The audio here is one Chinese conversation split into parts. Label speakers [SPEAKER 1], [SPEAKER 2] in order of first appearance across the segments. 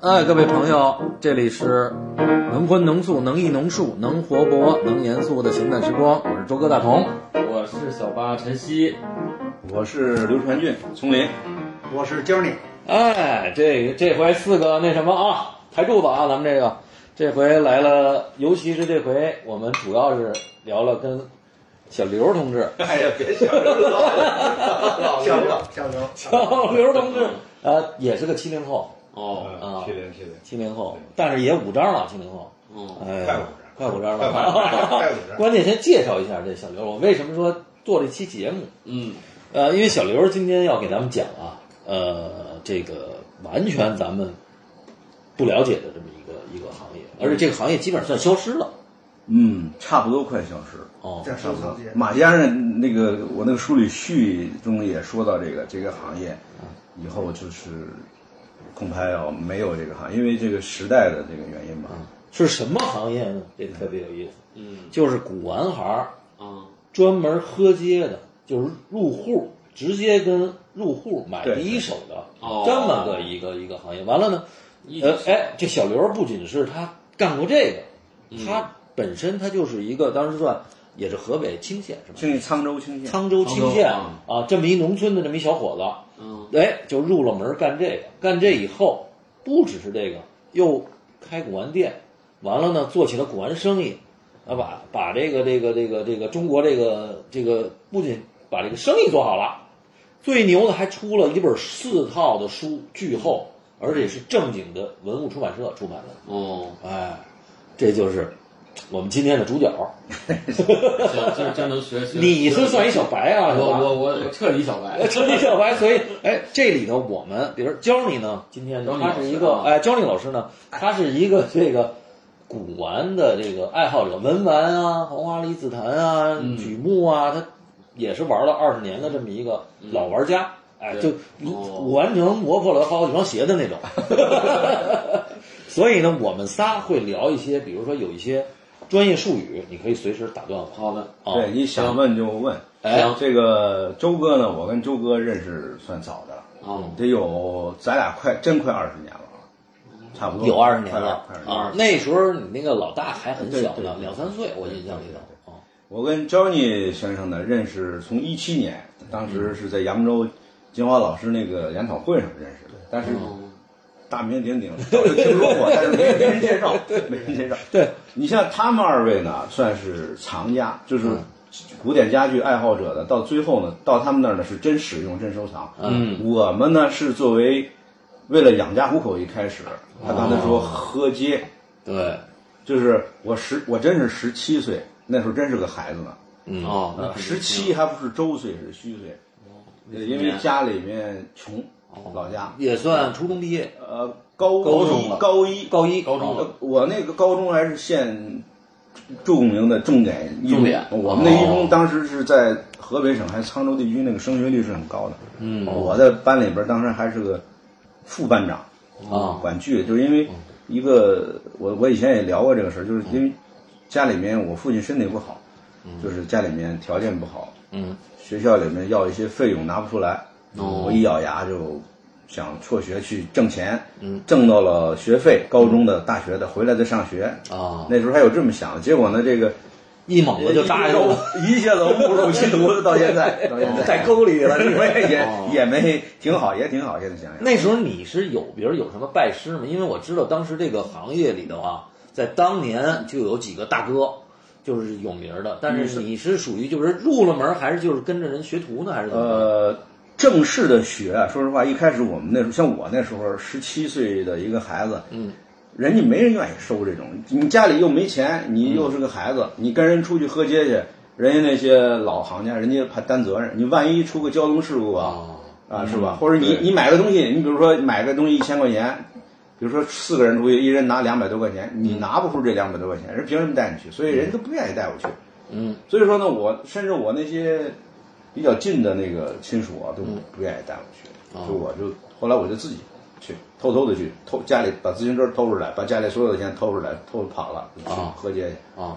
[SPEAKER 1] 哎，各位朋友，这里是能荤能素能艺能术能活泼能严肃的情感时光，我是周哥大同。
[SPEAKER 2] 我是小八晨曦，
[SPEAKER 3] 我是刘传俊，丛林。
[SPEAKER 4] 我是 Johnny，
[SPEAKER 1] 哎，这这回四个那什么啊，台柱子啊，咱们这个这回来了，尤其是这回我们主要是聊了跟小刘同 志、
[SPEAKER 3] 哎呀，别想着了，
[SPEAKER 4] 小刘，小刘，
[SPEAKER 1] 小刘同志，呃，也是个七零后，
[SPEAKER 2] 哦，
[SPEAKER 1] 啊
[SPEAKER 3] 七零七零，
[SPEAKER 1] 七零后，但是也五张了，七零后。
[SPEAKER 2] 嗯，
[SPEAKER 1] 哎，
[SPEAKER 3] 快五张
[SPEAKER 1] 快五张
[SPEAKER 3] 快五张快五
[SPEAKER 1] 了。
[SPEAKER 3] 张
[SPEAKER 1] 关键先介绍一下这小刘，我为什么说做这期节目？
[SPEAKER 2] 嗯，
[SPEAKER 1] 呃，因为小刘今天要给咱们讲啊，呃，这个完全咱们不了解的这么一个一个行业，而且这个行业基本上算消失了。
[SPEAKER 3] 嗯，差不多快消失了。
[SPEAKER 1] 哦，
[SPEAKER 4] 这收藏界，
[SPEAKER 3] 马先生那个我那个书里序中也说到这个这个行业，
[SPEAKER 1] 嗯
[SPEAKER 3] 以后就是恐怕要没有这个行业，因为这个时代的这个原因吧。
[SPEAKER 1] 是什么行业呢？这特别有意思，
[SPEAKER 2] 嗯，
[SPEAKER 1] 就是古玩行儿
[SPEAKER 2] 啊，
[SPEAKER 1] 专门喝街的，就是入户，直接跟入户买
[SPEAKER 3] 对
[SPEAKER 1] 第一手的
[SPEAKER 2] 哦
[SPEAKER 1] 这么个一个一个行业。完了呢，
[SPEAKER 2] 一
[SPEAKER 1] 呃
[SPEAKER 2] 直，是
[SPEAKER 1] 哎，这小刘不仅是他干过这
[SPEAKER 2] 嗯
[SPEAKER 1] 个，他本身他就是一个当时算也是河北清县是吧？
[SPEAKER 3] 兴许沧州清县，
[SPEAKER 1] 沧州清县
[SPEAKER 2] 沧州
[SPEAKER 1] 啊，这么一农村的这么一小伙
[SPEAKER 2] 嗯，
[SPEAKER 1] 子，哎，就入了门干这个，干这以后不只是这个，又开古玩店，完了呢做起了古玩生意，啊，把把这个这个这个这个中国这个这个不仅把这个生意做好了，最牛的还出了一本四套的书，巨厚，而且是正经的文物出版社出版的，
[SPEAKER 2] 哦，
[SPEAKER 1] 哎，这就是我们今天的主角，
[SPEAKER 2] 这这这能学 学，
[SPEAKER 1] 你是算一小白啊，
[SPEAKER 2] 我
[SPEAKER 1] 是吧
[SPEAKER 2] 我我我彻底小白，
[SPEAKER 1] 成立小白， 所以哎，这里头我们，比如 Johnny 呢，今天
[SPEAKER 2] Johnny
[SPEAKER 1] 他是一
[SPEAKER 2] 老
[SPEAKER 1] 个
[SPEAKER 2] 师啊
[SPEAKER 1] 哎，Johnny 老师呢，他是一个这个古玩的这个爱好者，文玩啊，黄花梨紫檀啊，
[SPEAKER 2] 嗯
[SPEAKER 1] 榉木啊，他也是玩了二十年的这么一个老玩家，哎，就
[SPEAKER 2] 对哦
[SPEAKER 1] 古玩城磨破了好几双鞋的那 种。所以呢，我们仨会聊一些，比如说有一些专业术语，你可以随时打断我
[SPEAKER 2] 好的，
[SPEAKER 1] 啊。
[SPEAKER 3] 对，你想问就问。
[SPEAKER 1] 哎
[SPEAKER 2] 行
[SPEAKER 3] 这个周哥呢，我跟周哥认识算早的了，
[SPEAKER 2] 哦，
[SPEAKER 3] 得有咱俩快真快二十年了，差不多
[SPEAKER 1] 哦有二十年了
[SPEAKER 3] 快快20
[SPEAKER 1] 啊！那时候你那个老大还很小
[SPEAKER 3] 对对
[SPEAKER 1] 呢，
[SPEAKER 3] 对
[SPEAKER 1] 两三岁，我印象里头。啊
[SPEAKER 3] 我跟 Johnny 先生呢认识从一七年，当时是在扬州金花老师那个研讨会上认识的，但是大名鼎鼎，早就听说过，但是没没人介绍，没人介绍。
[SPEAKER 1] 对，
[SPEAKER 3] 你像他们二位呢，算是藏家，就是古典家具爱好者的，到最后呢，到他们那儿呢是真使用、真收藏。
[SPEAKER 1] 嗯，
[SPEAKER 3] 我们呢是作为为了养家糊口，一开始他刚才说喝街。
[SPEAKER 1] 对，
[SPEAKER 3] 就是我十，我真是十七岁，那时候真是个孩子呢。
[SPEAKER 1] 嗯，
[SPEAKER 2] 哦，那肯定
[SPEAKER 3] 十七还不是周岁，是虚岁，呃因为家里面穷，老家。
[SPEAKER 1] 也算初中毕业，
[SPEAKER 3] 呃，高
[SPEAKER 1] 高
[SPEAKER 3] 一
[SPEAKER 1] 中了
[SPEAKER 3] 高一
[SPEAKER 1] 高一，
[SPEAKER 2] 高中
[SPEAKER 3] 呃我那个高中还是县著名的重点一中，
[SPEAKER 2] 重点
[SPEAKER 3] 我们那一中当时是在河北省还沧州地区，那个升学率是很高的。嗯，我在班里边当时还是个副班长。
[SPEAKER 1] 啊，
[SPEAKER 3] 管剧，就是因为一个我我以前也聊过这个事儿，就是因为家里面我父亲身体不好，就是家里面条件不好，
[SPEAKER 1] 嗯，
[SPEAKER 3] 学校里面要一些费用拿不出来，
[SPEAKER 1] 哦
[SPEAKER 3] 我一咬牙就想辍学去挣钱，
[SPEAKER 1] 嗯
[SPEAKER 3] 挣到了学费，高中的、大学的，回来再上学。
[SPEAKER 1] 啊，
[SPEAKER 3] 那时候还有这么想的，结果呢，这个
[SPEAKER 1] 一猛子就扎下去了，
[SPEAKER 3] 一下子误入歧途，到现 在，到现在
[SPEAKER 1] 在沟里了。
[SPEAKER 3] 我也也
[SPEAKER 1] 哦
[SPEAKER 3] 也没挺好，也挺好，现在想想。
[SPEAKER 1] 那时候你是有，比如有什么拜师吗？因为我知道当时这个行业里头啊，在当年就有几个大哥。就是有名儿的，但是你是属于就是入了门儿，还是就是跟着人学徒呢，还是怎么着？
[SPEAKER 3] 呃，正式的学啊，说实话，一开始我们那时候，像我那时候十七岁的一个孩子，嗯，人家没人愿意收这种，你家里又没钱，你
[SPEAKER 1] 嗯
[SPEAKER 3] 又是个孩子，你跟人出去喝街去，人家那些老行家，人家怕担责任，你万一出个交通事故啊，
[SPEAKER 1] 哦
[SPEAKER 3] 啊是
[SPEAKER 1] 嗯
[SPEAKER 3] 吧？或者你你买个东西，你比如说买个东西一千块钱。比如说四个人出去，一人拿两百多块钱，你
[SPEAKER 1] 嗯
[SPEAKER 3] 拿不出这两百多块钱，人凭什么带你去？所以人都不愿意带我去。
[SPEAKER 1] 嗯，
[SPEAKER 3] 所以说呢，我甚至我那些比较近的那个亲属啊，都
[SPEAKER 1] 嗯
[SPEAKER 3] 不愿意带我去，
[SPEAKER 1] 哦
[SPEAKER 3] 就我就后来我就自己去，偷偷的去偷家里把自行车偷出来，把家里所有的钱偷出来，偷跑了就去
[SPEAKER 1] 啊
[SPEAKER 3] 河街去。
[SPEAKER 1] 啊，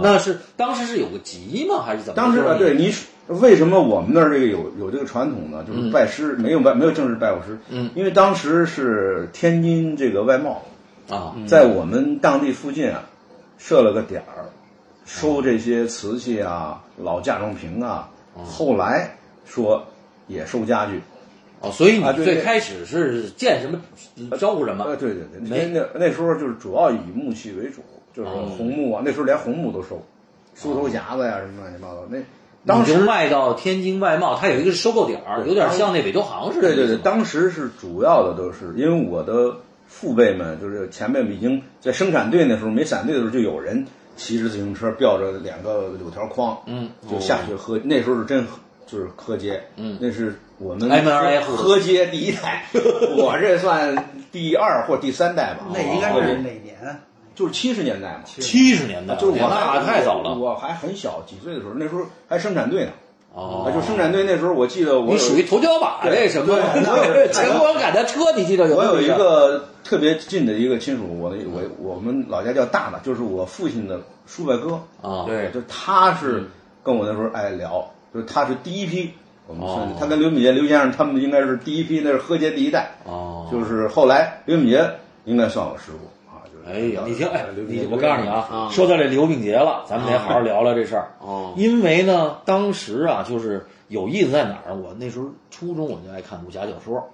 [SPEAKER 1] 那是当时是有个集吗？还是怎么？
[SPEAKER 3] 当时呢，对，你为什么我们那儿这个有有这个传统呢？就是拜师、没有拜没有正式拜过师，
[SPEAKER 1] 嗯，
[SPEAKER 3] 因为当时是天津这个外贸
[SPEAKER 1] 啊，
[SPEAKER 3] 在我们当地附近啊设了个点儿，收这些瓷器啊、老嫁妆瓶啊，后来说也收家具，
[SPEAKER 1] 哦，所以
[SPEAKER 3] 啊
[SPEAKER 1] 你
[SPEAKER 3] 对
[SPEAKER 1] 最
[SPEAKER 3] 对
[SPEAKER 1] 开始是见什么招呼什么
[SPEAKER 3] 呃，对对对，
[SPEAKER 1] 没
[SPEAKER 3] 那那那时候就是主要以木器为主，就是
[SPEAKER 1] 哦
[SPEAKER 3] 红木啊，那时候连红木都收，梳头匣子呀、什么乱七八糟。那
[SPEAKER 1] 你
[SPEAKER 3] 当
[SPEAKER 1] 就
[SPEAKER 3] 时
[SPEAKER 1] 卖到天津外贸，它有一个收购点儿，有点像那北洲行似的。
[SPEAKER 3] 对对
[SPEAKER 1] 是
[SPEAKER 3] 对，
[SPEAKER 1] 吧
[SPEAKER 3] 当时是主要的都是因为我的父辈们，就是前辈们已经在生产队那时候没闪队的时候就有人骑着自行车吊着两个柳条筐，
[SPEAKER 1] 嗯，
[SPEAKER 3] 就下去喝，那时候是真喝就是喝街，
[SPEAKER 1] 嗯
[SPEAKER 3] 那是我们
[SPEAKER 1] 挨门而挨户
[SPEAKER 3] 喝街第一 代，我这算第二或第三代吧，啊
[SPEAKER 4] 那应该是哪年？
[SPEAKER 3] 就是七十年代嘛。
[SPEAKER 1] 七十年代，
[SPEAKER 3] 啊就是
[SPEAKER 1] 那
[SPEAKER 3] 我还
[SPEAKER 1] 太早了。
[SPEAKER 3] 我还很小，几岁的时候，那时候还生产队呢，啊
[SPEAKER 1] 哦，
[SPEAKER 3] 就生产队那时候，我记得我
[SPEAKER 1] 你属
[SPEAKER 3] 有
[SPEAKER 1] 于头脚把这什么
[SPEAKER 3] 对 对对
[SPEAKER 1] 前光赶的车，你记得有
[SPEAKER 3] 我
[SPEAKER 1] 没
[SPEAKER 3] 有一
[SPEAKER 1] 印象？
[SPEAKER 3] 个特别近的一个亲属，我的我我们老家叫大大，就是我父亲的叔伯哥，
[SPEAKER 1] 啊，
[SPEAKER 2] 对，
[SPEAKER 3] 就他是跟我那时候爱聊，就是他是第一批，我们算
[SPEAKER 1] 哦
[SPEAKER 3] 是他跟刘敏杰、刘先生他们应该是第一批，那是喝街第一代，
[SPEAKER 1] 哦，
[SPEAKER 3] 就是后来刘敏杰应该算我师傅啊，就是
[SPEAKER 1] 哎呀，你听，哎，
[SPEAKER 3] 刘敏
[SPEAKER 1] 你
[SPEAKER 3] 啊杰
[SPEAKER 1] 我告诉你啊，说到这刘敏杰了，咱们得好好聊聊这事儿。
[SPEAKER 2] 哦，
[SPEAKER 1] 因为呢，当时啊，就是有意思在哪儿？我那时候初中我就爱看武侠小说，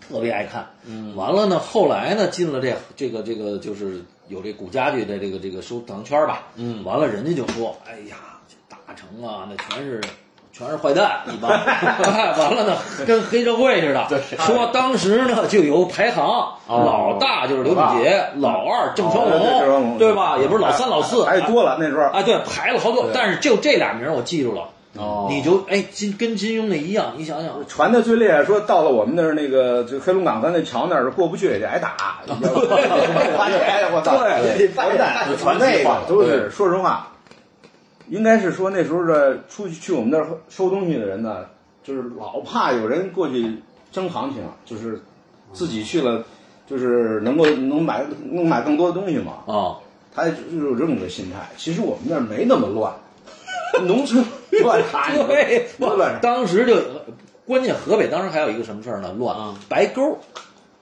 [SPEAKER 1] 特别爱看。完了呢，后来呢，进了这这个这个，就是有这古家具的这个这个收藏圈儿吧。
[SPEAKER 2] 嗯
[SPEAKER 1] 完了，人家就说：“哎呀，这大成啊，那全是。”全是坏蛋，一帮完了呢，跟黑社会似的。说当时呢，就有排行，老大就是刘敏杰，老二郑成
[SPEAKER 3] 对对郑
[SPEAKER 1] 龙，
[SPEAKER 3] 成龙哎
[SPEAKER 1] 对吧？也不是老三、老四，
[SPEAKER 3] 还多了那时候。
[SPEAKER 1] 啊，对，排了好多，但是就这俩名儿我记住了。
[SPEAKER 2] 哦
[SPEAKER 1] 你就哎，金跟金庸那一样，你想想，
[SPEAKER 3] 传的最厉害，说到了我们那儿那个就黑龙江和那桥那儿过不去，也得挨打。你 知道吗花钱，哎我操！
[SPEAKER 4] 对
[SPEAKER 3] 混蛋，
[SPEAKER 4] 对
[SPEAKER 3] 传那个都是说实话，应该是说那时候的出去去我们那儿收东西的人呢，就是老怕有人过去争行情，就是自己去了，就是能够能买能买更多的东西嘛。
[SPEAKER 1] 啊，
[SPEAKER 3] 他就是有这种的心态。其实我们那儿没那么乱，农村 乱啥？你说
[SPEAKER 1] 啊对，
[SPEAKER 3] 不乱啥？
[SPEAKER 1] 当时就关键河北当时还有一个什么事儿呢？乱
[SPEAKER 2] 嗯
[SPEAKER 1] 白沟儿，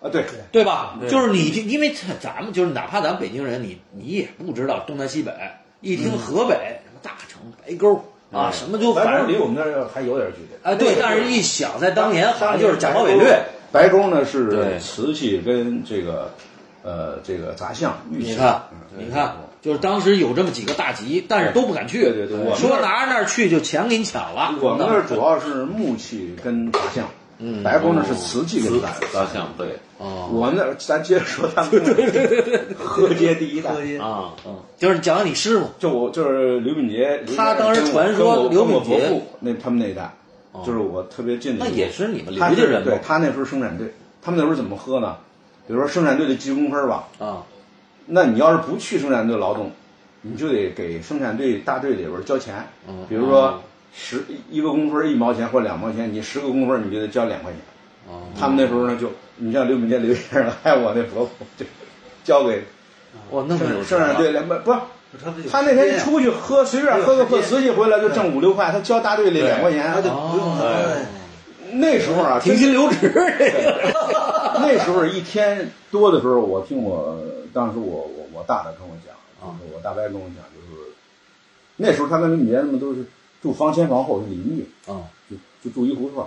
[SPEAKER 3] 啊，对。
[SPEAKER 1] 对吧？
[SPEAKER 2] 对
[SPEAKER 1] 就是你因为咱咱们就是哪怕咱们北京人，你你也不知道东南西北，一听河北什么大城白沟儿啊，什么就
[SPEAKER 3] 反
[SPEAKER 1] 反
[SPEAKER 3] 嗯正离
[SPEAKER 1] 正
[SPEAKER 3] 我们那儿要还有点距离。
[SPEAKER 1] 哎对，但是一想在当年好像就是
[SPEAKER 3] 贾
[SPEAKER 1] 讲华伪略，。
[SPEAKER 3] 白宫呢是
[SPEAKER 2] 对
[SPEAKER 3] 瓷器跟这个，呃，这个杂项玉器。
[SPEAKER 1] 你看
[SPEAKER 3] 嗯，
[SPEAKER 1] 你看，就是当时有这么几个大集，但是都不敢去。
[SPEAKER 3] 对对对我们
[SPEAKER 1] 说
[SPEAKER 3] 那儿
[SPEAKER 1] 拿着那儿去就钱给你抢了。
[SPEAKER 3] 我们那儿主要是木器跟杂项，
[SPEAKER 1] 嗯
[SPEAKER 3] 白宫呢是瓷器跟杂
[SPEAKER 2] 大象对
[SPEAKER 1] 哦，
[SPEAKER 3] 我们那儿咱接着说他们， 对对对对，河街第一代。
[SPEAKER 2] 啊，
[SPEAKER 3] 嗯
[SPEAKER 1] 就是讲讲你师傅
[SPEAKER 3] 就我就是刘敏杰，
[SPEAKER 1] 他当时
[SPEAKER 3] 跟我
[SPEAKER 1] 传说
[SPEAKER 3] 跟我
[SPEAKER 1] 刘敏
[SPEAKER 3] 跟
[SPEAKER 1] 杰
[SPEAKER 3] 我伯父那他们那一代，就是我特别近的
[SPEAKER 1] 那
[SPEAKER 3] 一个，
[SPEAKER 1] 也是你们
[SPEAKER 3] 他
[SPEAKER 1] 刘家
[SPEAKER 3] 是
[SPEAKER 1] 人
[SPEAKER 3] 对
[SPEAKER 1] 嘛
[SPEAKER 3] 他那时候生产队，他们那时候怎么喝呢？比如说生产队的记工分吧，
[SPEAKER 1] 啊，
[SPEAKER 3] 那你要是不去生产队劳动，你就得给生产队大队里边交钱。
[SPEAKER 1] 嗯
[SPEAKER 3] 比如说十一个工分一毛钱或两毛钱，你十个工分你就得交两块钱。
[SPEAKER 1] 哦
[SPEAKER 3] 他们那时候呢，就你像刘敏杰、刘先生 还有我那伯父，就交给
[SPEAKER 1] 哇，那么有
[SPEAKER 3] 生
[SPEAKER 1] 钱啊
[SPEAKER 3] 产队两百，不是
[SPEAKER 4] 他们有啊
[SPEAKER 3] 他那天一出去喝，随便喝个破瓷器回来就挣五六块，他交大队里两块钱
[SPEAKER 4] 他。就
[SPEAKER 1] 哦
[SPEAKER 4] 不用
[SPEAKER 1] 哎
[SPEAKER 4] 了。
[SPEAKER 3] 那时候啊，
[SPEAKER 1] 停薪留职这个。
[SPEAKER 3] 那时候一天多的时候，我听我当时我我我大的跟我讲，
[SPEAKER 1] 啊
[SPEAKER 3] 我大伯跟我讲，就是那时候他跟李杰他们都是住房前房后是邻居，
[SPEAKER 1] 啊，
[SPEAKER 3] 就就住一胡同儿。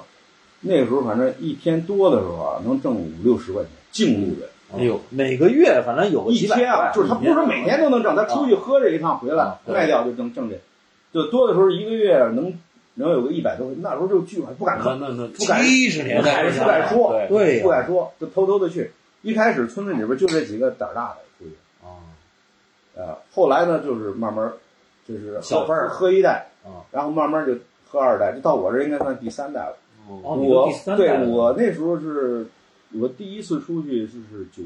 [SPEAKER 3] 那时候反正一天多的时候啊，能挣五六十块钱，净利润。
[SPEAKER 1] 哎呦，每个月反正有个
[SPEAKER 3] 嗯一
[SPEAKER 1] 几百
[SPEAKER 3] 天
[SPEAKER 1] 块，
[SPEAKER 3] 啊，就是他不是说每天都能挣，他出去喝这一趟回来
[SPEAKER 1] 啊对
[SPEAKER 3] 卖掉就挣挣这，就多的时候一个月能能有个一百多块，那时候就巨款，不敢
[SPEAKER 2] 那
[SPEAKER 3] 看，
[SPEAKER 2] 那那
[SPEAKER 3] 不敢
[SPEAKER 1] 七十年代
[SPEAKER 3] 不敢不敢说，
[SPEAKER 1] 对呀
[SPEAKER 3] 不敢说，就偷偷的去。一开始村子里边就这几个胆儿大的出去，
[SPEAKER 1] 啊，
[SPEAKER 3] 呃，后来呢就是慢慢，就是喝
[SPEAKER 1] 小辈儿
[SPEAKER 3] 喝一代
[SPEAKER 1] 啊，
[SPEAKER 3] 然后慢慢就喝二代，就到我这应该算第三代了。
[SPEAKER 1] 哦，你都
[SPEAKER 3] 我
[SPEAKER 1] 第三代
[SPEAKER 3] 对
[SPEAKER 1] 了
[SPEAKER 3] 我那时候是我第一次出去就是九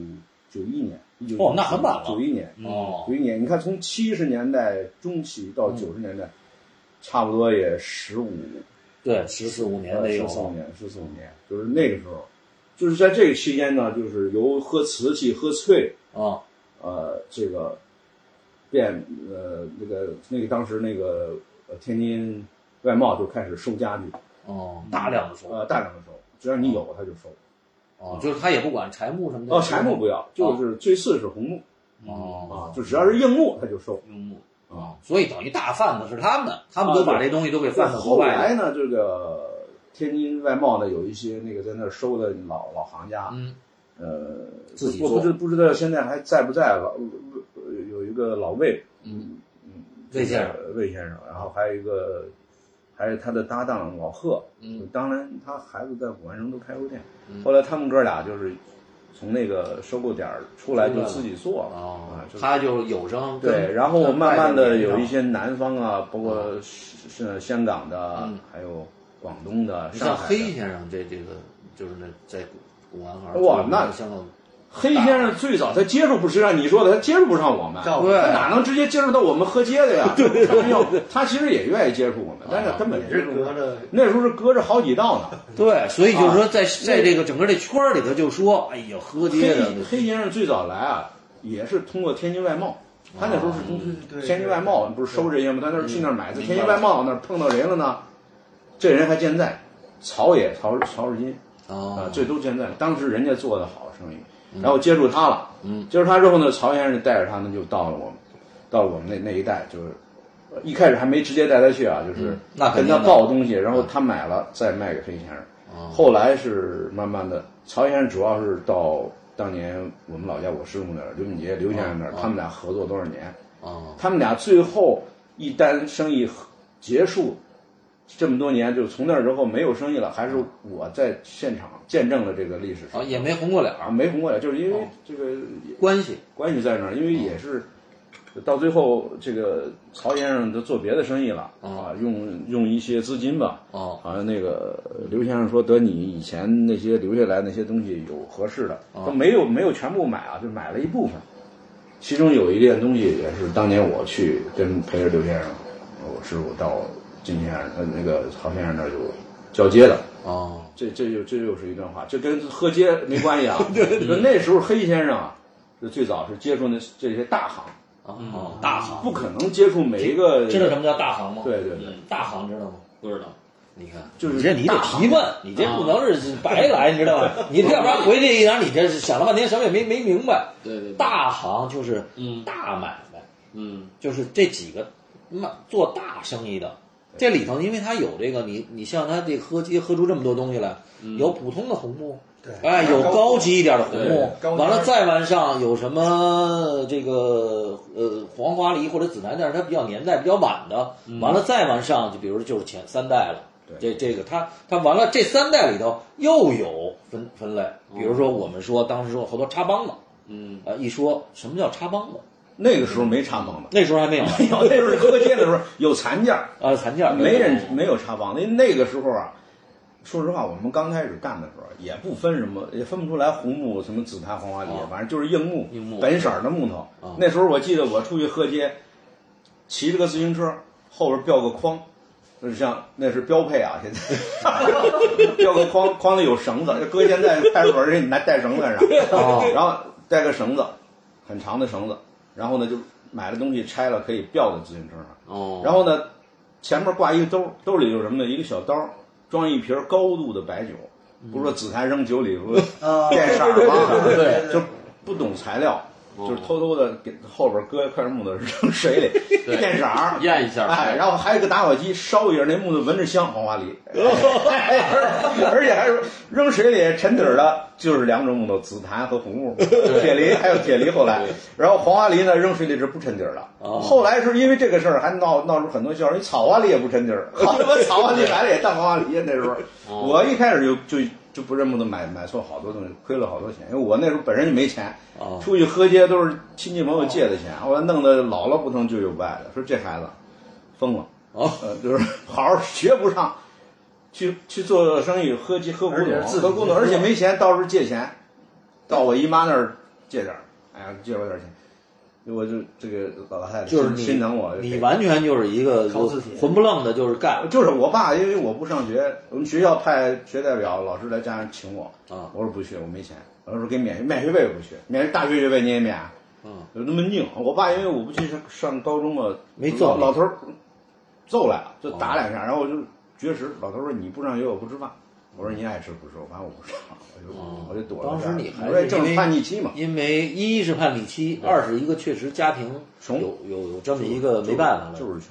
[SPEAKER 3] 九一年，19
[SPEAKER 1] 哦那很晚了
[SPEAKER 3] 九一年，
[SPEAKER 1] 哦
[SPEAKER 3] 九一年，你看从七十年代中期
[SPEAKER 1] 嗯
[SPEAKER 3] 到九十年代，差不多也十五
[SPEAKER 1] 对十四五年得
[SPEAKER 3] 十
[SPEAKER 1] 有
[SPEAKER 3] 四五年，十四五年，就是那个时候，就是在这个期间呢，就是由喝瓷器、喝翠，
[SPEAKER 1] 啊，
[SPEAKER 3] 呃，这个变呃那个那个当时那个呃天津外贸就开始收家具，
[SPEAKER 1] 哦，大量的收
[SPEAKER 3] 呃，大量的收，只要你有他就收。
[SPEAKER 1] 哦，就是他也不管柴木什么的。
[SPEAKER 3] 嗯哦，柴木不要，就是最次是红木
[SPEAKER 1] 哦
[SPEAKER 3] 啊，就只要是硬木他就收。
[SPEAKER 1] 用木啊，所以等于大贩子是他们的，他们都把这东西都给贩到国
[SPEAKER 3] 后
[SPEAKER 1] 外了。
[SPEAKER 3] 来呢，这个天津外贸呢有一些那个在那儿收的老老行家，
[SPEAKER 1] 嗯，
[SPEAKER 3] 呃，
[SPEAKER 1] 自己
[SPEAKER 3] 我不
[SPEAKER 1] 做
[SPEAKER 3] 知不知道现在还在不在了。呃有一个老魏，
[SPEAKER 1] 嗯
[SPEAKER 3] 嗯，
[SPEAKER 1] 魏先生，
[SPEAKER 3] 魏先生，然后还有一个，还有他的搭档老贺，
[SPEAKER 1] 嗯，
[SPEAKER 3] 当然他孩子在古玩城都开过店，
[SPEAKER 1] 嗯
[SPEAKER 3] 后来他们哥俩就是从那个收购点儿出来就自己做了
[SPEAKER 1] 哦
[SPEAKER 3] 啊，，就是
[SPEAKER 1] 他就有声跟
[SPEAKER 3] 对，然后慢慢的有一
[SPEAKER 1] 些，
[SPEAKER 3] 些南方啊，包括是是香港的
[SPEAKER 1] 哦嗯，
[SPEAKER 3] 还有广东的、上
[SPEAKER 1] 像
[SPEAKER 3] 海
[SPEAKER 1] 黑
[SPEAKER 3] 的。
[SPEAKER 1] 先生这这个就是那在古玩行
[SPEAKER 3] 哇那
[SPEAKER 1] 香港
[SPEAKER 3] 黑先生最早他接触不，实际上你说的他接触不上我们，
[SPEAKER 4] 照
[SPEAKER 1] 顾
[SPEAKER 3] 他哪能直接接触到我们喝街的呀？对，他其实也愿意接触我们，但是根本
[SPEAKER 4] 也
[SPEAKER 3] 是
[SPEAKER 4] 是隔着
[SPEAKER 3] 那时候是隔着好几道呢。
[SPEAKER 1] 对，所以就是说在在这个整个这圈儿里头就说，哎呀，喝街的
[SPEAKER 3] 黑黑先生最早来啊，也是通过天津外贸。他那时候是从
[SPEAKER 4] 哦对嗯
[SPEAKER 3] 天津外贸，不是收这些吗？他那时候去那儿买，在天津外贸那儿碰到人了呢，这人还健在，曹也曹曹世金啊
[SPEAKER 1] 啊，，
[SPEAKER 3] 这都健在。当时人家做的好生意，然后接触他了，
[SPEAKER 1] 嗯，
[SPEAKER 3] 接触他之后呢，曹先生带着他们就到了我们，到了我们那那一带，就是呃一开始还没直接带他去啊，就是
[SPEAKER 1] 嗯那肯
[SPEAKER 3] 跟
[SPEAKER 1] 定
[SPEAKER 3] 他
[SPEAKER 1] 的嗯
[SPEAKER 3] 报东西，然后他买了再卖给黑先生。
[SPEAKER 1] 哦
[SPEAKER 3] 后来是慢慢的，曹先生主要是到当年我们老家我师傅那儿，刘敏杰、刘先生那儿，他们俩合作多少年？
[SPEAKER 1] 哦
[SPEAKER 3] 他们俩最后一单生意结束，这么多年就从那儿之后没有生意了，还是我在现场见证了这个历史
[SPEAKER 1] 啊，也没红过脸
[SPEAKER 3] 啊，
[SPEAKER 1] 儿，
[SPEAKER 3] 没红过来，就是因为
[SPEAKER 1] 哦
[SPEAKER 3] 这个
[SPEAKER 1] 关系
[SPEAKER 3] 关系在那儿，因为也是。到最后，这个曹先生都做别的生意了、啊，用用一些资金吧，
[SPEAKER 1] 哦
[SPEAKER 3] 好像那个刘先生说，得你以前那些留下来那些东西有合适的，都没有没有全部买啊，就买了一部分。其中有一件东西也是当年我去跟陪着刘先生，我师傅到金先生呃那个曹先生那儿有交接的。
[SPEAKER 1] 哦，
[SPEAKER 3] 这这就这又是一段话，这跟喝街没关系啊。就那时候黑先生啊，就最早是接触那这些大行，
[SPEAKER 1] 哦，大行
[SPEAKER 3] 不可能接触每一个。
[SPEAKER 1] 知道什么叫大行吗？
[SPEAKER 3] 对对对，
[SPEAKER 1] 大行知道吗？
[SPEAKER 2] 不知道，
[SPEAKER 1] 你看，
[SPEAKER 3] 就是
[SPEAKER 1] 你这你得提问，啊你这不能是白来，你知道吧？你这要不然回去一然你这想了半天什么也没没明白。
[SPEAKER 2] 对对，对，
[SPEAKER 1] 大行就是
[SPEAKER 2] 嗯
[SPEAKER 1] 大买卖，
[SPEAKER 2] 嗯
[SPEAKER 1] 就是这几个卖做大生意的，这里头因为他有这个，你你像他这喝鸡喝出这么多东西来，有普通的红木，
[SPEAKER 4] 对
[SPEAKER 1] 哎，有高级一点的红
[SPEAKER 2] 对
[SPEAKER 1] 木，
[SPEAKER 4] 高
[SPEAKER 1] 完了
[SPEAKER 4] 尖
[SPEAKER 1] 再往上有什么这个呃黄花梨或者紫檀，但是它比较年代比较晚的，完了再往上就比如就是前三代了。这这个，它它完了，这三代里头又有分分类，比如说我们说当时说好多插帮子，
[SPEAKER 2] 嗯，
[SPEAKER 1] 呃，一说什么叫插帮子，
[SPEAKER 3] 那个时候没插帮的，
[SPEAKER 1] 那时候还没有，
[SPEAKER 3] 没有，那时候喝街的时候有残件儿，
[SPEAKER 1] 呃，残件儿
[SPEAKER 3] 没人没有插帮。那那个时候啊，说实话，我们刚开始干的时候啊也不分什么，也分不出来红木什么紫檀、黄花梨
[SPEAKER 1] 啊，
[SPEAKER 3] 反正就是硬木、
[SPEAKER 1] 硬木
[SPEAKER 3] 本色儿的木头。
[SPEAKER 1] 啊
[SPEAKER 3] 那时候我记得我出去喝街，骑着个自行车，后边吊个筐。就是像那是标配啊，现 在吊个筐，筐里有绳子。搁现在派出所人，你拿带绳子干啥？
[SPEAKER 1] 哦
[SPEAKER 3] 然后带个绳子，很长的绳子，然后呢就买了东西拆了可以吊在自行车上。
[SPEAKER 2] 哦，
[SPEAKER 3] 然后呢，前面挂一个兜，兜里有什么呢？一个小刀，装一瓶高度的白酒，
[SPEAKER 2] 嗯
[SPEAKER 3] 不是说紫檀扔酒里 不是
[SPEAKER 4] 啊，
[SPEAKER 3] 变色儿吗？
[SPEAKER 4] 对对对对
[SPEAKER 3] 就不懂材料，
[SPEAKER 2] 哦
[SPEAKER 3] 就是偷偷的给后边搁一块木头扔水里
[SPEAKER 2] 对
[SPEAKER 3] 变色儿。
[SPEAKER 2] 验一下，
[SPEAKER 3] 哎，然后还有一个打火机烧一下，那木头闻着香，黄花梨， 而而且还是扔水里沉底儿的，就是两种木头，紫檀和红木，铁梨还有铁梨。后来
[SPEAKER 2] 对，哦
[SPEAKER 3] 然后黄花梨呢，扔水里是不沉底儿的。后来是因为这个事儿还闹闹出很多笑话，你草花梨也不沉 底儿，好他妈草花梨买了也当黄花梨呀那时候
[SPEAKER 2] 哦
[SPEAKER 3] 我一开始就就就不认木头买买错好多东西，亏了好多钱，因为我那时候本身就没钱，
[SPEAKER 1] 哦
[SPEAKER 4] 啊
[SPEAKER 3] 出去喝街都是亲戚朋友借的钱，后来弄得姥姥不疼舅舅不爱的，说这孩子疯了，
[SPEAKER 1] 哦
[SPEAKER 3] 呃，就是 好好学不上，去去做生意，喝鸡喝古
[SPEAKER 4] 而且
[SPEAKER 3] 董，
[SPEAKER 4] 是自己
[SPEAKER 3] 喝古董，
[SPEAKER 4] 喝
[SPEAKER 3] 而且没钱，到时候借钱，到我姨妈那儿借点儿，哎呀，借我点儿钱，我就这个老太太
[SPEAKER 1] 就是
[SPEAKER 3] 心
[SPEAKER 1] 你
[SPEAKER 3] 心疼我，就
[SPEAKER 1] 你
[SPEAKER 3] 给
[SPEAKER 1] 完全就是一个
[SPEAKER 4] 靠自己
[SPEAKER 1] 混不愣的，就是干
[SPEAKER 3] 就是我爸，因为我不上学，我们学校派学代表老师来家长请我，
[SPEAKER 1] 啊
[SPEAKER 3] 我说不去，我没钱，我说给免学免学费也不去，免大学学费你也免，啊
[SPEAKER 1] 嗯，
[SPEAKER 3] 有那么拧。我爸因为我不去上上高中嘛，
[SPEAKER 1] 没揍
[SPEAKER 3] 老
[SPEAKER 1] 你啊
[SPEAKER 3] 老头儿揍来了，就打两下，然后我就绝食。老头说你不上学我不吃饭。我说你爱吃不吃，反正我不上，我就、
[SPEAKER 1] 哦
[SPEAKER 3] 我就躲着
[SPEAKER 1] 当
[SPEAKER 3] 点儿。
[SPEAKER 1] 时你还
[SPEAKER 3] 我说
[SPEAKER 1] 是
[SPEAKER 3] 正
[SPEAKER 1] 因
[SPEAKER 3] 是
[SPEAKER 1] 为
[SPEAKER 3] 叛逆期嘛，
[SPEAKER 1] 因为一是叛逆期，二是一个确实家庭
[SPEAKER 3] 嗯穷
[SPEAKER 1] 有有有这么一个没办法了，啊
[SPEAKER 3] 就是穷。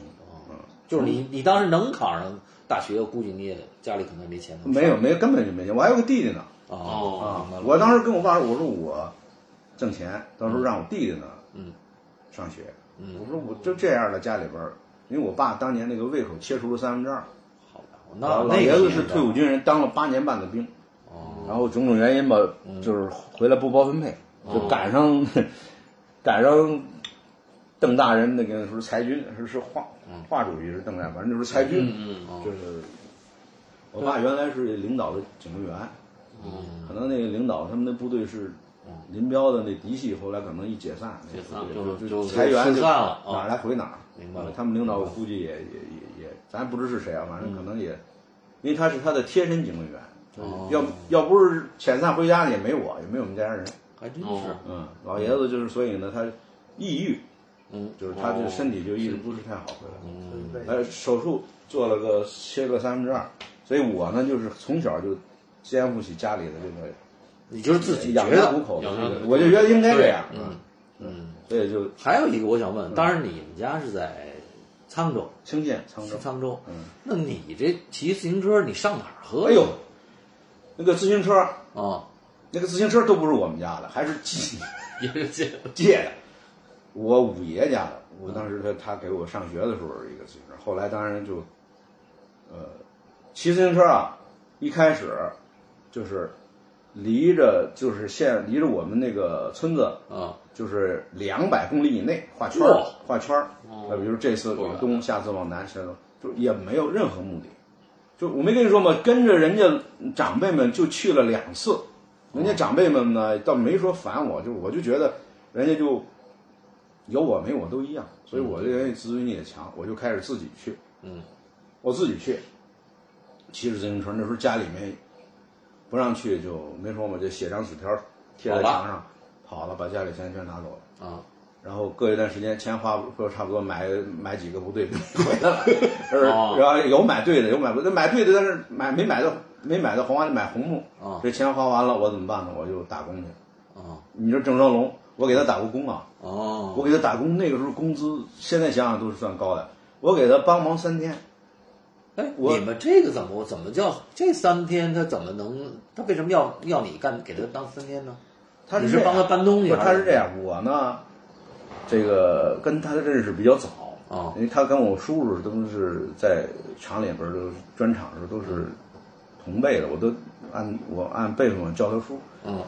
[SPEAKER 3] 嗯，
[SPEAKER 1] 就是你你当时能考上大学，我估计你也家里可能没钱能上
[SPEAKER 3] 没有没有根本就没钱，我还有个弟弟呢。
[SPEAKER 1] 哦，明白了
[SPEAKER 3] 我当时跟我爸说，我说我挣钱，到时候让我弟弟呢，
[SPEAKER 1] 嗯，
[SPEAKER 3] 上学。
[SPEAKER 1] 嗯
[SPEAKER 3] 我说我就这样了，家里边儿，因为我爸当年那个胃口切除了三分之二，
[SPEAKER 1] 好吧，
[SPEAKER 3] 老
[SPEAKER 1] 那
[SPEAKER 3] 老
[SPEAKER 1] 那
[SPEAKER 3] 爷
[SPEAKER 1] 个
[SPEAKER 3] 子
[SPEAKER 1] 年
[SPEAKER 3] 是
[SPEAKER 1] 代
[SPEAKER 3] 退伍军人，当了八年半的兵，
[SPEAKER 1] 哦，嗯
[SPEAKER 3] 然后种种原因吧，就是回来不包分配，
[SPEAKER 1] 哦
[SPEAKER 3] 就赶上赶上邓大人那个时候裁军是是华
[SPEAKER 1] 嗯
[SPEAKER 3] 华主席是邓大人，反正就是裁军，
[SPEAKER 2] 嗯嗯
[SPEAKER 3] 就是我爸原来是领导的警卫员，
[SPEAKER 2] 嗯，
[SPEAKER 3] 可能那个领导他们那部队是林彪的那嫡系，后来可能一解散，
[SPEAKER 2] 解散
[SPEAKER 3] 那部队就
[SPEAKER 2] 就就
[SPEAKER 3] 裁员
[SPEAKER 1] 就分
[SPEAKER 3] 就
[SPEAKER 1] 散了啊
[SPEAKER 3] 哪儿来回哪儿。呃
[SPEAKER 1] 明白了嗯
[SPEAKER 3] 他们领导我估计也也也也，咱不知是谁啊，反正可能也，因为他是他的贴身警卫员，
[SPEAKER 1] 哦
[SPEAKER 3] 要要不是遣散回家的也没我，也没我们家人。
[SPEAKER 1] 还真是
[SPEAKER 2] 哦，
[SPEAKER 3] 嗯，老爷子就是所以呢，他抑郁，
[SPEAKER 1] 嗯，
[SPEAKER 3] 就是他这身体就一直不是太好，回来。
[SPEAKER 1] 嗯，
[SPEAKER 4] 对
[SPEAKER 3] 呃，手术做了个切个三分之二，所以我呢就是从小就肩负起家里的这个
[SPEAKER 1] 你就是自己觉
[SPEAKER 3] 养家糊
[SPEAKER 1] 得，
[SPEAKER 3] 口的
[SPEAKER 2] 养
[SPEAKER 3] 这
[SPEAKER 2] 家
[SPEAKER 3] 个
[SPEAKER 2] 糊，口
[SPEAKER 3] 我就觉得应该这样，
[SPEAKER 2] 对
[SPEAKER 1] 嗯，
[SPEAKER 3] 所以就
[SPEAKER 1] 还有一个我想
[SPEAKER 3] 嗯
[SPEAKER 1] 问，当然你们家是在沧州，
[SPEAKER 3] 兴建沧
[SPEAKER 1] 是
[SPEAKER 3] 州。
[SPEAKER 1] 沧州，
[SPEAKER 3] 嗯，
[SPEAKER 1] 那你这骑自行车你上哪儿喝
[SPEAKER 3] 哎
[SPEAKER 1] 去？
[SPEAKER 3] 呦，那个自行车，
[SPEAKER 1] 啊，
[SPEAKER 3] 那个自行车都不是我们家的，还是 借
[SPEAKER 2] 也是这样，
[SPEAKER 3] 借的，我五爷家的。我当时他他给我上学的时候一个自行车，后来当然就，呃，骑自行车啊，一开始就是离着就是县离着我们那个村子
[SPEAKER 1] 啊，
[SPEAKER 2] 哦
[SPEAKER 3] 就是两百公里以内画圈儿
[SPEAKER 1] 哇，啊
[SPEAKER 3] 画圈儿。
[SPEAKER 2] 哦
[SPEAKER 3] 呃，比如这次
[SPEAKER 2] 不远
[SPEAKER 3] 往东，下次往南，下次往就也没有任何目的。就我没跟你说吗？跟着人家长辈们就去了两次，人家长辈们呢倒没说烦我，就我就觉得人家就有我没我都一样，所以我这人也自尊心也强，我就开始自己去，
[SPEAKER 1] 嗯，
[SPEAKER 3] 我自己去，骑着自行车。那时候家里面不让去，就没说嘛，就写张纸条贴在
[SPEAKER 1] 好吧
[SPEAKER 3] 墙上，跑了，把家里钱全拿走了。
[SPEAKER 2] 哦
[SPEAKER 1] 啊，
[SPEAKER 3] 然后隔一段时间钱花不差不多买买几个不对的回 来了，而
[SPEAKER 2] 哦
[SPEAKER 3] 然后有买对的，有买不对，买对的但是买没买到没买到黄花就买红木，
[SPEAKER 1] 哦
[SPEAKER 3] 这钱花完了我怎么办呢？我就打工去。
[SPEAKER 2] 哦
[SPEAKER 1] 啊，
[SPEAKER 3] 你说郑昭龙，我给他打过工啊，我
[SPEAKER 1] 哦，
[SPEAKER 3] 给他打工，那个时候工资现在想想都是算高的，我给他帮忙三天，
[SPEAKER 1] 哎，
[SPEAKER 3] 我
[SPEAKER 1] 你们这个怎么怎么叫这三天他怎么能他为什么要要你干给他当三天呢？
[SPEAKER 3] 他
[SPEAKER 1] 你
[SPEAKER 3] 是
[SPEAKER 1] 是
[SPEAKER 3] 这样
[SPEAKER 1] 帮他搬东西
[SPEAKER 3] 不是他
[SPEAKER 1] 还
[SPEAKER 3] 是
[SPEAKER 1] 是
[SPEAKER 3] 这样，我呢，这个跟他认识比较早
[SPEAKER 1] 哦
[SPEAKER 3] 因为他跟我叔叔都是在厂里边儿都是专厂的时候都是同辈的，我都按我按辈分叫他叔，
[SPEAKER 1] 嗯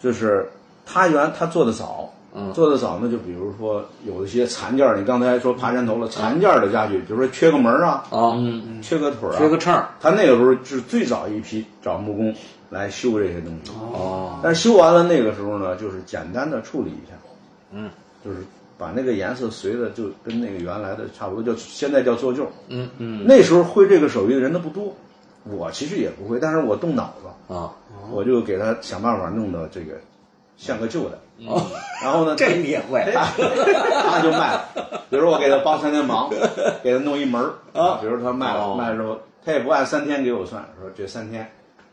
[SPEAKER 3] 就是他原他做的早。
[SPEAKER 1] 嗯
[SPEAKER 3] 做的早呢，就比如说有一些残件儿，你刚才说爬山头了，残件儿的家具，比如说缺个门儿啊，
[SPEAKER 1] 啊，
[SPEAKER 2] 嗯，
[SPEAKER 3] 缺个腿儿啊，
[SPEAKER 1] 缺个秤儿
[SPEAKER 3] 他那个时候是最早一批找木工来修这些东西。
[SPEAKER 1] 哦，
[SPEAKER 3] 但是修完了那个时候呢，就是简单的处理一下，
[SPEAKER 1] 嗯
[SPEAKER 3] 就是把那个颜色随着就跟那个原来的差不多，叫现在叫做旧。
[SPEAKER 1] 嗯嗯
[SPEAKER 3] 那时候会这个手艺的人都不多，我其实也不会，但是我动脑子，
[SPEAKER 1] 啊，
[SPEAKER 3] 我就给他想办法弄到这个像个旧的。然后呢，
[SPEAKER 1] 嗯这你也会啊
[SPEAKER 3] 他 他就卖了。比如我给他帮三天忙，给他弄一门儿
[SPEAKER 1] 啊
[SPEAKER 3] 比如他卖了
[SPEAKER 2] 哦
[SPEAKER 3] 卖了之后，他也不按三天给我算，说这三天，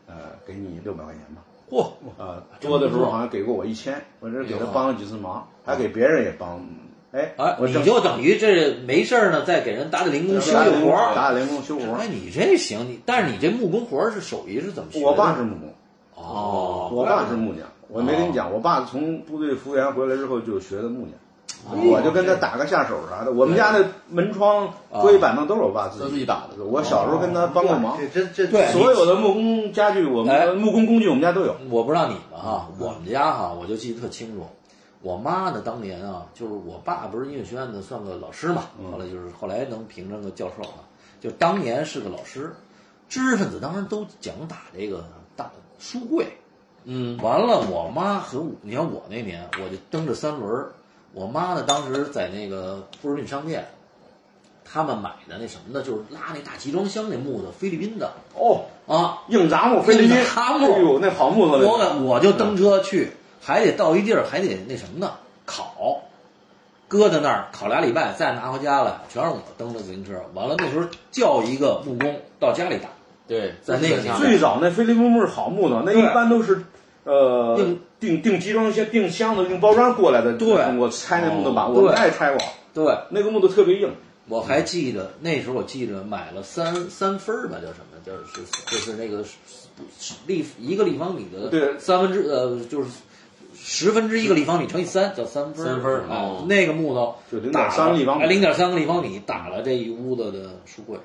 [SPEAKER 3] 呃，给你六百块钱吧。
[SPEAKER 1] 嚯，
[SPEAKER 3] 啊，多的时候好像给过我一千，我这给他帮了几次忙，还给别人也帮。哎，
[SPEAKER 1] 哎，
[SPEAKER 3] 我
[SPEAKER 1] 你
[SPEAKER 3] 挣
[SPEAKER 1] 就等于这没事儿呢，再给人打打零工修
[SPEAKER 3] 打
[SPEAKER 1] 修
[SPEAKER 3] 零
[SPEAKER 1] 活
[SPEAKER 3] 工
[SPEAKER 1] 儿。
[SPEAKER 3] 打零工修活
[SPEAKER 1] 哎，
[SPEAKER 3] 儿。
[SPEAKER 1] 你这行，你但是你这木工活儿是手艺是怎么学的？
[SPEAKER 3] 我爸是木工，
[SPEAKER 1] 哦，
[SPEAKER 3] 我爸是木匠。我没跟你讲，我爸从部队服务员回来之后就学的木匠，我就跟他打个下手啥的。我们家那门窗、桌椅板凳都是我爸自
[SPEAKER 2] 都自
[SPEAKER 3] 己
[SPEAKER 2] 己打的，
[SPEAKER 3] 我小时候跟他帮过忙
[SPEAKER 4] 这，这这
[SPEAKER 1] 对
[SPEAKER 3] 所有的木工家具，我
[SPEAKER 1] 哎
[SPEAKER 3] 们木工工具我们家都有。
[SPEAKER 1] 我不知道你们啊，我们家哈、我就记得特清楚。我妈呢，当年啊，就是我爸不是音乐学院的，算个老师嘛，后来就是后来能评上个教授啊，就当年是个老师，知识分子当时都讲打这个大书柜，
[SPEAKER 2] 嗯，
[SPEAKER 1] 完了，我妈和我，你看我那年，我就蹬着三轮儿。我妈呢，当时在那个布尔运商店，他们买的那什么呢，就是拉那大集装箱那木头，菲律宾的
[SPEAKER 3] 哦，
[SPEAKER 1] 啊。
[SPEAKER 3] 硬砸木，菲律宾
[SPEAKER 1] 硬砸木
[SPEAKER 3] 哎呦，那好木头来
[SPEAKER 1] 我
[SPEAKER 3] 着。
[SPEAKER 1] 我就蹬车去，还得到一地儿，还得那什么呢，烤。搁在那儿烤俩礼拜，再拿回家来，全是我蹬着自行车。完了那时候叫一个木工到家里打，
[SPEAKER 2] 对，
[SPEAKER 1] 在那个
[SPEAKER 2] 上
[SPEAKER 3] 最早那菲律宾木是好木头，那一般都是呃
[SPEAKER 1] 定
[SPEAKER 3] 定定集装箱、定箱子、定包装过来的。
[SPEAKER 1] 对
[SPEAKER 3] 通过拆那木头板，
[SPEAKER 1] 哦
[SPEAKER 3] 我们
[SPEAKER 1] 对
[SPEAKER 3] 爱拆过，
[SPEAKER 1] 对。
[SPEAKER 3] 那个木头特别硬。
[SPEAKER 1] 我还记得那时候，我记得买了三三分儿吧，叫什么？叫是就是那个立一个立方米的
[SPEAKER 3] 对
[SPEAKER 1] 三分之呃就是十分之一个立方米乘以三叫三分儿
[SPEAKER 2] 三分儿
[SPEAKER 1] 哎
[SPEAKER 2] 哦
[SPEAKER 1] 那个木头
[SPEAKER 3] 就0.3立方米
[SPEAKER 1] 零点三个立方米打了这一屋子的书柜，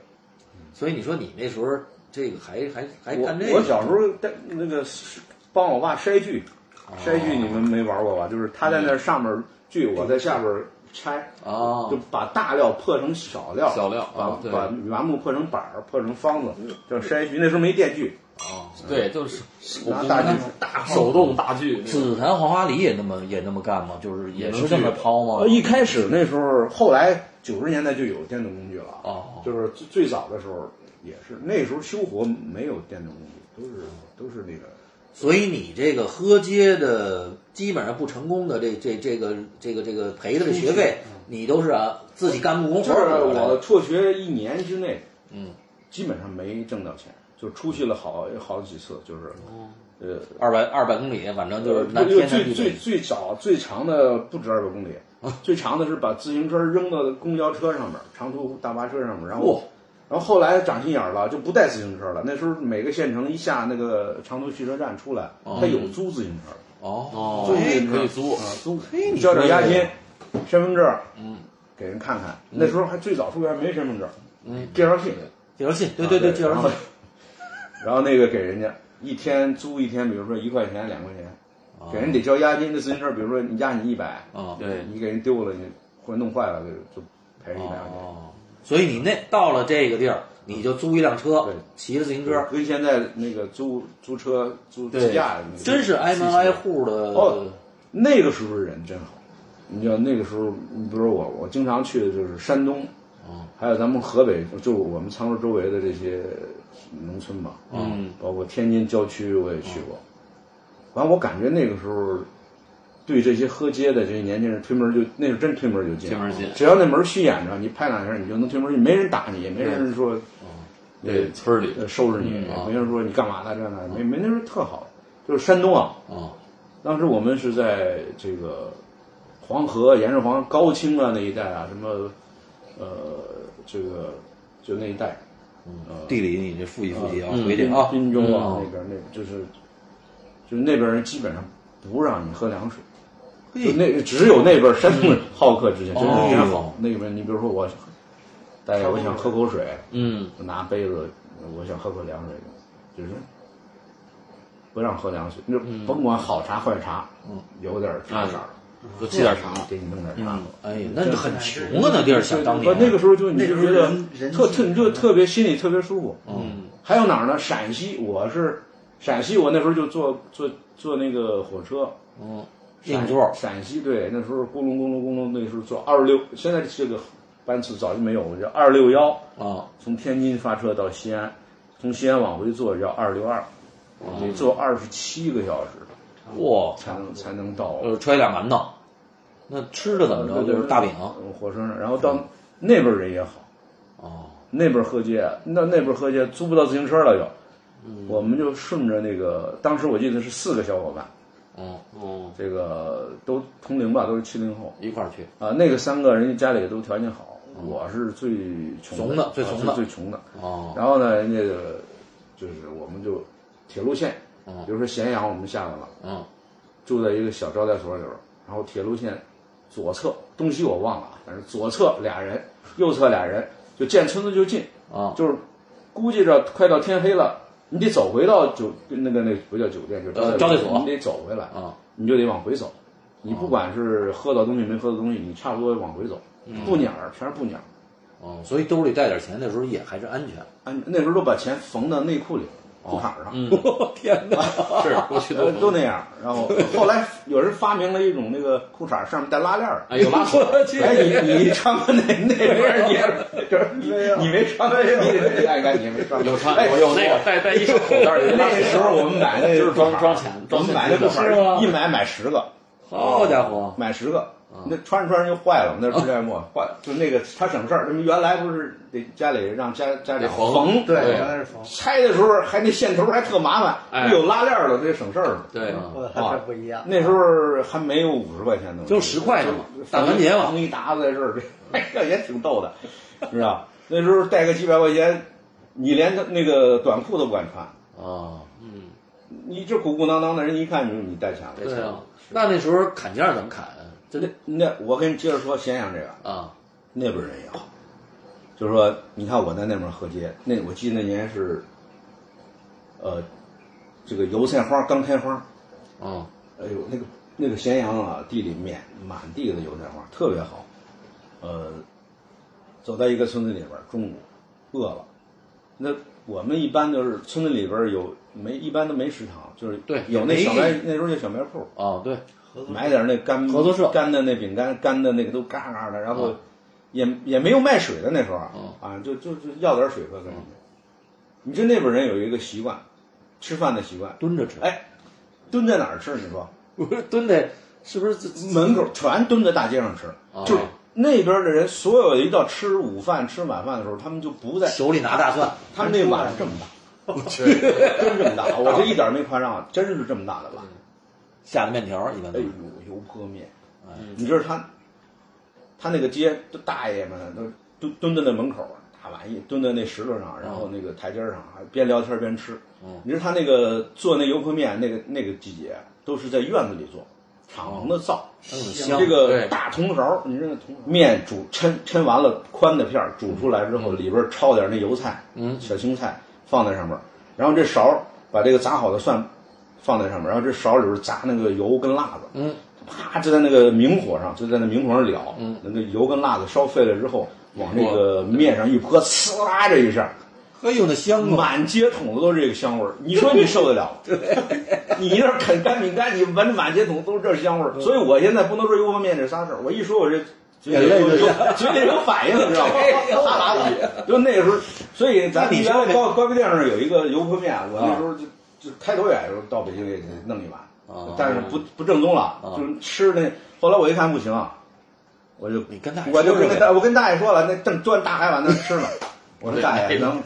[SPEAKER 1] 所以你说你那时候这个还还还
[SPEAKER 3] 我
[SPEAKER 1] 干这个？
[SPEAKER 3] 我小时候带那个帮我爸筛锯，
[SPEAKER 1] 哦
[SPEAKER 3] 筛锯你们没玩过吧？就是他在那上面锯，我在下边拆，
[SPEAKER 1] 啊
[SPEAKER 3] 就把大料破成小料，
[SPEAKER 2] 小料
[SPEAKER 3] 把
[SPEAKER 1] 哦
[SPEAKER 2] 啊对
[SPEAKER 3] 把原木破成板儿，破成方子，叫筛锯。那时候没电锯，
[SPEAKER 1] 啊，
[SPEAKER 2] 哦对，就是我
[SPEAKER 3] 拿
[SPEAKER 2] 我
[SPEAKER 3] 大锯
[SPEAKER 2] 们大手动大锯，那个
[SPEAKER 1] 紫檀黄花梨也那么也那么干吗？就是也是这么抛吗
[SPEAKER 3] 呃，？一开始那时候，后来九十年代就有电动工具了啊，
[SPEAKER 1] 哦，
[SPEAKER 3] 就是最最早的时候也是，那时候修活没有电动工具，都是都是那个。
[SPEAKER 1] 所以你这个喝街的基本上不成功的这这这个这个这个赔的这学费，你都是啊自己干木工
[SPEAKER 3] 就是
[SPEAKER 1] 活儿回来
[SPEAKER 3] 我
[SPEAKER 1] 的。
[SPEAKER 3] 辍学一年之内，
[SPEAKER 1] 嗯，
[SPEAKER 3] 基本上没挣到钱，就出去了好好几次，就是，呃，
[SPEAKER 1] 二百二百公里，反正就是南
[SPEAKER 3] 这个
[SPEAKER 1] 天南地
[SPEAKER 3] 最
[SPEAKER 1] 啊
[SPEAKER 3] 最
[SPEAKER 1] 北。
[SPEAKER 3] 最早最长的不止二百公里，最长的是把自行车扔到公交车上面，长途大巴车上面，然后、
[SPEAKER 1] 哇
[SPEAKER 3] 然后后来长心眼儿了，就不带自行车了。那时候每个县城一下那个长途汽车站出来，他有租自行车的，
[SPEAKER 1] 哦
[SPEAKER 2] 哦，
[SPEAKER 3] 租自
[SPEAKER 1] 哎
[SPEAKER 3] 行车
[SPEAKER 2] 可以租
[SPEAKER 3] 啊，租
[SPEAKER 1] 嘿，你啊
[SPEAKER 3] 交点
[SPEAKER 1] 说
[SPEAKER 3] 押
[SPEAKER 1] 这个
[SPEAKER 3] 金，身份证，
[SPEAKER 2] 嗯，
[SPEAKER 3] 给人看看。那时候还最早出去还没身份证，
[SPEAKER 1] 嗯，
[SPEAKER 3] 介绍信，
[SPEAKER 1] 介绍信，对对对，
[SPEAKER 3] 啊
[SPEAKER 1] 介绍
[SPEAKER 3] 然后
[SPEAKER 1] 信。
[SPEAKER 3] 然后那个给人家一天租一天，比如说一块钱两块钱，给人
[SPEAKER 1] 家
[SPEAKER 3] 得交押金。那自行车，比如说你押你一百，
[SPEAKER 1] 啊，
[SPEAKER 2] 对，
[SPEAKER 3] 你给人丢了，你或者弄坏了，就就赔人一百块钱。
[SPEAKER 1] 哦，所以你那到了这个地儿，你就租一辆车
[SPEAKER 3] 对，
[SPEAKER 1] 骑着自行
[SPEAKER 3] 就是
[SPEAKER 1] 车，
[SPEAKER 3] 跟现在那个租租车租自驾那个，
[SPEAKER 1] 真是挨门挨户的。
[SPEAKER 3] 哦那个时候人真好。你知道那个时候，你比如说我，我经常去的就是山东，
[SPEAKER 1] 哦
[SPEAKER 3] 还有咱们河北，就是我们沧州周围的这些农村吧，
[SPEAKER 1] 嗯，
[SPEAKER 3] 包括天津郊区我也去过。完，我感觉那个时候，对这些喝街的这些年轻人推门就，那是真推门就进，
[SPEAKER 2] 推门进
[SPEAKER 3] 只要那门虚掩着，你拍两下你就能推门进，没人打你，也没人说，
[SPEAKER 2] 嗯对，村儿里
[SPEAKER 3] 呃收拾你，
[SPEAKER 2] 嗯
[SPEAKER 3] 也没人说你干嘛呢这样的，没没那时候特好。就是山东啊，
[SPEAKER 2] 嗯
[SPEAKER 1] 哦
[SPEAKER 3] 当时我们是在这个黄河、沿着黄河高清啊那一带啊，什么呃这个就那一带，
[SPEAKER 1] 地理你这复习复习啊，
[SPEAKER 2] 嗯
[SPEAKER 1] 回去啊。
[SPEAKER 3] 滨州啊
[SPEAKER 1] 嗯
[SPEAKER 3] 那边那就是就是那边人基本上不让你喝凉水。
[SPEAKER 1] 嘿
[SPEAKER 3] 就那只有那边山东人好客之心，真
[SPEAKER 1] 哦
[SPEAKER 3] 是真好。那边你比如说我，大爷，我想喝口水，
[SPEAKER 2] 嗯，
[SPEAKER 3] 我拿杯子，我想喝口凉水，就是不让喝凉水，就甭管好茶坏茶，有点茶色儿，
[SPEAKER 2] 就沏点茶，
[SPEAKER 3] 给你弄点茶喝。
[SPEAKER 1] 哎呀，那就很穷啊，那地儿想当
[SPEAKER 3] 不
[SPEAKER 1] 年。
[SPEAKER 3] 呃那个时候就你
[SPEAKER 4] 那
[SPEAKER 3] 就
[SPEAKER 4] 时候
[SPEAKER 3] 觉得
[SPEAKER 4] 人人
[SPEAKER 3] 特
[SPEAKER 4] 气
[SPEAKER 3] 特你就特别心里特别舒服。
[SPEAKER 1] 嗯，
[SPEAKER 3] 还有哪儿呢？陕西，我是陕西，我那时候就坐坐坐那个火车，
[SPEAKER 1] 嗯，硬座，
[SPEAKER 3] 陕西对，那时候咕隆咕隆咕隆，那时候坐二六，现在这个班次早就没有，我叫二六幺，
[SPEAKER 1] 啊，
[SPEAKER 3] 从天津发车到西安，从西安往回坐叫二六二，
[SPEAKER 1] 哦
[SPEAKER 3] 得坐二十七个小时
[SPEAKER 1] 哇，
[SPEAKER 3] 才能才能到。
[SPEAKER 1] 呃，揣俩馒头，那吃的怎么着？就是大饼。
[SPEAKER 3] 嗯火车上，然后到那边人也好，
[SPEAKER 1] 哦，
[SPEAKER 3] 那边喝街，那那边喝街租不到自行车了又，我们就顺着那个，当时我记得是四个小伙伴，
[SPEAKER 1] 嗯，
[SPEAKER 2] 哦，
[SPEAKER 3] 这个都同龄吧，都是七零后，
[SPEAKER 1] 一块儿去。
[SPEAKER 3] 啊，那个三个人家家里也都条件好，我是最穷
[SPEAKER 1] 穷
[SPEAKER 3] 的
[SPEAKER 1] 的，最
[SPEAKER 3] 啊
[SPEAKER 1] 穷
[SPEAKER 3] 是
[SPEAKER 1] 的
[SPEAKER 3] 最穷的。
[SPEAKER 2] 嗯
[SPEAKER 1] 哦，
[SPEAKER 3] 然后呢，人家的就是我们就铁路线，
[SPEAKER 1] 嗯
[SPEAKER 3] 比如说咸阳我们下来了，
[SPEAKER 1] 嗯，
[SPEAKER 3] 住在一个小招待所里边儿，然后铁路线左侧东西我忘了啊，反正左侧俩人，右侧俩人，就见村子就进，
[SPEAKER 1] 啊，
[SPEAKER 3] 就是估计着快到天黑了，你得走回到酒那个那个不叫酒店，就是
[SPEAKER 1] 呃招待所哦
[SPEAKER 3] 你得走回来
[SPEAKER 1] 啊，
[SPEAKER 3] 你就得往回走。你不管是喝到东西没喝到东西，你差不多往回走。
[SPEAKER 1] 嗯
[SPEAKER 3] 布鸟儿全是布鸟儿，
[SPEAKER 1] 哦，所以兜里带点钱，那时候也还是安全。
[SPEAKER 3] 啊，那时候都把钱缝到内裤里、裤衩
[SPEAKER 2] 哦
[SPEAKER 3] 儿 上，
[SPEAKER 2] 嗯
[SPEAKER 1] 我天哪！
[SPEAKER 2] 是过去
[SPEAKER 3] 呃
[SPEAKER 1] 哎
[SPEAKER 2] 都
[SPEAKER 3] 都那样。然 后后来有人发明了一种那个裤衩儿上面带拉链儿。
[SPEAKER 2] 哎有拉手，
[SPEAKER 1] 我去，
[SPEAKER 3] 哎， 你 你穿过那那边儿，你就是你你没穿过，你得看一看你没穿过。
[SPEAKER 2] 有穿
[SPEAKER 3] 哎
[SPEAKER 2] 有有那个带带一 小口袋儿，有拉
[SPEAKER 3] 那
[SPEAKER 2] 手
[SPEAKER 3] 时候我们买那
[SPEAKER 2] 就是装
[SPEAKER 3] 裤衩儿
[SPEAKER 2] 装钱
[SPEAKER 3] 我
[SPEAKER 2] 装
[SPEAKER 3] 们
[SPEAKER 2] 钱
[SPEAKER 3] 买那
[SPEAKER 2] 的
[SPEAKER 3] 裤
[SPEAKER 1] 哎是吗
[SPEAKER 3] 衩儿一买买十个，
[SPEAKER 1] 好家伙，
[SPEAKER 3] 买十个，
[SPEAKER 2] 嗯
[SPEAKER 3] 那穿着穿着就坏了嘛，那是代沫坏，就那个他省事儿。那么原来不是得家里让家家里
[SPEAKER 2] 得缝
[SPEAKER 3] 缝，
[SPEAKER 4] 对，
[SPEAKER 2] 对
[SPEAKER 4] 原来是缝，
[SPEAKER 3] 拆的时候还那线头还特麻烦，
[SPEAKER 2] 哎
[SPEAKER 3] 有拉链了，这省事儿了。嗯
[SPEAKER 2] 对，
[SPEAKER 4] 我还真不一样。
[SPEAKER 3] 那时候还没有五十块钱的，
[SPEAKER 1] 就10块的嘛大团结嘛
[SPEAKER 3] 缝一沓子在这儿，这哎呀也挺逗的，是吧？那时候带个几百块钱，你连他那个短裤都不敢穿，
[SPEAKER 1] 啊，
[SPEAKER 2] 嗯，
[SPEAKER 3] 你这鼓鼓囊囊的人一看就是你带钱了。
[SPEAKER 1] 对啊，那那时候砍价怎么砍啊？真
[SPEAKER 3] 那
[SPEAKER 1] 的
[SPEAKER 3] 那我跟你接着说咸阳这个，
[SPEAKER 2] 嗯
[SPEAKER 1] 啊，
[SPEAKER 3] 那边人也好，就是说，你看我在那边河街，那我记得那年是，呃，这个油菜花刚开花，
[SPEAKER 1] 嗯
[SPEAKER 3] 哎呦，那个那个咸阳啊，地里面满地的油菜花，特别好。呃，走到一个村子里边儿，中午饿了，那我们一般就是村子里边儿有没一般都没食堂，就是
[SPEAKER 1] 对
[SPEAKER 3] 有那
[SPEAKER 1] 没
[SPEAKER 3] 小卖那时候叫小卖铺，
[SPEAKER 1] 啊，对，
[SPEAKER 3] 买点儿那干
[SPEAKER 1] 合作社哦
[SPEAKER 3] 干的那饼干，干的那个都嘎嘎的，然后也、也没有卖水的那时候啊，啊就就就要点水喝跟人家。你知道那边人有一个习惯，吃饭的习惯，
[SPEAKER 1] 蹲着吃，
[SPEAKER 3] 哎，蹲在哪儿吃？你说
[SPEAKER 1] 不是蹲在是不是
[SPEAKER 3] 门口全蹲在大街上吃，
[SPEAKER 1] 啊
[SPEAKER 3] 就是那边的人，所有一到吃午饭、吃晚饭的时候，他们就不在，
[SPEAKER 1] 手里拿大蒜？
[SPEAKER 3] 他们那碗是这么大，
[SPEAKER 2] 对，
[SPEAKER 3] 真这么大，我这一点没夸张啊，真是这么大的碗。
[SPEAKER 1] 下的面条一般
[SPEAKER 3] 哎
[SPEAKER 1] 都
[SPEAKER 3] 呦
[SPEAKER 1] 是，，
[SPEAKER 3] 油泼面，
[SPEAKER 1] 嗯哎
[SPEAKER 3] 你知道他，他那个街都大爷们都都蹲在那门口，大碗一蹲在那石头上，然后那个台阶上，还边聊天边吃。你知道他那个做那油泼面那个那个季节，都是在院子里做，敞篷的灶，
[SPEAKER 1] 那种香
[SPEAKER 3] 这个
[SPEAKER 2] 对
[SPEAKER 3] 大铜勺，你这个铜勺面煮抻抻完了宽的片儿煮出来之后，里边焯点那油菜，
[SPEAKER 1] 嗯
[SPEAKER 3] 小青菜放在上面儿，然后这勺把这个炸好的蒜放在上面儿，然后这勺里边炸那个油跟辣子，
[SPEAKER 1] 嗯，
[SPEAKER 3] 啪就在那个明火上，就在那明火上燎，
[SPEAKER 1] 嗯，
[SPEAKER 3] 那个油跟辣子烧沸了之后，往那个面上一泼，呲啦这一下，
[SPEAKER 1] 哎呦那香啊！
[SPEAKER 3] 满街筒子都是这个香味儿，你说你受得了吗？ 你一要啃干饼干，你闻着满街筒都是这香味
[SPEAKER 1] 嗯
[SPEAKER 3] 儿，所以我现在不能说油泼面这仨事儿，我一说我这嘴里
[SPEAKER 1] 眼泪
[SPEAKER 3] 有
[SPEAKER 1] 就
[SPEAKER 3] 有
[SPEAKER 1] 下
[SPEAKER 3] 嘴里有反应，你知道吗
[SPEAKER 1] 哎呦？
[SPEAKER 3] 哈喇子，就那个时候，所以咱
[SPEAKER 1] 那你
[SPEAKER 3] 原来
[SPEAKER 1] 说
[SPEAKER 3] 高高碑店上有一个油泼面，我那时候就就开头远的时候到北京也得弄一碗，
[SPEAKER 1] 啊
[SPEAKER 3] 但是不不正宗了，
[SPEAKER 1] 啊
[SPEAKER 3] 就是吃那。后来我一看不行，我就
[SPEAKER 1] 你跟大爷
[SPEAKER 3] 我就
[SPEAKER 1] 说说
[SPEAKER 3] 跟
[SPEAKER 1] 呗
[SPEAKER 3] 大我跟大爷说了，那正端大海碗那 吃呢，我说
[SPEAKER 1] 哎
[SPEAKER 3] 大爷能。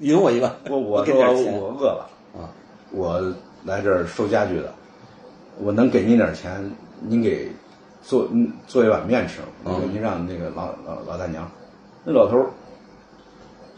[SPEAKER 1] 匀我一万，
[SPEAKER 3] 我我
[SPEAKER 1] 给
[SPEAKER 3] 说
[SPEAKER 1] 点钱
[SPEAKER 3] 我饿了
[SPEAKER 1] 啊，
[SPEAKER 3] 我来这儿收家具的，我能给您点钱，您给做嗯做一碗面吃吗，那个您让那个老老老大娘，那老头儿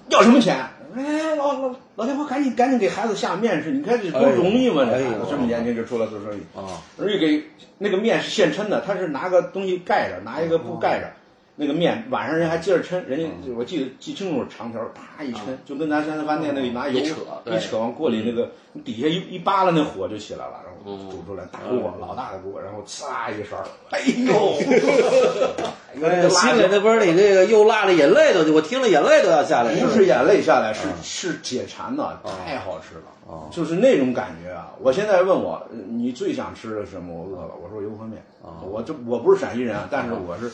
[SPEAKER 3] 要什么钱？哎，老老老太婆，赶紧赶紧给孩子下面吃，你看这多
[SPEAKER 1] 哎呦
[SPEAKER 3] 容易嘛！这
[SPEAKER 1] 哎呦
[SPEAKER 3] 孩子这么年轻就出来做生意，
[SPEAKER 1] 啊，
[SPEAKER 3] 而且给那个面是现抻的，他是拿个东西盖着，拿一个布盖着。
[SPEAKER 2] 哦
[SPEAKER 3] 那个面晚上人还接着抻，人家就我记得记清楚，长条啪一抻，就跟咱三餐饭店那里拿油
[SPEAKER 2] 哦一扯对
[SPEAKER 3] 一扯往锅里那个嗯底下一一扒拉，那火就起来了，然后
[SPEAKER 2] 嗯
[SPEAKER 3] 煮出来大锅老大的锅，然后呲一勺，哎 呦，
[SPEAKER 1] 哎呀，心里那边里这个又辣的眼泪都，我听了眼泪都要下来。
[SPEAKER 3] 不是眼泪下来，
[SPEAKER 4] 嗯
[SPEAKER 3] 是是解馋的，
[SPEAKER 4] 哦
[SPEAKER 3] 太好吃了，就是那种感觉啊！我现在问我呃你最想吃的是什么？我饿了，我说油泼面。我这我不是陕西人啊，但是我是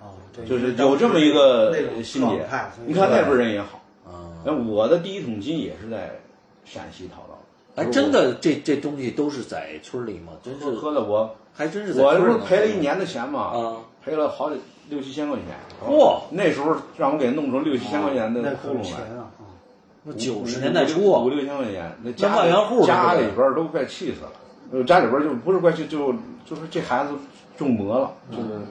[SPEAKER 4] 哦，这
[SPEAKER 3] 就是有这么一个
[SPEAKER 4] 那种
[SPEAKER 3] 心
[SPEAKER 4] 状
[SPEAKER 3] 结
[SPEAKER 4] 态。所以哦
[SPEAKER 3] 你看那边人也好，
[SPEAKER 1] 啊，
[SPEAKER 3] 那我的第一桶金也是在陕西淘到的。
[SPEAKER 1] 哎，真的，这这东西都是在村里吗？真
[SPEAKER 3] 我
[SPEAKER 1] 是，
[SPEAKER 3] 喝的我
[SPEAKER 1] 还真是在
[SPEAKER 3] 我
[SPEAKER 1] 村
[SPEAKER 3] 这
[SPEAKER 1] 里
[SPEAKER 3] 不
[SPEAKER 1] 呢。
[SPEAKER 3] 是赔了一年的钱嘛，
[SPEAKER 1] 啊，
[SPEAKER 3] 赔了好几六七千块钱。
[SPEAKER 1] 哇
[SPEAKER 3] 那时候让我给弄出六七千块钱的
[SPEAKER 4] 那
[SPEAKER 3] 窟
[SPEAKER 4] 可
[SPEAKER 3] 窿
[SPEAKER 4] 有钱
[SPEAKER 3] 来。
[SPEAKER 4] 啊！嗯
[SPEAKER 1] 九十年代初
[SPEAKER 3] 五
[SPEAKER 1] 啊，
[SPEAKER 3] 六千块钱，那
[SPEAKER 1] 那
[SPEAKER 3] 家
[SPEAKER 1] 万元户
[SPEAKER 3] 家
[SPEAKER 1] 是
[SPEAKER 3] 里
[SPEAKER 1] 不是
[SPEAKER 3] 边儿都快气死了，呃家里边儿就不是快气，就就是这孩子中魔了，
[SPEAKER 1] 嗯
[SPEAKER 3] 就是。
[SPEAKER 1] 啊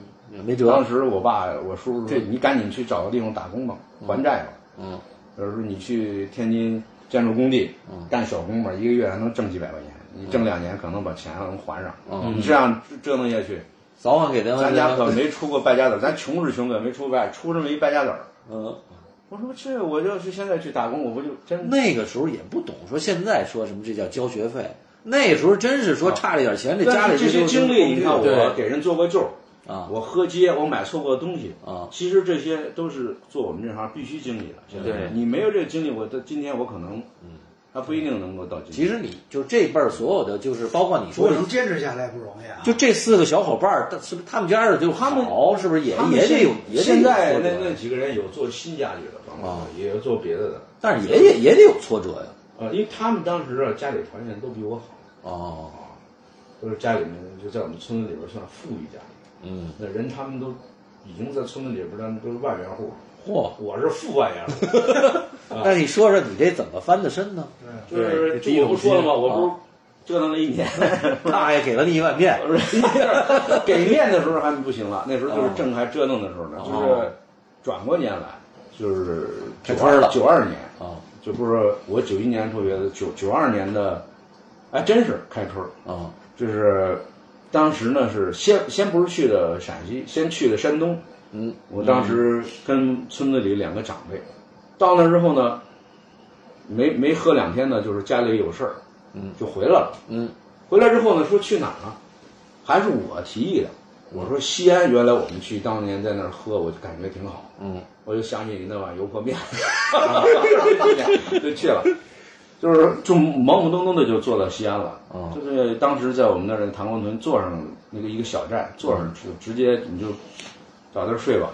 [SPEAKER 1] 没辙。
[SPEAKER 3] 当时我爸我叔叔说：“你赶紧去找个地方打工吧，还债吧。”
[SPEAKER 1] 嗯，
[SPEAKER 3] 就是说你去天津建筑工地干小工吧，一个月还能挣几百块钱，你
[SPEAKER 1] 嗯
[SPEAKER 3] 挣两年可能把钱能还上。你这样折腾下去，
[SPEAKER 1] 早晚给咱们
[SPEAKER 3] 咱家可没出过败家子儿，咱穷是穷，可没出败，出这么一败家子儿。
[SPEAKER 1] 嗯，
[SPEAKER 3] 我说这我要是现在去打工，我不就真
[SPEAKER 1] 那个时候也不懂，说现在说什么这叫交学费，那时候真是说差了一点钱，这家
[SPEAKER 3] 啊但
[SPEAKER 1] 里
[SPEAKER 3] 是这些
[SPEAKER 1] 就
[SPEAKER 3] 经历，你看我
[SPEAKER 2] 对
[SPEAKER 3] 给人做过舅儿，
[SPEAKER 1] 啊
[SPEAKER 3] 我喝街，我买错过东西
[SPEAKER 1] 啊
[SPEAKER 3] 其实这些都是做我们这行必须经历的。现在
[SPEAKER 2] 对
[SPEAKER 3] 你没有这个经历，我到今天我可能，还不一定能够到今
[SPEAKER 1] 嗯
[SPEAKER 3] 天。
[SPEAKER 1] 其实你就这辈儿所有的，就是包括你
[SPEAKER 4] 不过
[SPEAKER 1] 说的
[SPEAKER 4] 能坚持下来不容易啊。
[SPEAKER 1] 就这四个小伙伴儿，他是不是他们家的就
[SPEAKER 3] 他们
[SPEAKER 1] 好，是不是也
[SPEAKER 3] 他们
[SPEAKER 1] 也
[SPEAKER 3] 现
[SPEAKER 1] 得有也得有
[SPEAKER 3] 现在
[SPEAKER 1] 挫折
[SPEAKER 3] 那那
[SPEAKER 1] 呀
[SPEAKER 3] 几个人有做新家具的房
[SPEAKER 1] 啊
[SPEAKER 3] 子，也有做别的的。
[SPEAKER 1] 但是也也也得有挫折呀。
[SPEAKER 3] 呃，因为他们当时啊，家里条件都比我好，
[SPEAKER 1] 哦
[SPEAKER 3] 都是家里面就在我们村子里边算富裕家庭。
[SPEAKER 1] 嗯，
[SPEAKER 5] 那人他们都已经在村子里边儿，他们都是外援户，
[SPEAKER 1] 嚯！
[SPEAKER 5] 我是副外援 户，
[SPEAKER 1] 那你说说你这怎么翻的身 呢？
[SPEAKER 2] 就是
[SPEAKER 5] 对
[SPEAKER 2] 就我不说了吗？我
[SPEAKER 3] 啊
[SPEAKER 2] 不是
[SPEAKER 3] 折腾了一年，
[SPEAKER 1] 大爷给了你一碗面，
[SPEAKER 3] 不是 给面的时候还不行了，那时候就是正还折腾的时候呢，就是转过年来，就是
[SPEAKER 1] 开
[SPEAKER 3] 九
[SPEAKER 1] 春
[SPEAKER 3] 二
[SPEAKER 1] 了
[SPEAKER 3] 九二年，
[SPEAKER 1] 啊
[SPEAKER 3] 就不是我九一年出学的，九九二年的，哎，真是开春儿，
[SPEAKER 1] 啊
[SPEAKER 3] 就是当时呢是先先不是去的陕西，先去的山东，
[SPEAKER 1] 嗯，
[SPEAKER 3] 我当时跟村子里两个长辈，到那之后呢，没没喝两天呢，就是家里有事儿，
[SPEAKER 1] 嗯，
[SPEAKER 3] 就回来了。
[SPEAKER 1] 嗯
[SPEAKER 3] 回来之后呢，说去哪儿呢？还是我提议的。我说西安，原来我们去当年在那儿喝，我就感觉挺好。
[SPEAKER 1] 嗯，
[SPEAKER 3] 我就想起你那碗油泼面， 就去了，就是就懵懵懂懂的就坐到西安了。
[SPEAKER 1] 哦
[SPEAKER 3] 就是当时在我们那儿唐官屯坐上那个一个小寨，坐上
[SPEAKER 1] 嗯
[SPEAKER 3] 就直接你就找地儿睡吧，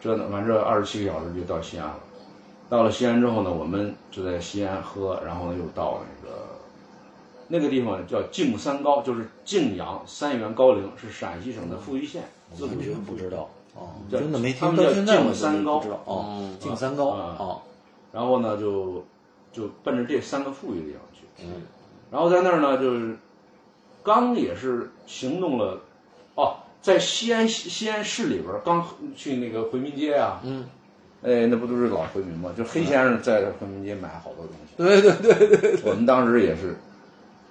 [SPEAKER 3] 折腾完这二十七个小时就到西安了。到了西安之后呢，我们就在西安喝，然后呢又到那个那个地方叫靖三高，就是靖阳、三原、高陵，是陕西省的富裕县，自
[SPEAKER 1] 哦我
[SPEAKER 3] 古
[SPEAKER 1] 真
[SPEAKER 3] 郡
[SPEAKER 1] 不知道哦，
[SPEAKER 3] 对
[SPEAKER 1] 真的没
[SPEAKER 3] 他
[SPEAKER 1] 听
[SPEAKER 3] 们
[SPEAKER 1] 到
[SPEAKER 3] 叫
[SPEAKER 1] 现在我
[SPEAKER 3] 敬三
[SPEAKER 1] 都
[SPEAKER 3] 高
[SPEAKER 1] 不知道哦
[SPEAKER 2] 嗯，
[SPEAKER 1] 敬三高
[SPEAKER 3] 啊
[SPEAKER 1] 哦，
[SPEAKER 3] 然后呢就就奔着这三个富裕的地方去，
[SPEAKER 1] 嗯，
[SPEAKER 3] 然后在那儿呢就是刚也是行动了，哦，在西安西安市里边儿刚去那个回民街啊，
[SPEAKER 1] 嗯，
[SPEAKER 3] 哎，那不都是老回民吗？就黑先生在回民街买好多东西，
[SPEAKER 1] 对对对对，
[SPEAKER 3] 我们当时也是，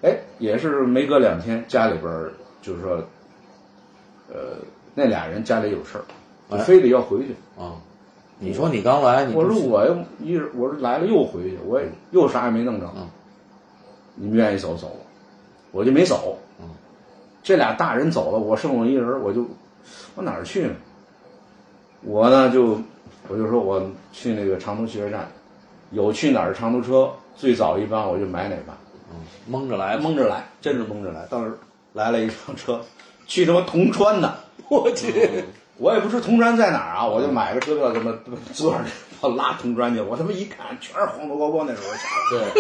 [SPEAKER 3] 哎，也是没隔两天，家里边儿就是说，呃，那俩人家里有事儿，
[SPEAKER 1] 哎
[SPEAKER 3] 就非得要回去。
[SPEAKER 1] 啊，你说你刚来，你不
[SPEAKER 3] 我说我又一人我说来了又回去，我也又啥也没弄着。
[SPEAKER 1] 嗯
[SPEAKER 3] 你们愿意走走吧，我就没走。
[SPEAKER 1] 嗯
[SPEAKER 3] 这俩大人走了，我剩我一人，我就我哪儿去呢？我呢就我就说我去那个长途汽车站，有去哪儿长途车，最早一班我就买哪班。
[SPEAKER 1] 蒙着来
[SPEAKER 3] 还，蒙着来，真是蒙着来。当时来了一辆车，去他妈铜川呢，
[SPEAKER 1] 我去，
[SPEAKER 3] 我也不知铜川在哪儿啊，我就买个车票，他妈坐上我拉铜川去，我他妈一看全是黄土高坡，那时候下来。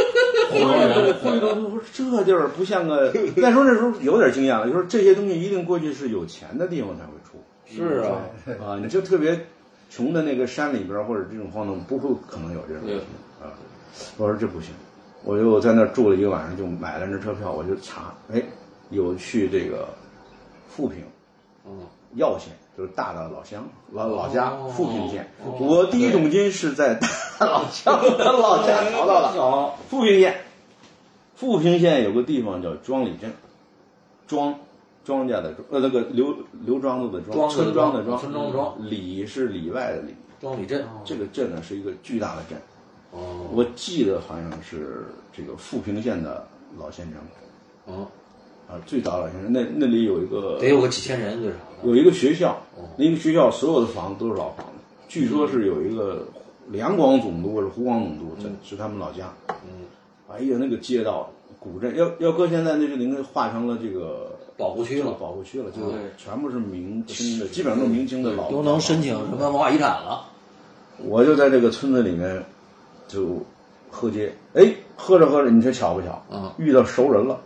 [SPEAKER 2] 对，红
[SPEAKER 3] 哎
[SPEAKER 2] 人
[SPEAKER 3] 呦灰溜溜，我说这地儿不像个。那时候那时候有点经验了，就说这些东西一定过去是有钱的地方才会出
[SPEAKER 1] 是啊，
[SPEAKER 3] 啊，你就特别穷的那个山里边儿或者这种荒东，不会可能有这种东西啊。我说这不行，我就在那儿住了一个晚上，就买了那车票，我就查，哎，有去这个富平，
[SPEAKER 1] 嗯，
[SPEAKER 3] 耀县，就是大的老乡老老家
[SPEAKER 1] 哦
[SPEAKER 3] 富平县。
[SPEAKER 1] 哦
[SPEAKER 3] 我第一桶金是在大老乡的老家
[SPEAKER 1] 哎
[SPEAKER 3] 淘到了。
[SPEAKER 1] 了，
[SPEAKER 3] 富平县，富平县有个地方叫庄里镇，庄，庄稼的庄，呃，那个刘刘庄子的
[SPEAKER 1] 庄
[SPEAKER 3] 庄，
[SPEAKER 1] 子
[SPEAKER 3] 村
[SPEAKER 1] 的
[SPEAKER 3] 庄
[SPEAKER 1] 庄哦
[SPEAKER 3] 的庄，
[SPEAKER 1] 村庄的庄哦
[SPEAKER 3] 里是里外的里。
[SPEAKER 1] 庄里镇，
[SPEAKER 3] 这个镇呢是一个巨大的镇，
[SPEAKER 1] 哦，
[SPEAKER 3] 我记得好像是这个富平县的老县城
[SPEAKER 1] 嗯，
[SPEAKER 3] 啊，最早老县城，那那里有一个
[SPEAKER 1] 得有个几千人最少的，
[SPEAKER 3] 有一个学校
[SPEAKER 1] 哦，
[SPEAKER 3] 那个学校所有的房子都是老房子，据说是有一个两广总督或者湖广总督，这是他们老家。
[SPEAKER 1] 嗯，
[SPEAKER 3] 哎呀，那个街道古镇，要要搁现在那就应该划成了这个
[SPEAKER 1] 保护区
[SPEAKER 3] 这个
[SPEAKER 1] 了，哦
[SPEAKER 3] 保护区了，就是
[SPEAKER 2] 对
[SPEAKER 3] 全部是明清的，基本上都是明清的老
[SPEAKER 1] 都能申请什么文化遗产了，
[SPEAKER 3] 我就在这个村子里面就喝街，哎，喝着喝着，你说巧不巧？
[SPEAKER 1] 嗯
[SPEAKER 3] 遇到熟人了，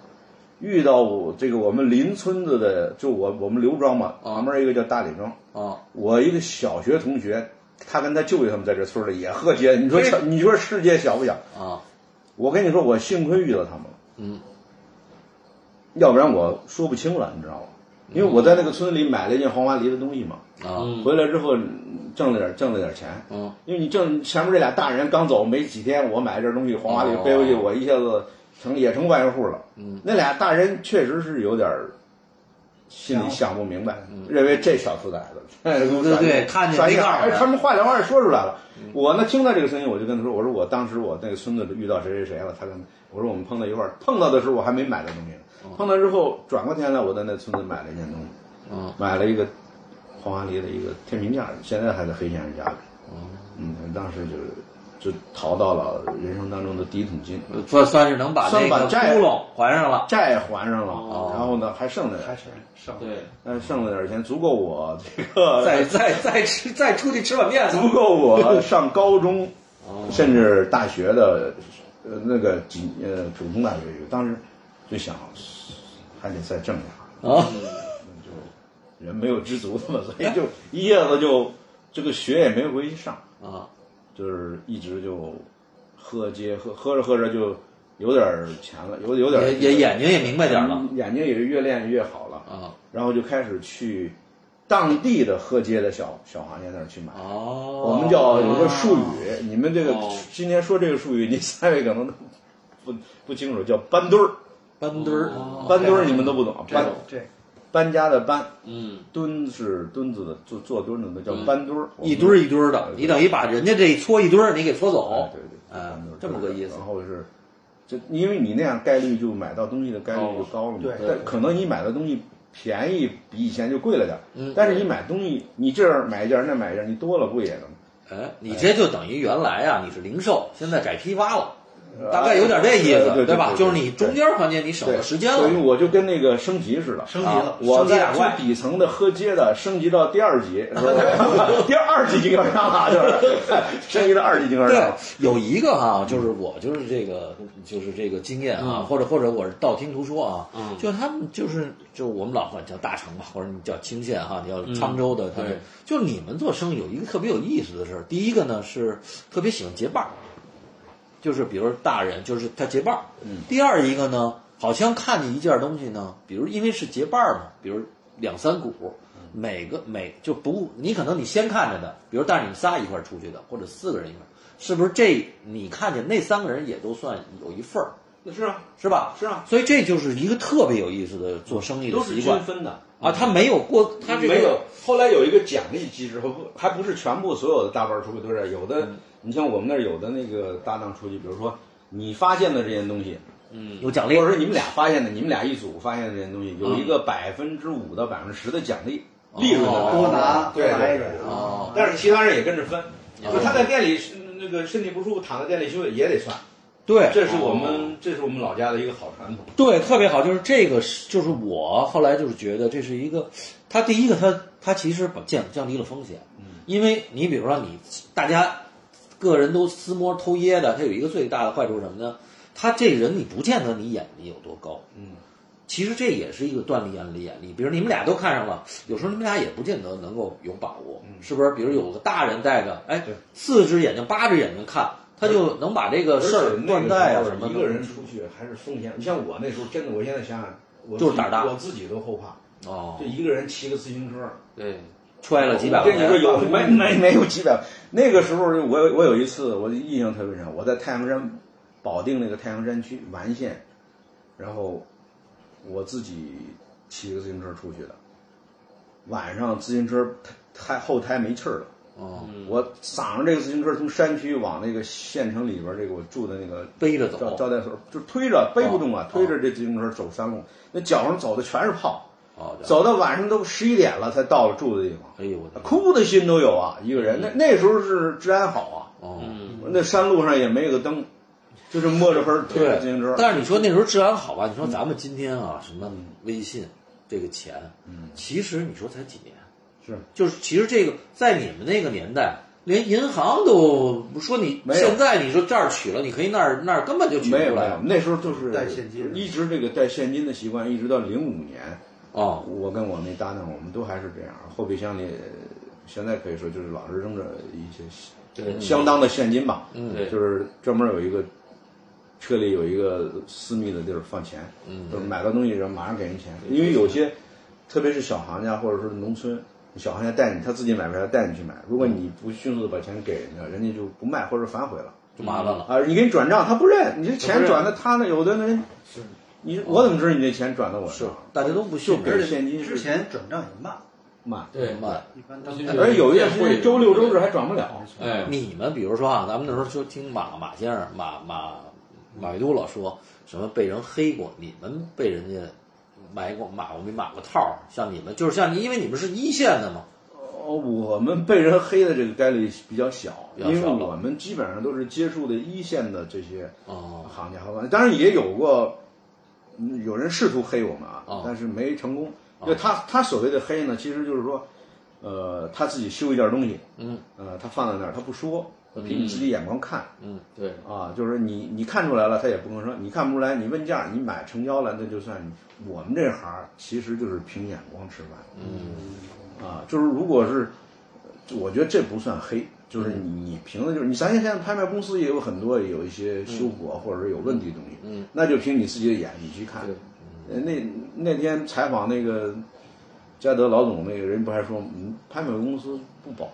[SPEAKER 3] 遇到我这个我们邻村子的，就我我们刘庄嘛，
[SPEAKER 1] 嗯
[SPEAKER 3] 旁边一个叫大李庄，
[SPEAKER 1] 啊，
[SPEAKER 3] 我一个小学同学，他跟他舅舅他们在这村里也喝
[SPEAKER 1] 哎
[SPEAKER 3] 街，你说巧，你说世界小不小？
[SPEAKER 1] 啊，
[SPEAKER 3] 我跟你说，我幸亏遇到他们了，
[SPEAKER 1] 嗯，
[SPEAKER 3] 要不然我说不清了，你知道吗？因为我在那个村里买了一件黄花梨的东西嘛，
[SPEAKER 1] 啊，
[SPEAKER 3] 回来之后嗯挣了点挣了点钱，
[SPEAKER 1] 嗯，
[SPEAKER 3] 因为你正前面这俩大人刚走没几天，我买这东西黄花梨
[SPEAKER 1] 哦
[SPEAKER 3] 背回去，我一下子成也成外户了。
[SPEAKER 1] 嗯，
[SPEAKER 3] 那俩大人确实是有点儿心里想不明白，认为这小兔崽子， 对
[SPEAKER 1] 对嗯对看见没告诉
[SPEAKER 3] 哎，
[SPEAKER 1] 人
[SPEAKER 3] 他们话两话也说出来了。
[SPEAKER 1] 嗯
[SPEAKER 3] 我呢听到这个声音，我就跟他说，我说我当时我那个孙子遇到谁谁谁了，他跟我说我们碰到一块儿，碰到的时候我还没买到东西
[SPEAKER 1] 哦
[SPEAKER 3] 呢，碰到之后转过天来，我在那村子买了一件东西，
[SPEAKER 1] 嗯，
[SPEAKER 3] 买了一个黄花梨的一个天平架，现在还在黑先生家里。
[SPEAKER 1] 哦
[SPEAKER 3] 嗯，当时就就逃到了人生当中的第一桶金，
[SPEAKER 1] 算算是能把那
[SPEAKER 3] 算
[SPEAKER 1] 个
[SPEAKER 3] 把债
[SPEAKER 1] 窟窿还上了，
[SPEAKER 3] 债还上了，然后呢还剩了点
[SPEAKER 4] 还
[SPEAKER 3] 儿，
[SPEAKER 4] 是省
[SPEAKER 2] 对，
[SPEAKER 3] 但是剩了点儿钱，足够我这 个
[SPEAKER 1] 再再再吃再出去吃碗面
[SPEAKER 3] 足够我上高中，甚至大学的，呃，那个几呃普通大学
[SPEAKER 1] 哦
[SPEAKER 3] 有，当时就想还得再挣点儿，
[SPEAKER 1] 啊，
[SPEAKER 3] 就人没有知足的嘛，所 以就一下子就这个学也没回去上，
[SPEAKER 1] 啊，
[SPEAKER 3] 就是一直就喝街喝喝着喝着就有点儿钱了，有有点儿
[SPEAKER 1] 也也眼睛也明白点儿了
[SPEAKER 3] 嗯眼睛也是越练越好了，
[SPEAKER 1] 啊。
[SPEAKER 3] 然后就开始去当地的喝街的小小行业那儿去买。
[SPEAKER 1] 哦，
[SPEAKER 3] 我们叫有个术语，你们这个
[SPEAKER 1] 哦
[SPEAKER 3] 今天说这个术语，你三位可能都不不清楚，叫搬墩儿。
[SPEAKER 1] 搬墩
[SPEAKER 2] 哦
[SPEAKER 1] 儿，
[SPEAKER 3] 搬墩儿你们都不懂，
[SPEAKER 1] 这
[SPEAKER 3] 搬
[SPEAKER 1] 种
[SPEAKER 4] 这
[SPEAKER 3] 搬家的搬，
[SPEAKER 1] 嗯，
[SPEAKER 3] 墩是墩子的，坐坐墩子的叫
[SPEAKER 1] 嗯
[SPEAKER 3] 搬墩儿，我们
[SPEAKER 1] 一堆儿一堆儿的，
[SPEAKER 3] 对
[SPEAKER 1] 你等于把人家这一搓一堆儿，你给搓
[SPEAKER 3] 哎
[SPEAKER 1] 走
[SPEAKER 3] 对，对，
[SPEAKER 1] 哎
[SPEAKER 3] 搬墩儿
[SPEAKER 1] 这么个意思
[SPEAKER 3] 然后是，就因为你那样概率就买到东西的概率就高了嘛，
[SPEAKER 4] 对
[SPEAKER 3] 但可能你买的东西便宜比以前就贵了点儿，
[SPEAKER 1] 嗯
[SPEAKER 3] 但是你买东西，你这儿买一件儿那买一件儿，你多了不也能？
[SPEAKER 1] 哎，你这就等于原来啊，你是零售，现在改批发了，大概有点这意
[SPEAKER 3] 呃对
[SPEAKER 1] 思，
[SPEAKER 3] 对
[SPEAKER 1] 吧？
[SPEAKER 3] 对对
[SPEAKER 1] 就是你中间环节你省
[SPEAKER 3] 对
[SPEAKER 1] 了啊时间
[SPEAKER 3] 所以
[SPEAKER 1] 了，
[SPEAKER 3] 我就跟那个升级似的，
[SPEAKER 4] 升级了
[SPEAKER 3] 我
[SPEAKER 1] 升级
[SPEAKER 3] 在
[SPEAKER 1] 打怪
[SPEAKER 3] 最底层的喝街的升级到第二级，是 吧？第二级经销商了，啊就是 升级到二级经销
[SPEAKER 1] 对
[SPEAKER 3] 商。，
[SPEAKER 1] 有一个哈、就是我就是这个就是这个经验啊，
[SPEAKER 2] 嗯
[SPEAKER 1] 或者或者我是道听途说啊，
[SPEAKER 2] 嗯
[SPEAKER 1] 就他们就是就我们老管叫大城吧，或者你叫清县哈、你叫沧州的，他们
[SPEAKER 2] 嗯对
[SPEAKER 1] 就你们做生意有一个特别有意思的事儿，第一个呢是特别喜欢结伴儿，就是比如说大人就是他结伴儿，
[SPEAKER 3] 嗯，
[SPEAKER 1] 第二一个呢，好像看见一件东西呢，比如因为是结伴儿嘛，比如两三股。
[SPEAKER 2] 嗯
[SPEAKER 1] 每个每就不，你可能你先看着的，比如但是你们仨一块儿出去的，或者四个人一块儿，是不是这你看见那三个人也都算有一份儿，
[SPEAKER 2] 是啊，
[SPEAKER 1] 是吧？
[SPEAKER 2] 是啊，
[SPEAKER 1] 所以这就是一个特别有意思的做生意的
[SPEAKER 2] 都是
[SPEAKER 1] 习
[SPEAKER 2] 均
[SPEAKER 1] 惯
[SPEAKER 2] 分的，
[SPEAKER 1] 啊，他没有过，他这个
[SPEAKER 3] 没有。后来有一个奖励机制，不还不是全部所有的大班出去都是有的。
[SPEAKER 1] 嗯
[SPEAKER 3] 你像我们那儿有的那个搭档出去，比如说你发现的这件东西，
[SPEAKER 2] 嗯，
[SPEAKER 1] 有奖
[SPEAKER 3] 或
[SPEAKER 1] 励，
[SPEAKER 3] 者说你们俩发现的，你们俩一组发现的这件东西，有一个百分之五到百分之十的奖励，利润的百分之五
[SPEAKER 4] 多拿多
[SPEAKER 3] 对对
[SPEAKER 4] 拿
[SPEAKER 3] 对
[SPEAKER 4] 一点
[SPEAKER 1] 哦
[SPEAKER 4] 啊，
[SPEAKER 3] 但是其他人也跟着分。
[SPEAKER 1] 哦
[SPEAKER 3] 就他在店里是那个身体不舒服，躺在店里休息也得算，
[SPEAKER 1] 对
[SPEAKER 3] 这是我
[SPEAKER 1] 哦
[SPEAKER 3] 们这是我们老家的一个好传统。
[SPEAKER 1] 对，特别好，就是这个是，就是我后来就是觉得这是一个，他第一个他他其实把降降低了风险，
[SPEAKER 2] 嗯
[SPEAKER 1] 因为你比如说你大家个人都私摸偷掖的，他有一个最大的坏处是什么呢？他这人你不见得你眼力有多高，
[SPEAKER 3] 嗯，
[SPEAKER 1] 其实这也是一个锻炼眼力。比如你们俩都看上了，有时候你们俩也不见得能够有把握，是不是？比如有个大人带着，哎
[SPEAKER 3] 嗯对，
[SPEAKER 1] 四只眼睛八只眼睛看，他就能把这个事儿断代啊什么
[SPEAKER 3] 一
[SPEAKER 1] 的。
[SPEAKER 3] 个人出去还是风险。你像我那时候，真的，我现在想想，我
[SPEAKER 1] 就是胆大
[SPEAKER 3] 我自己都后怕。
[SPEAKER 1] 哦
[SPEAKER 3] 就，一个人骑个自行车，
[SPEAKER 2] 对，
[SPEAKER 1] 揣了几百
[SPEAKER 3] 我
[SPEAKER 1] 块
[SPEAKER 3] 跟你说
[SPEAKER 1] 钱。
[SPEAKER 3] 有没没没有几百万。那个时候我有我有一次我印象特别深，我在太行山保定那个太行山区完县，然后我自己骑个自行车出去的，晚上自行车胎后胎没气儿了。
[SPEAKER 1] 哦
[SPEAKER 3] 我搡着这个自行车从山区往那个县城里边儿这个我住的那个
[SPEAKER 1] 背着
[SPEAKER 3] 招
[SPEAKER 1] 走，
[SPEAKER 3] 招待所，就推着背不动啊
[SPEAKER 1] 哦，
[SPEAKER 3] 推着这自行车走山路，那脚上走的全是泡，
[SPEAKER 1] 哦，这样
[SPEAKER 3] 走到晚上都十一点了才到了住的地方，
[SPEAKER 1] 哎呦我的妈，嗯
[SPEAKER 3] 哭的心都有啊，一个人。那那时候是治安好
[SPEAKER 1] 哦，
[SPEAKER 2] 嗯
[SPEAKER 3] 啊，那山路上也没有个灯，就是摸着黑儿推着自行车。
[SPEAKER 1] 但是你说那时候治安好吧？你
[SPEAKER 3] 嗯
[SPEAKER 1] 说咱们今天啊，什么微信这个钱，
[SPEAKER 3] 嗯，
[SPEAKER 1] 其实你说才几年，
[SPEAKER 3] 是
[SPEAKER 1] 就是其实这个在你们那个年代，连银行都不说你
[SPEAKER 3] 没有
[SPEAKER 1] 现在你说这儿取了，你可以那儿那儿根本就取不
[SPEAKER 3] 没有
[SPEAKER 1] 出
[SPEAKER 3] 没
[SPEAKER 1] 来
[SPEAKER 3] 有，那时候就是
[SPEAKER 4] 带现金
[SPEAKER 3] 一直这个带现金的习惯，一直到零五年，
[SPEAKER 1] 哦，
[SPEAKER 3] 我跟我那搭档，我们都还是这样，后备箱里现在可以说就是老是扔着一些
[SPEAKER 2] 对
[SPEAKER 3] 相当的现金吧，
[SPEAKER 1] 嗯
[SPEAKER 2] 对
[SPEAKER 3] 就是专门有一个车里有一个私密的地儿放钱，
[SPEAKER 1] 嗯
[SPEAKER 3] 就是买到东西然后马上给人钱，因为有些，特别是小行家或者是农村。小行家带你，他自己买不来，带你去买。
[SPEAKER 1] 嗯
[SPEAKER 3] 如果你不迅速的把钱给人家，人家就不卖或者反悔了
[SPEAKER 1] 就麻烦了。
[SPEAKER 3] 啊！你给你转账，他不认，你这
[SPEAKER 2] 他不
[SPEAKER 3] 钱
[SPEAKER 2] 认
[SPEAKER 3] 转到他那，有的人，你我怎么知道你这钱转到我这儿？
[SPEAKER 1] 大家都不
[SPEAKER 3] 就
[SPEAKER 1] 信
[SPEAKER 3] 给
[SPEAKER 1] 任
[SPEAKER 3] 人现金
[SPEAKER 4] 之
[SPEAKER 3] 是
[SPEAKER 4] 前转账也慢，
[SPEAKER 3] 慢，
[SPEAKER 2] 对，
[SPEAKER 1] 慢。
[SPEAKER 4] 一般他们
[SPEAKER 2] 而
[SPEAKER 3] 而且有一
[SPEAKER 2] 些
[SPEAKER 3] 段时间周六周日还转不了。
[SPEAKER 2] 哎，
[SPEAKER 1] 你们比如说啊，咱们那时候就听马马先生、马马马未都老说什么被人黑过，你们被人家埋过马过没马过套儿？像你们就是像你，因为你们是一线的嘛，
[SPEAKER 3] 哦，我们被人黑的这个概率比较小，
[SPEAKER 1] 比
[SPEAKER 3] 因
[SPEAKER 1] 较小
[SPEAKER 3] 为我们基本上都是接触的一线的这些
[SPEAKER 1] 哦
[SPEAKER 3] 行家和玩家，当然也有过嗯有人试图黑我们啊，
[SPEAKER 1] 哦
[SPEAKER 3] 但是没成功。就他他所谓的黑呢，其实就是说，呃，他自己修一件东西，
[SPEAKER 1] 嗯，
[SPEAKER 3] 呃，他放在那儿，他不说，凭你自己眼光看
[SPEAKER 1] 嗯，对，
[SPEAKER 3] 啊，就是你你看出来了，他也不吭声；你看不出来，你问价，你买成交了，那就算你。我们这行儿其实就是凭眼光吃饭，
[SPEAKER 1] 嗯
[SPEAKER 3] 啊，就是如果是，我觉得这不算黑，就是
[SPEAKER 1] 嗯
[SPEAKER 3] 你你凭的就是你，咱现在拍卖公司也有很多有一些修补啊或者是有问题的东西，
[SPEAKER 1] 嗯，
[SPEAKER 3] 那就凭你自己的眼你去看
[SPEAKER 1] 对。
[SPEAKER 3] 呃那那天采访那个嘉德老总，那个人不还说，嗯，拍卖公司不保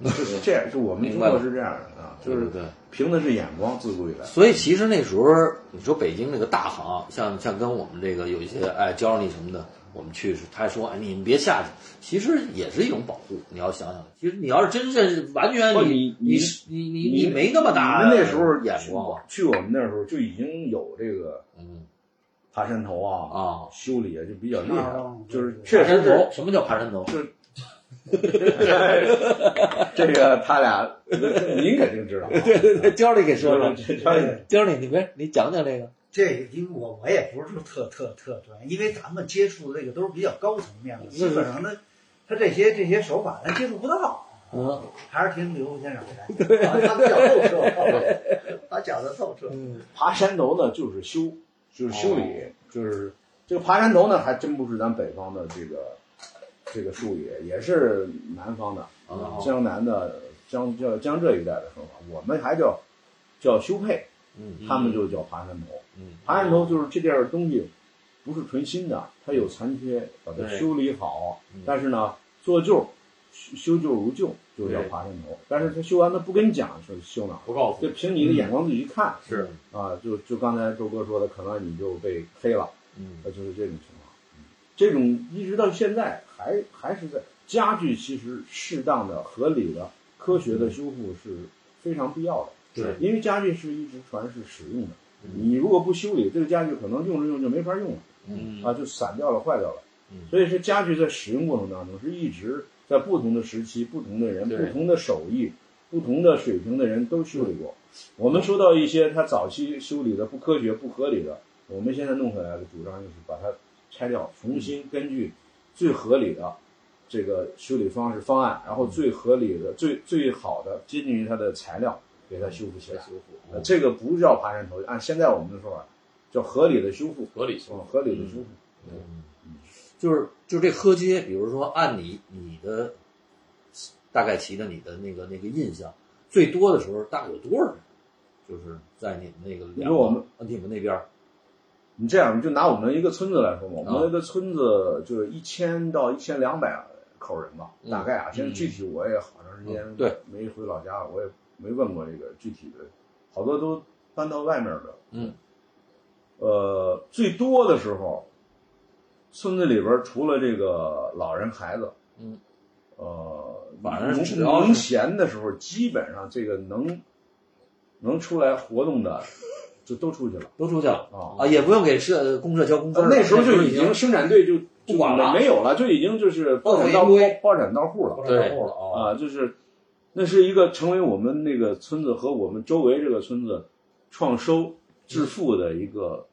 [SPEAKER 3] 真，就是这样，就我们中
[SPEAKER 1] 明白
[SPEAKER 3] 国
[SPEAKER 1] 了
[SPEAKER 3] 是这样的啊，就
[SPEAKER 1] 对
[SPEAKER 3] 是
[SPEAKER 1] 对对
[SPEAKER 3] 凭的是眼光，自古以来。
[SPEAKER 1] 所以其实那时候，你说北京那个大行，啊像像跟我们这个有一些哎教你什么的，我们去是他说哎你们别下去，其实也是一种保护。你要想想，其实你要是真是完全
[SPEAKER 3] 不
[SPEAKER 1] 你
[SPEAKER 3] 你
[SPEAKER 1] 是你你你没那么大
[SPEAKER 3] 你们那时候
[SPEAKER 1] 眼光，
[SPEAKER 3] 去我们那时候就已经有这个
[SPEAKER 1] 嗯
[SPEAKER 3] 爬山头啊，
[SPEAKER 1] 啊，
[SPEAKER 3] 修理啊就比较厉害
[SPEAKER 4] 啊，
[SPEAKER 3] 就是
[SPEAKER 4] 对
[SPEAKER 3] 确
[SPEAKER 1] 爬山
[SPEAKER 3] 实是
[SPEAKER 1] 头，什么叫爬山头？
[SPEAKER 3] 这个他俩，您肯定知道啊，对
[SPEAKER 1] 对对，教你给说说，
[SPEAKER 3] 哎
[SPEAKER 4] 对
[SPEAKER 1] 教你你别你讲讲这个，
[SPEAKER 4] 这个，因为我我也不是说特特特专业，因为咱们接触的这个都是比较高层面的，基本上呢，他这些这些手法咱接触不到，
[SPEAKER 1] 嗯
[SPEAKER 4] 还是听刘先生的，啊他比较透彻，他讲的透彻。
[SPEAKER 1] 嗯
[SPEAKER 3] 爬山头呢就是修，就是修理，
[SPEAKER 1] 哦
[SPEAKER 3] 就是这个爬山头呢还真不是咱北方的这个这个术语，也是南方的，
[SPEAKER 1] 哦
[SPEAKER 3] 江南的江叫江浙一带的说法，我们还叫叫修配，
[SPEAKER 1] 嗯
[SPEAKER 3] 他们就叫爬山头。
[SPEAKER 1] 嗯
[SPEAKER 3] 爬山头就是这件东西不是纯新的，它有残缺，把它
[SPEAKER 1] 对
[SPEAKER 3] 修理好
[SPEAKER 1] 嗯。
[SPEAKER 3] 但是呢，做旧，修修旧如旧，就叫
[SPEAKER 1] 对
[SPEAKER 3] 爬山头。但是他修完他不跟你讲是修哪儿，
[SPEAKER 2] 不靠谱。
[SPEAKER 3] 就凭你的眼光自己去看
[SPEAKER 1] 嗯是
[SPEAKER 3] 啊。就就刚才周哥说的，可能你就被黑了，
[SPEAKER 1] 嗯
[SPEAKER 3] 那就是这种情况。嗯这种一直到现在还还是在家具，其实适当的、合理的、科学的修复是非常必要的。
[SPEAKER 1] 嗯对嗯
[SPEAKER 3] 因为家具是一直传是使用的，你如果不修理，这个家具可能用着用着就没法用了，
[SPEAKER 2] 嗯
[SPEAKER 3] 啊，就散掉了、坏掉了
[SPEAKER 1] 嗯。
[SPEAKER 3] 所以说，家具在使用过程当中是一直在不同的时期、不同的人、
[SPEAKER 1] 对
[SPEAKER 3] 不同的手艺、不同的水平的人都修理过。
[SPEAKER 2] 嗯
[SPEAKER 3] 我们收到一些他早期修理的不科学、不合理的，我们现在弄回来的主张就是把它拆掉，重
[SPEAKER 2] 嗯
[SPEAKER 3] 新根据最合理的这个修理方式方案，然后最合理的、最最好的接近于它的材料，给它修复起来。
[SPEAKER 2] 嗯修复
[SPEAKER 3] 呃这个不叫爬山头，按现在我们的说法，叫合理的修复，
[SPEAKER 2] 合理性
[SPEAKER 3] 嗯，合理的修复。
[SPEAKER 1] 就是就是这喝街，比如说按你你的大概骑着你的那个那个印象，最多的时候大概有多少人？就是在你们那个
[SPEAKER 3] 你
[SPEAKER 1] 两
[SPEAKER 3] 说我们
[SPEAKER 1] 你们那边儿
[SPEAKER 3] 你这样，就拿我们一个村子来说吧，
[SPEAKER 1] 啊
[SPEAKER 3] 我们一个村子就是一千到一千两百口人吧，
[SPEAKER 1] 嗯
[SPEAKER 3] 大概啊。现在
[SPEAKER 2] 嗯
[SPEAKER 3] 具体我也好长时间
[SPEAKER 1] 嗯对
[SPEAKER 3] 没回老家了，我也没问过这个具体的，好多都搬到外面了。
[SPEAKER 1] 嗯，
[SPEAKER 3] 呃，最多的时候，村子里边除了这个老人孩子，
[SPEAKER 1] 嗯，
[SPEAKER 3] 呃，
[SPEAKER 1] 晚上
[SPEAKER 3] 农
[SPEAKER 1] 只要是
[SPEAKER 3] 农闲的时候，基本上这个能能出来活动的，就都出去了
[SPEAKER 1] 都出去了
[SPEAKER 3] 啊。
[SPEAKER 1] 啊，也不用给社公社交工资了。
[SPEAKER 3] 呃那时候就
[SPEAKER 1] 已
[SPEAKER 3] 已经生产队就
[SPEAKER 1] 不管了
[SPEAKER 3] 没有了，就已经就是包产到
[SPEAKER 1] 包产一
[SPEAKER 3] 包产到户了
[SPEAKER 1] 对
[SPEAKER 2] 了啊，
[SPEAKER 3] 啊，就是那是一个成为我们那个村子和我们周围这个村子创收致富的一个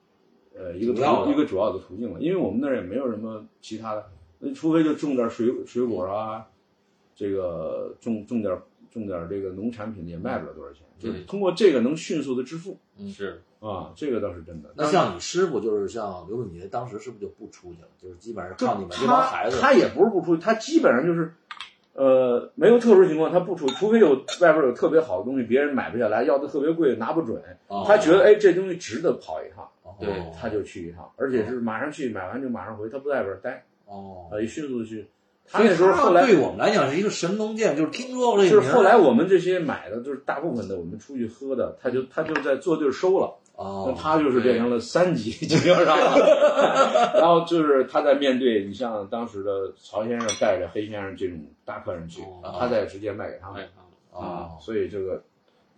[SPEAKER 3] 呃一个
[SPEAKER 1] 主要
[SPEAKER 3] 途
[SPEAKER 1] 的
[SPEAKER 3] 一个主要的途径了，因为我们那儿也没有什么其他的，那除非就种点水水果啊，这个种种点种点这个农产品也卖不了多少钱，就是通过这个能迅速的致富
[SPEAKER 1] 嗯
[SPEAKER 2] 是
[SPEAKER 3] 啊，这个倒是真的。
[SPEAKER 1] 那像你师傅就是像刘永杰，当时是不是就不出去了？就是基本上
[SPEAKER 3] 就
[SPEAKER 1] 靠你们这帮
[SPEAKER 3] 他
[SPEAKER 1] 孩子。
[SPEAKER 3] 他也不是不出去，他基本上就是，呃，没有特殊情况他不出，除非有外边有特别好的东西，别人买不下来，要的特别贵，拿不准，
[SPEAKER 1] 哦
[SPEAKER 3] 他觉得哎这东西值得跑一趟，
[SPEAKER 1] 哦
[SPEAKER 2] 对
[SPEAKER 3] 他就去一趟，而且是马上去，买完就马上回，他不在外边待，
[SPEAKER 1] 哦，
[SPEAKER 3] 呃，迅速地去。他
[SPEAKER 1] 所以
[SPEAKER 3] 那时候后来
[SPEAKER 1] 对我们来讲是一个神农剑，就是听说过这
[SPEAKER 3] 就
[SPEAKER 1] 个
[SPEAKER 3] 是
[SPEAKER 1] 名儿。
[SPEAKER 3] 后来我们这些买的，就是大部分的我们出去喝的，他就他就在坐地儿收了。那
[SPEAKER 1] 哦，
[SPEAKER 3] 他就是变成了三级 经销商了。 然后就是他在面对你像当时的曹先生带着黑先生这种大客人去，
[SPEAKER 2] 哦
[SPEAKER 3] 他再直接卖给他们啊
[SPEAKER 2] 哎，
[SPEAKER 1] 哦，
[SPEAKER 3] 所以这个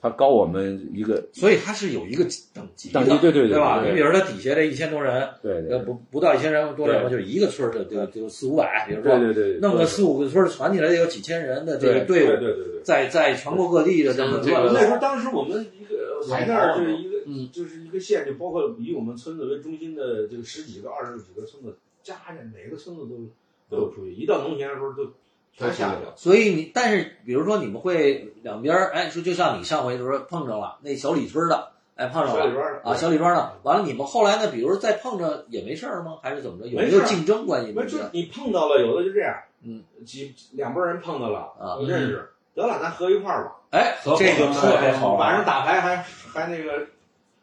[SPEAKER 3] 他高我们一个
[SPEAKER 1] 所以他是有一个等级的
[SPEAKER 3] 等级，对对对
[SPEAKER 1] 吧？
[SPEAKER 3] 对
[SPEAKER 1] 你比如说他底下这一千多人，
[SPEAKER 3] 对对
[SPEAKER 1] 呃，不不到一千人多少人吧，就是一个村儿的，就就四五百，比如说
[SPEAKER 3] 对对对，
[SPEAKER 1] 弄个四五个村儿攒起来得有几千人的这个
[SPEAKER 5] 对对
[SPEAKER 1] 队伍，呃
[SPEAKER 5] 对对。
[SPEAKER 1] 在在全国各地的这么
[SPEAKER 2] 像这个
[SPEAKER 5] 那时
[SPEAKER 1] 个，
[SPEAKER 5] 候，当时我们一
[SPEAKER 1] 嗯
[SPEAKER 5] 个海那儿就是一个，就是一个县，就包括以我们村子为中心的这个十几个、二十几个村子，家家每个村子都都有出去。一到农闲的时候，就全下去了。
[SPEAKER 1] 所以你，但是比如说你们会两边儿，哎，说就像你上回就是说碰着了那小李村的，哎，碰上
[SPEAKER 5] 小李
[SPEAKER 1] 了
[SPEAKER 5] 庄儿
[SPEAKER 1] 啊，小李庄的，完了你们后来呢，比如再碰着也没事儿吗？还是怎么着？有没
[SPEAKER 5] 没事
[SPEAKER 1] 有
[SPEAKER 5] 儿
[SPEAKER 1] 竞争关系？
[SPEAKER 5] 不是，就是你碰到了，有的就这样，
[SPEAKER 1] 嗯，
[SPEAKER 5] 几两拨人碰到了，
[SPEAKER 1] 啊
[SPEAKER 5] 不认识，得了，咱合一块儿吧，
[SPEAKER 1] 哎，
[SPEAKER 2] 合伙
[SPEAKER 1] 这就特别好玩
[SPEAKER 5] 晚
[SPEAKER 1] 儿。
[SPEAKER 5] 上打牌还还那个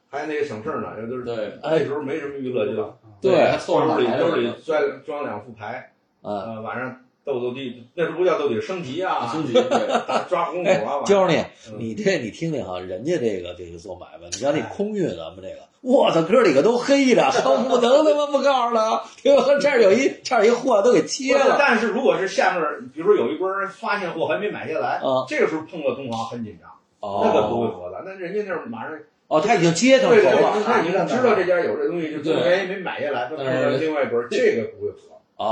[SPEAKER 5] 还那个省事儿呢，这都是
[SPEAKER 1] 对
[SPEAKER 5] 那
[SPEAKER 1] 哎
[SPEAKER 5] 时候没什么娱乐去了，
[SPEAKER 1] 对，
[SPEAKER 2] 还凑上
[SPEAKER 5] 兜里
[SPEAKER 2] 打牌
[SPEAKER 5] 兜
[SPEAKER 2] 的
[SPEAKER 5] 里
[SPEAKER 2] 人
[SPEAKER 5] 拽装两副牌，
[SPEAKER 1] 啊，
[SPEAKER 5] 呃，晚上斗斗地，那时候不叫斗地，升级啊，
[SPEAKER 2] 升级对，
[SPEAKER 5] 打抓红
[SPEAKER 1] 哎
[SPEAKER 5] 果啊，晚，上
[SPEAKER 1] 教你，
[SPEAKER 5] 嗯哎
[SPEAKER 1] 你这你听听哈，人家这个这个做买卖，你像这空运咱们这个，我操，哥几个都黑的，恨不能他妈不告诉他，听说这儿有一这儿一货都给切了
[SPEAKER 5] 但是如果是下面儿，比如说有一波人发现货还没买下来，
[SPEAKER 1] 啊，
[SPEAKER 5] 这个时候碰到东航很紧张，那可不会
[SPEAKER 1] 哦
[SPEAKER 5] 活的。那人家那儿马上
[SPEAKER 1] 哦，他已经接上头
[SPEAKER 5] 对对，
[SPEAKER 1] 了
[SPEAKER 5] 他已经知道这家有这东西，就
[SPEAKER 2] 对
[SPEAKER 5] 这人没买下来，他碰到另外一波，这个不会活啊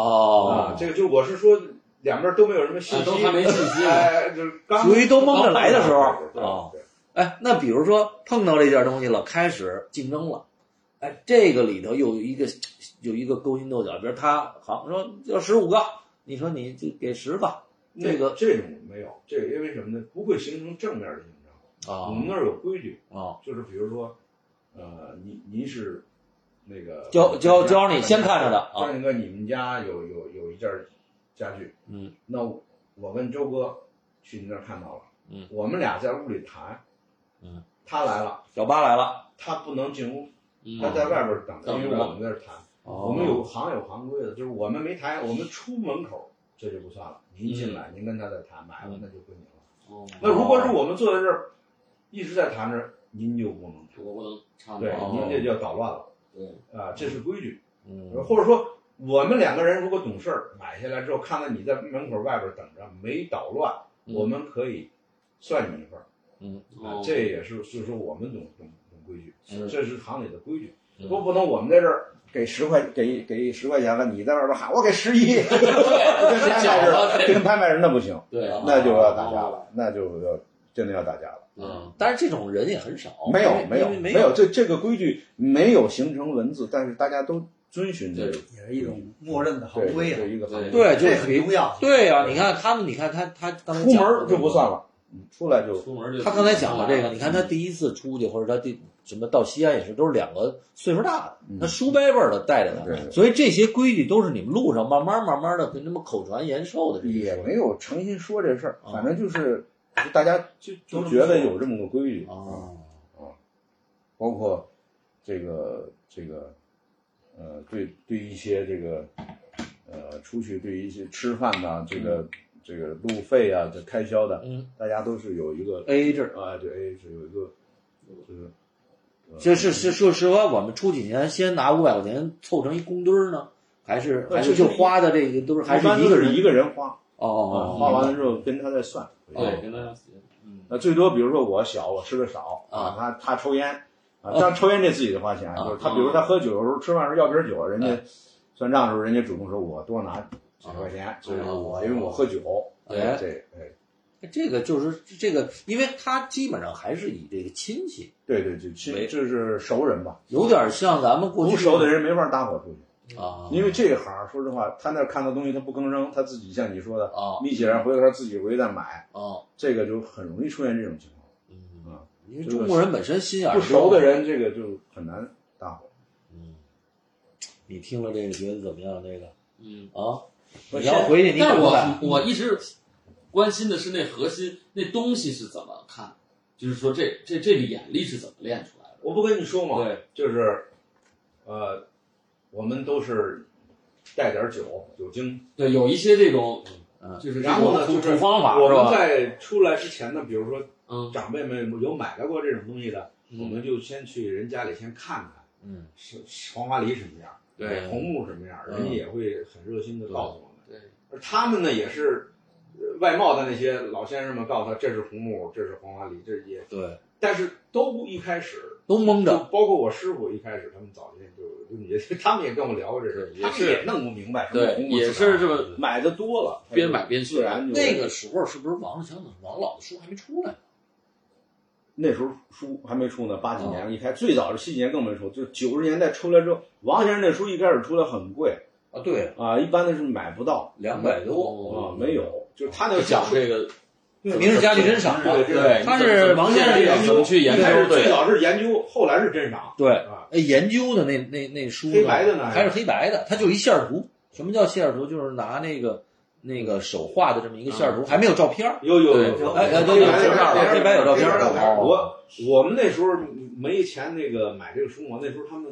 [SPEAKER 1] 哦。，
[SPEAKER 5] 这个就我是说两边都没有什么信
[SPEAKER 2] 啊
[SPEAKER 5] 息，
[SPEAKER 2] 都还没信息
[SPEAKER 5] 哎，就是刚
[SPEAKER 1] 属于都蒙着来的时候
[SPEAKER 5] 对对
[SPEAKER 1] 哦
[SPEAKER 5] 对
[SPEAKER 1] 哎，那比如说碰到这件东西了，开始竞争了，哎，这个里头有一个有一个勾心斗角，比如他好说要十五个，你说你就给十个
[SPEAKER 5] 那
[SPEAKER 1] 这个
[SPEAKER 5] 这种没有，这个因为什么呢？不会形成正面的竞争。
[SPEAKER 1] 啊
[SPEAKER 5] 我
[SPEAKER 2] 嗯
[SPEAKER 5] 们那儿有规矩，
[SPEAKER 1] 啊，
[SPEAKER 5] 就是比如说，呃，您您是那个
[SPEAKER 1] 教教教你先看着的啊
[SPEAKER 5] 张鑫哥，你们家有有有一件家具，
[SPEAKER 1] 嗯，
[SPEAKER 5] 那我跟周哥去你那儿看到了，
[SPEAKER 1] 嗯，
[SPEAKER 5] 我们俩在屋里谈，
[SPEAKER 1] 嗯，
[SPEAKER 5] 他来了，
[SPEAKER 1] 小八来了，
[SPEAKER 5] 他不能进屋，
[SPEAKER 2] 嗯
[SPEAKER 5] 他在外边等着，
[SPEAKER 2] 等着
[SPEAKER 5] 因为我们在这儿谈，
[SPEAKER 1] 我
[SPEAKER 5] 我们有行有行规的，就是我们没谈，我们出门口这就不算了，您进来，您跟他再谈，买
[SPEAKER 1] 嗯
[SPEAKER 5] 了那就归您了。
[SPEAKER 2] 哦
[SPEAKER 5] 那如果是我们坐在这儿一直在谈着，您就不
[SPEAKER 1] 嗯
[SPEAKER 5] 能
[SPEAKER 2] 我不能插
[SPEAKER 5] 对，
[SPEAKER 2] 哦
[SPEAKER 5] 您这就捣乱了。
[SPEAKER 2] 对，
[SPEAKER 5] 啊，这是规矩。
[SPEAKER 1] 嗯
[SPEAKER 5] 或者说，我们两个人如果懂事儿，买下来之后，看到你在门口外边等着，没捣乱，
[SPEAKER 1] 嗯
[SPEAKER 5] 我们可以算你一份儿。啊
[SPEAKER 2] 哦，嗯
[SPEAKER 5] 这也是就是说我们懂懂懂规矩，
[SPEAKER 1] 是
[SPEAKER 5] 这是行里的规矩。
[SPEAKER 1] 嗯
[SPEAKER 5] 不不能我们在这儿
[SPEAKER 3] 给十块，给给十块钱了，你在外边喊我给十一，
[SPEAKER 2] 对
[SPEAKER 3] 跟
[SPEAKER 2] 这
[SPEAKER 3] 拍
[SPEAKER 2] 搅
[SPEAKER 3] 卖
[SPEAKER 2] 和
[SPEAKER 3] 人，
[SPEAKER 2] 这
[SPEAKER 3] 跟拍卖人那不行，
[SPEAKER 2] 对啊，
[SPEAKER 3] 那就要打架了，那就要真的要打架了。
[SPEAKER 2] 嗯，
[SPEAKER 1] 但是这种人也很少，
[SPEAKER 3] 没
[SPEAKER 1] 哦因
[SPEAKER 3] 有
[SPEAKER 1] 为
[SPEAKER 3] 没有
[SPEAKER 1] 因为没
[SPEAKER 3] 没有，这这个规矩没有形成文字，但是大家都遵循这个
[SPEAKER 4] 也是一种默认的行
[SPEAKER 3] 对
[SPEAKER 4] 规
[SPEAKER 3] 对
[SPEAKER 4] 啊，
[SPEAKER 3] 一个行规。
[SPEAKER 1] 对，就
[SPEAKER 4] 这
[SPEAKER 1] 是
[SPEAKER 4] 很重要。
[SPEAKER 1] 对啊呀、你看他们，你看他他刚才
[SPEAKER 3] 出门
[SPEAKER 1] 讲
[SPEAKER 3] 儿嗯
[SPEAKER 1] 的
[SPEAKER 3] 就不算
[SPEAKER 1] 这
[SPEAKER 3] 了，嗯出来就
[SPEAKER 2] 出门啊就
[SPEAKER 1] 个。他刚才讲的这个，你看他第一次出去，或者他第什么到西安也是，都是两个岁数大的，
[SPEAKER 3] 嗯
[SPEAKER 1] 他叔伯辈儿的带着
[SPEAKER 3] 对
[SPEAKER 1] 他，所以这些规矩都是你们路上慢慢慢慢的跟他们口传言授的这些
[SPEAKER 3] 也
[SPEAKER 1] 东西。
[SPEAKER 3] 没有诚心说这事儿
[SPEAKER 1] 啊，
[SPEAKER 3] 反正就是就大家就就觉得有这么个规矩啊，
[SPEAKER 1] 哦，
[SPEAKER 3] 包括这个这个呃，对对一些这个呃出去对一些吃饭呐、这个这个路费啊，这开销的，
[SPEAKER 1] 嗯
[SPEAKER 3] 大家都是有一个
[SPEAKER 1] A A 制，
[SPEAKER 3] 啊，对，哎是有一个就是呃
[SPEAKER 1] 这是是说实话，我们出几年先拿五百块钱凑成一公堆儿呢，还是还是就花的这个都是还是
[SPEAKER 3] 一般
[SPEAKER 1] 一
[SPEAKER 3] 都
[SPEAKER 1] 个
[SPEAKER 3] 是
[SPEAKER 1] 人
[SPEAKER 3] 一个人花，啊
[SPEAKER 1] 哦，
[SPEAKER 3] 花完了之后跟他再算。啊
[SPEAKER 2] 对，跟他嗯，
[SPEAKER 3] 那最多比如说我小，我吃的少
[SPEAKER 1] 啊，
[SPEAKER 3] 他他抽烟啊，
[SPEAKER 1] 啊
[SPEAKER 3] 但抽烟这自己得花钱，
[SPEAKER 1] 啊哎
[SPEAKER 3] 就是他比如他喝酒的时候吃饭的时候要瓶酒，人家算账的时候人家主动说我多拿几十块钱，就是我因为我喝酒，
[SPEAKER 1] 啊哎
[SPEAKER 3] 这哎
[SPEAKER 1] 这个就是这个，因为他基本上还是以这个亲戚，
[SPEAKER 3] 对对就其
[SPEAKER 1] 没
[SPEAKER 3] 实就是熟人吧，
[SPEAKER 1] 有点像咱们过去
[SPEAKER 3] 不熟的人没法搭伙出去，
[SPEAKER 1] 啊，
[SPEAKER 3] 因为这一行说实话，他那儿看到东西他不吭声，他自己像你说的
[SPEAKER 1] 啊
[SPEAKER 3] 眯起来回头他自己回去再买，
[SPEAKER 1] 啊，
[SPEAKER 3] 这个就很容易出现这种情况。
[SPEAKER 1] 嗯
[SPEAKER 3] 啊，
[SPEAKER 1] 因为中国人本身心眼儿
[SPEAKER 3] 不
[SPEAKER 1] 多
[SPEAKER 3] 熟的，人这个就很难搭伙。
[SPEAKER 1] 嗯，你听了这个觉得怎么样？这个
[SPEAKER 2] 嗯，
[SPEAKER 1] 啊，
[SPEAKER 3] 我
[SPEAKER 1] 你要回去你
[SPEAKER 2] 但
[SPEAKER 1] 敢
[SPEAKER 2] 是
[SPEAKER 1] 不敢
[SPEAKER 2] 我？我一直关心的是那核心那东西是怎么看，就是说这这这个眼力是怎么练出来的？
[SPEAKER 5] 我不跟你说嘛，
[SPEAKER 2] 对，
[SPEAKER 5] 就是，呃，我们都是带点儿酒酒精，
[SPEAKER 2] 对，有一些这种
[SPEAKER 1] 嗯，
[SPEAKER 2] 就是
[SPEAKER 5] 然后呢，
[SPEAKER 2] 这种
[SPEAKER 5] 就是
[SPEAKER 2] 土方法
[SPEAKER 5] 我
[SPEAKER 2] 是
[SPEAKER 5] 们
[SPEAKER 2] 吧？
[SPEAKER 5] 在出来之前呢，比如说
[SPEAKER 2] 嗯，
[SPEAKER 5] 长辈们有买到过这种东西的，
[SPEAKER 2] 嗯
[SPEAKER 5] 我们就先去人家里先看看，
[SPEAKER 1] 嗯，
[SPEAKER 5] 是是黄花梨什么样，
[SPEAKER 2] 对
[SPEAKER 5] 红木什么样，
[SPEAKER 1] 嗯
[SPEAKER 5] 人家也会很热心的告诉我们。
[SPEAKER 2] 对，
[SPEAKER 5] 而他们呢，也是呃外贸的那些老先生们告诉他，这是红木，这是黄花梨，这也，
[SPEAKER 1] 对，
[SPEAKER 5] 但是都不一开始
[SPEAKER 1] 都蒙
[SPEAKER 5] 就
[SPEAKER 1] 着，
[SPEAKER 5] 包括我师傅一开始，他们早年就就也 他们也跟我聊过这事，
[SPEAKER 2] 对
[SPEAKER 5] 他
[SPEAKER 2] 也
[SPEAKER 5] 们
[SPEAKER 2] 是
[SPEAKER 5] 也弄不明白什么
[SPEAKER 2] 对，
[SPEAKER 5] 红木
[SPEAKER 2] 也
[SPEAKER 5] 市
[SPEAKER 2] 是
[SPEAKER 5] 场
[SPEAKER 2] 这么
[SPEAKER 3] 买的多了，
[SPEAKER 2] 边买边学
[SPEAKER 3] 自然就
[SPEAKER 1] 那个时候是不是王强王老的书还没出来呢？
[SPEAKER 3] 那时候书还没出呢，八几
[SPEAKER 5] 哦
[SPEAKER 3] 年一开，最早是七几年更没出，就九十年代出来之后，王先生那书一开始出来很贵
[SPEAKER 1] 啊，对，
[SPEAKER 3] 啊，一般的是买不到
[SPEAKER 2] 哦
[SPEAKER 1] 两百多，
[SPEAKER 3] 啊，没有就是他那
[SPEAKER 2] 就
[SPEAKER 3] 个
[SPEAKER 2] 讲这个，
[SPEAKER 1] 明式 家具真赏，
[SPEAKER 3] 对
[SPEAKER 2] 对，
[SPEAKER 1] 他是
[SPEAKER 2] 王
[SPEAKER 1] 王
[SPEAKER 2] 先
[SPEAKER 1] 先生
[SPEAKER 2] 生
[SPEAKER 1] 研
[SPEAKER 2] 怎么
[SPEAKER 1] 究，
[SPEAKER 2] 去研
[SPEAKER 3] 一开
[SPEAKER 2] 究
[SPEAKER 3] 始最
[SPEAKER 2] 对
[SPEAKER 3] 早是研究，后来是真赏，
[SPEAKER 1] 对
[SPEAKER 3] 啊，
[SPEAKER 1] 哎研究的那那那书呢
[SPEAKER 3] 黑白的呢
[SPEAKER 1] 还是黑白的，它就一线图。什么叫线图？就是拿那个那个手画的这么一个线图，还没有照片儿。
[SPEAKER 3] 有有
[SPEAKER 2] 对
[SPEAKER 3] 有有，
[SPEAKER 1] 哎哎
[SPEAKER 3] 黑
[SPEAKER 1] 对
[SPEAKER 3] 白
[SPEAKER 1] 有照片儿
[SPEAKER 3] 的
[SPEAKER 1] 黑白有照片
[SPEAKER 3] 黑
[SPEAKER 1] 儿
[SPEAKER 3] 白有照片儿
[SPEAKER 1] 哦
[SPEAKER 3] 我我们那时候没钱那个买这个书嘛，那时候他们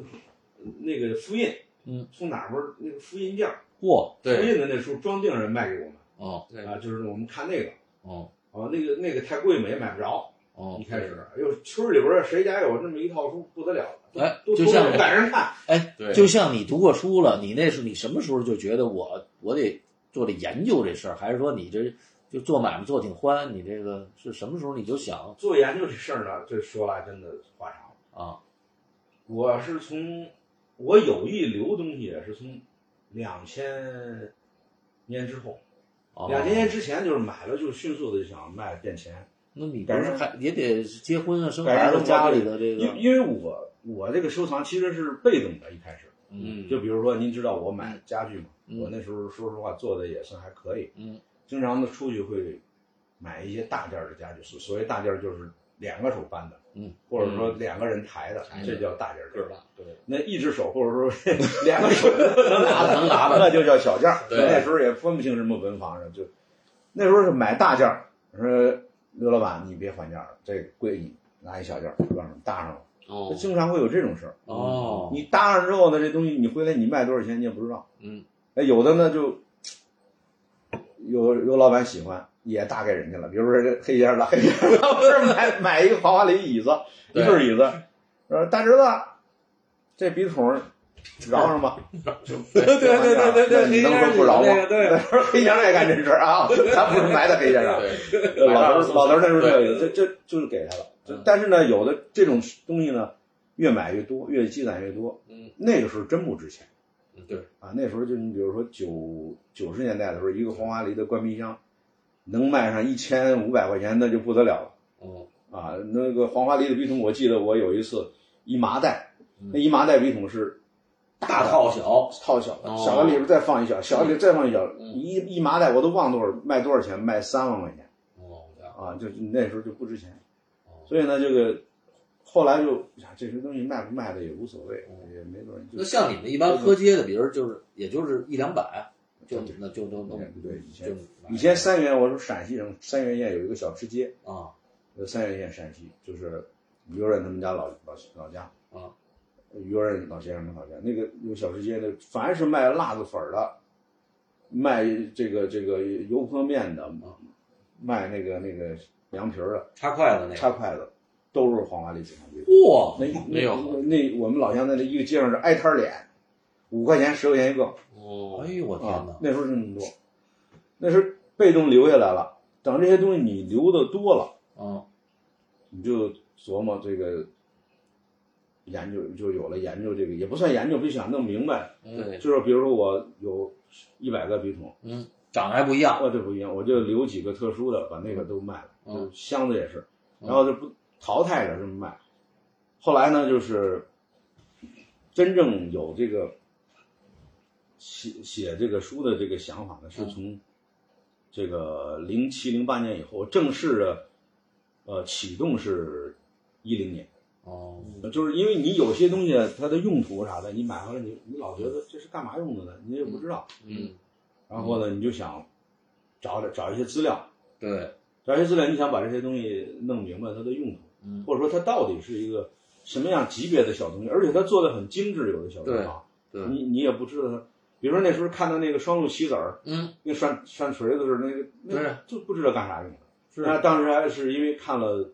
[SPEAKER 3] 呃那个复印，
[SPEAKER 1] 嗯，
[SPEAKER 3] 从哪儿不是那个复印件儿
[SPEAKER 1] 嚯，
[SPEAKER 3] 复
[SPEAKER 2] 对
[SPEAKER 3] 印的那书装订人卖给我们
[SPEAKER 1] 哦
[SPEAKER 2] 对
[SPEAKER 3] 啊，就是我们看那个
[SPEAKER 1] 哦
[SPEAKER 3] 啊，那个那个太贵嘛，也买不着。
[SPEAKER 1] 哦
[SPEAKER 3] 一，开始，哎呦，村里边儿谁家有这么一套书，不得了了，都
[SPEAKER 1] 哎
[SPEAKER 3] 都
[SPEAKER 1] 就像
[SPEAKER 3] 都赶上看，
[SPEAKER 1] 哎，
[SPEAKER 2] 对，
[SPEAKER 1] 就像你读过书了，你那时候你什么时候就觉得我我得做得研究这事儿，还是说你这就做买卖做挺欢？你这个是什么时候你就想
[SPEAKER 3] 做研究这事儿呢，这说来真的话长了。
[SPEAKER 1] 啊？
[SPEAKER 3] 我是从我有意留东西，也是从两千年之后，
[SPEAKER 1] 哦
[SPEAKER 3] 两千年之前就是买了，就迅速的想卖变钱，
[SPEAKER 1] 那你不是还也得结婚啊、生
[SPEAKER 3] 赶
[SPEAKER 1] 孩
[SPEAKER 3] 上
[SPEAKER 1] 子，
[SPEAKER 3] 了
[SPEAKER 1] 家里的这
[SPEAKER 3] 因
[SPEAKER 1] 个，
[SPEAKER 3] 因为我我这个收藏其实是被动的，一开始，
[SPEAKER 2] 嗯，
[SPEAKER 3] 就比如说您知道我买家具嘛，
[SPEAKER 1] 嗯
[SPEAKER 3] 我那时候说实话做的也算还可以，
[SPEAKER 1] 嗯，
[SPEAKER 3] 经常的出去会买一些大件儿的家具，所所谓大件儿就是两个手搬的，
[SPEAKER 1] 嗯，
[SPEAKER 3] 或者说两个人抬的，
[SPEAKER 2] 抬的
[SPEAKER 3] 这叫大件儿
[SPEAKER 2] 个
[SPEAKER 3] 家
[SPEAKER 2] 儿
[SPEAKER 3] 具。
[SPEAKER 2] 大，对，
[SPEAKER 3] 那一只手或者说 两个手能拿的
[SPEAKER 2] 能拿 的
[SPEAKER 3] 那就叫小件儿。
[SPEAKER 2] 对
[SPEAKER 3] 那时候也分不清什么文房什么，就那时候是买大件儿，说刘老板你别还价了，这归你，拿一小件儿让人搭上了，
[SPEAKER 2] 哦，
[SPEAKER 3] 经常会有这种事儿。
[SPEAKER 1] 哦，
[SPEAKER 3] 你搭上之后呢，这东西你回来你卖多少钱你也不知道。
[SPEAKER 1] 嗯，
[SPEAKER 3] 哎，有的呢就有有老板喜欢，也搭给人家了。比如说这黑尖儿了，黑尖儿了，不是买买一个豪华的一椅子，一
[SPEAKER 2] 对
[SPEAKER 3] 对椅子，说大侄子，这笔筒儿饶上吧。
[SPEAKER 1] 对对对对对对，
[SPEAKER 3] 你能说不饶吗？
[SPEAKER 1] 对，
[SPEAKER 3] 黑先生也干这事儿啊，他不是埋的黑先生。
[SPEAKER 2] 对，
[SPEAKER 3] 老头儿老头儿那时候就
[SPEAKER 2] 对
[SPEAKER 3] 有，这这就是给他了。就
[SPEAKER 1] 嗯
[SPEAKER 3] 但是呢，有的这种东西呢，越买越多，越积攒越多。
[SPEAKER 2] 嗯，
[SPEAKER 3] 那个时候真不值钱
[SPEAKER 2] 对，
[SPEAKER 3] 啊。那时候就你比如说九九十年代的时候，一个黄花梨的官兵箱能卖上一千五百块钱，那就不得了
[SPEAKER 1] 哦，
[SPEAKER 3] 了啊。那个黄花梨的笔筒，我记得我有一次一麻袋
[SPEAKER 1] 嗯，
[SPEAKER 3] 那一麻袋笔筒是
[SPEAKER 1] 大套小，
[SPEAKER 3] 套小的，
[SPEAKER 2] 哦
[SPEAKER 3] 小的里边再放一小，小的里边再放一小，
[SPEAKER 2] 嗯
[SPEAKER 3] 一一麻袋我都忘多少卖多少钱，卖三万块钱。
[SPEAKER 2] 哦，这样
[SPEAKER 3] 啊，就那时候就不值钱
[SPEAKER 1] 哦，
[SPEAKER 3] 所以呢，这个后来就呀，这些东西卖不卖的也无所谓，也没多少人。就
[SPEAKER 1] 哦那像你们一般喝街的，比如就是也就是一两百，就那就都都
[SPEAKER 3] 对以
[SPEAKER 1] 就
[SPEAKER 3] 前以前三原，我说陕西省三原县有一个小吃街，
[SPEAKER 1] 啊
[SPEAKER 3] 呃三原县陕西就是于右任他们家老老老家
[SPEAKER 1] 啊，
[SPEAKER 3] 于右任老先生他们老家那个有小吃街的，凡是卖辣子粉儿的，卖这个这个油泼面的，
[SPEAKER 1] 啊
[SPEAKER 3] 卖那个那个凉皮儿的，
[SPEAKER 1] 插筷子那个，哦
[SPEAKER 3] 插筷子，都是黄花梨子产区。
[SPEAKER 1] 哇，
[SPEAKER 3] 那
[SPEAKER 2] 没有
[SPEAKER 3] 那那我们老乡在那一个街上是挨摊儿脸，五块钱十块钱一个
[SPEAKER 2] 哦
[SPEAKER 1] 哎，呦我天
[SPEAKER 3] 啊
[SPEAKER 1] 哪，，
[SPEAKER 3] 那时候是那么多，那是被动留下来了。等这些东西你留的多了，
[SPEAKER 1] 啊
[SPEAKER 3] 你就琢磨这个研究，就有了研究这个也不算研究，必须想弄明白。
[SPEAKER 1] 嗯
[SPEAKER 2] 对，
[SPEAKER 3] 就是比如说我有一百个笔筒，
[SPEAKER 1] 长得还不一样，
[SPEAKER 3] 哦这不一样，我就留几个特殊的，把那个都卖了。
[SPEAKER 1] 嗯
[SPEAKER 3] 就箱子也是，
[SPEAKER 1] 嗯
[SPEAKER 3] 然后就不淘汰着这么卖。后来呢，就是真正有这个写写这个书的这个想法呢，
[SPEAKER 1] 嗯
[SPEAKER 3] 是从这个零七零八年以后正式的呃启动是一零年，
[SPEAKER 1] 哦
[SPEAKER 3] 呃就是因为你有些东西它的用途啥的，你买回来你你老觉得这是干嘛用的呢？你也不知道，
[SPEAKER 2] 嗯，
[SPEAKER 3] 然后呢你就想找点找一些资料，
[SPEAKER 1] 对，
[SPEAKER 3] 找一些资料，你想把这些东西弄明白它的用途，
[SPEAKER 1] 嗯
[SPEAKER 3] 或者说它到底是一个什么样级别的小东西，而且它做的很精致，有的小东西啊，
[SPEAKER 1] 对对
[SPEAKER 3] 你你也不知道它。比如说那时候看到那个双鹿棋子儿，
[SPEAKER 1] 嗯，
[SPEAKER 3] 那拴拴锤子似的，那个那
[SPEAKER 1] 对啊
[SPEAKER 3] 个就不知道干啥用的。
[SPEAKER 1] 是
[SPEAKER 3] 那当时还是因为看了，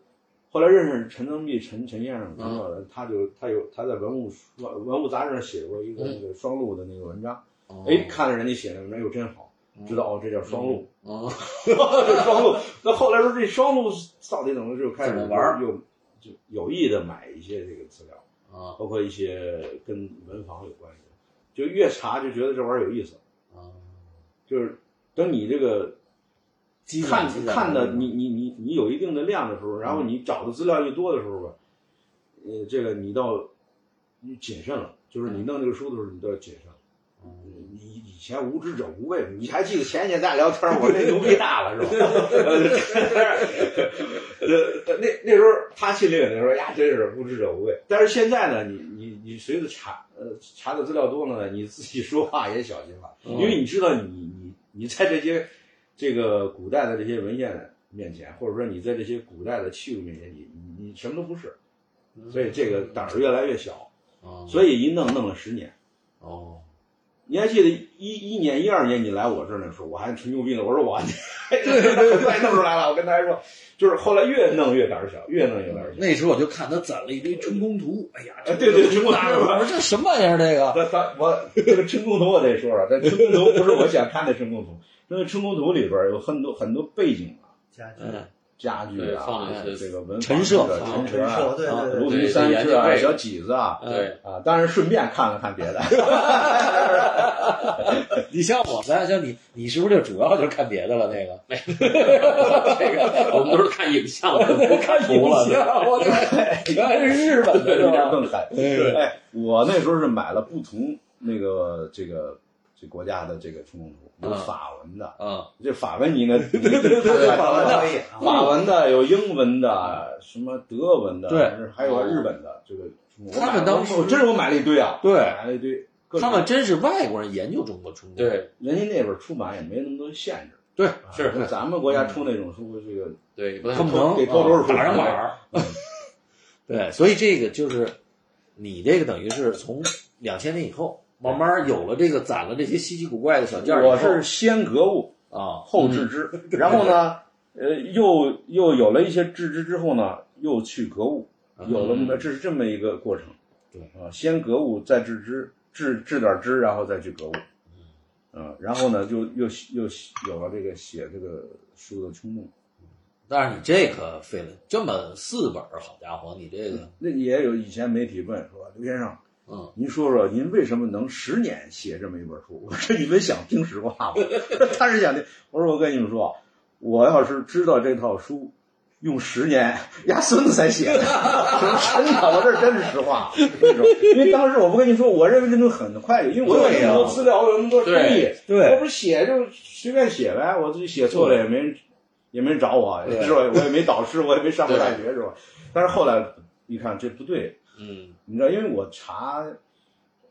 [SPEAKER 3] 后来认识陈增弼陈陈先
[SPEAKER 1] 嗯
[SPEAKER 3] 生，陈老人，他就他有他在文物书文物杂志上写过一个
[SPEAKER 1] 嗯
[SPEAKER 3] 那个双鹿的那个文章，
[SPEAKER 1] 哦嗯
[SPEAKER 3] 哎，看了人家写的文章又真好，知道哦这叫双鹿，
[SPEAKER 1] 哦
[SPEAKER 3] 这双鹿，那后来说这双鹿到底怎么就开始
[SPEAKER 1] 怎么玩儿
[SPEAKER 3] 有就有意的买一些这个资料，
[SPEAKER 1] 啊
[SPEAKER 3] 包括一些跟文房有关系的，就越查就觉得这玩意儿有意思。
[SPEAKER 1] 啊，
[SPEAKER 3] 就是等你这个
[SPEAKER 1] 积攒
[SPEAKER 3] 看
[SPEAKER 1] 积攒嗯
[SPEAKER 3] 看的
[SPEAKER 1] 的
[SPEAKER 3] 你你你你有一定的量的时候，然后你找的资料越多的时候吧，呃，这个你到你谨慎了，就是你弄这个书的时候，你都要谨慎了。
[SPEAKER 1] 嗯
[SPEAKER 3] 你以前无知者无畏，你还记得前年咱俩聊天，我那牛逼大了是吧？ 呃， 那那时候他心里肯定说呀，真是无知者无畏。但是现在呢，你你你随着查呃查的资料多了呢，你自己说话也小心了，因
[SPEAKER 2] 嗯
[SPEAKER 3] 为你知道你你你在这些这个古代的这些文献面前，或者说你在这些古代的器物面前，你你你什么都不是，所以这个胆儿越来越小，
[SPEAKER 1] 哦
[SPEAKER 3] 所以一弄弄了十年。
[SPEAKER 1] 哦，
[SPEAKER 3] 你还记得一一年、一二年你来我这儿那时候，我还吹牛逼呢。我说我对对 对，快弄出来了。我跟大家说，就是后来越弄越胆儿小，越弄越胆儿小。
[SPEAKER 1] 那时候我就看他攒了一堆春宫图，哎呀，
[SPEAKER 3] 啊对对春宫图
[SPEAKER 1] 大了，我说这什么玩意儿？这个
[SPEAKER 3] 咱咱我这个春宫图我得说说，这春宫图不是我想看的春宫图，那个春宫图里边儿有很多很多背景啊，
[SPEAKER 4] 家具
[SPEAKER 1] 嗯，
[SPEAKER 3] 家具
[SPEAKER 2] 对放
[SPEAKER 3] 啊
[SPEAKER 1] 哎
[SPEAKER 2] 了一，些
[SPEAKER 3] 这个文
[SPEAKER 1] 陈设
[SPEAKER 3] 房这个陈
[SPEAKER 4] 陈设对
[SPEAKER 3] 啊
[SPEAKER 4] 对对
[SPEAKER 3] 炉
[SPEAKER 2] 对
[SPEAKER 3] 鼻三
[SPEAKER 2] 对
[SPEAKER 3] 尺啊，
[SPEAKER 2] 对
[SPEAKER 3] 小几子啊。
[SPEAKER 2] 对，
[SPEAKER 3] 啊，当然顺便看了看别的，
[SPEAKER 1] 你像我们，像你，你是不是就主要就是看别的了？那个
[SPEAKER 2] 这个我们都是看影 像的，不看
[SPEAKER 1] 影
[SPEAKER 2] 图了。对
[SPEAKER 1] 像， 我这原来是日本的，
[SPEAKER 3] 这
[SPEAKER 1] 是
[SPEAKER 3] 样
[SPEAKER 1] 吧？
[SPEAKER 3] 更狠。
[SPEAKER 1] 啊对，
[SPEAKER 3] 哎，我那时候是买了不同那个这个这国家的这个春宫图，有
[SPEAKER 1] 嗯
[SPEAKER 3] 法文的，
[SPEAKER 2] 嗯
[SPEAKER 1] 啊，
[SPEAKER 3] 这法文你应该对对对
[SPEAKER 1] 对法文的
[SPEAKER 4] 可以啊，
[SPEAKER 3] 法文的有英文的，什么德文的，
[SPEAKER 1] 对，哦
[SPEAKER 3] 还有日本的这个春宫。我买
[SPEAKER 1] 他们当时
[SPEAKER 3] 我真是我买了一堆啊，
[SPEAKER 1] 对
[SPEAKER 3] 买了一堆。各种
[SPEAKER 1] 他们真是外国人研究中国春宫，
[SPEAKER 2] 对
[SPEAKER 3] 人家那边出版也没那么多限制，
[SPEAKER 1] 对
[SPEAKER 3] 啊，
[SPEAKER 2] 是
[SPEAKER 3] 就咱们国家出那种书，这个
[SPEAKER 2] 对，不太
[SPEAKER 1] 恨不能嗯
[SPEAKER 3] 得多多少数
[SPEAKER 1] 打上码儿。 对，所以这个就是你这个等于是从两千年以后，慢慢有了这个攒了这些稀奇古怪的小件儿以后，
[SPEAKER 3] 我是先格物，
[SPEAKER 1] 啊，
[SPEAKER 3] 后置之，然后呢， 呃，又又有了一些置之之后呢，又去格物，有了那么这是这么一个过程。
[SPEAKER 1] 对
[SPEAKER 3] 啊，先格物，再置之，置置点之，然后再去格物。嗯，然后呢，就又又有了这个写这个书的冲动。
[SPEAKER 1] 但是你这个费了这么四本儿，好家伙，你这个
[SPEAKER 3] 那也有以前媒体问说，刘先生，
[SPEAKER 1] 嗯，
[SPEAKER 3] 您说说您为什么能十年写这么一本书？ 我说你们想听实话 吗？他是想听。我说我跟你们说，我要是知道这套书用十年，压孙子才写的，真的，啊我这真是实话。那种因为当时我不跟你说，我认为这种很快，因为我有
[SPEAKER 1] 对呀
[SPEAKER 3] 那么多资料，我有那么多争议
[SPEAKER 2] 对，
[SPEAKER 1] 对
[SPEAKER 3] 我不是写就随便写呗，我自己写错了也没人也没人找我，啊
[SPEAKER 1] 对
[SPEAKER 3] 是吧？我也没导师，我也没上过大学，是吧？但是后来一看这不对，
[SPEAKER 2] 嗯，
[SPEAKER 3] 你知道，因为我查，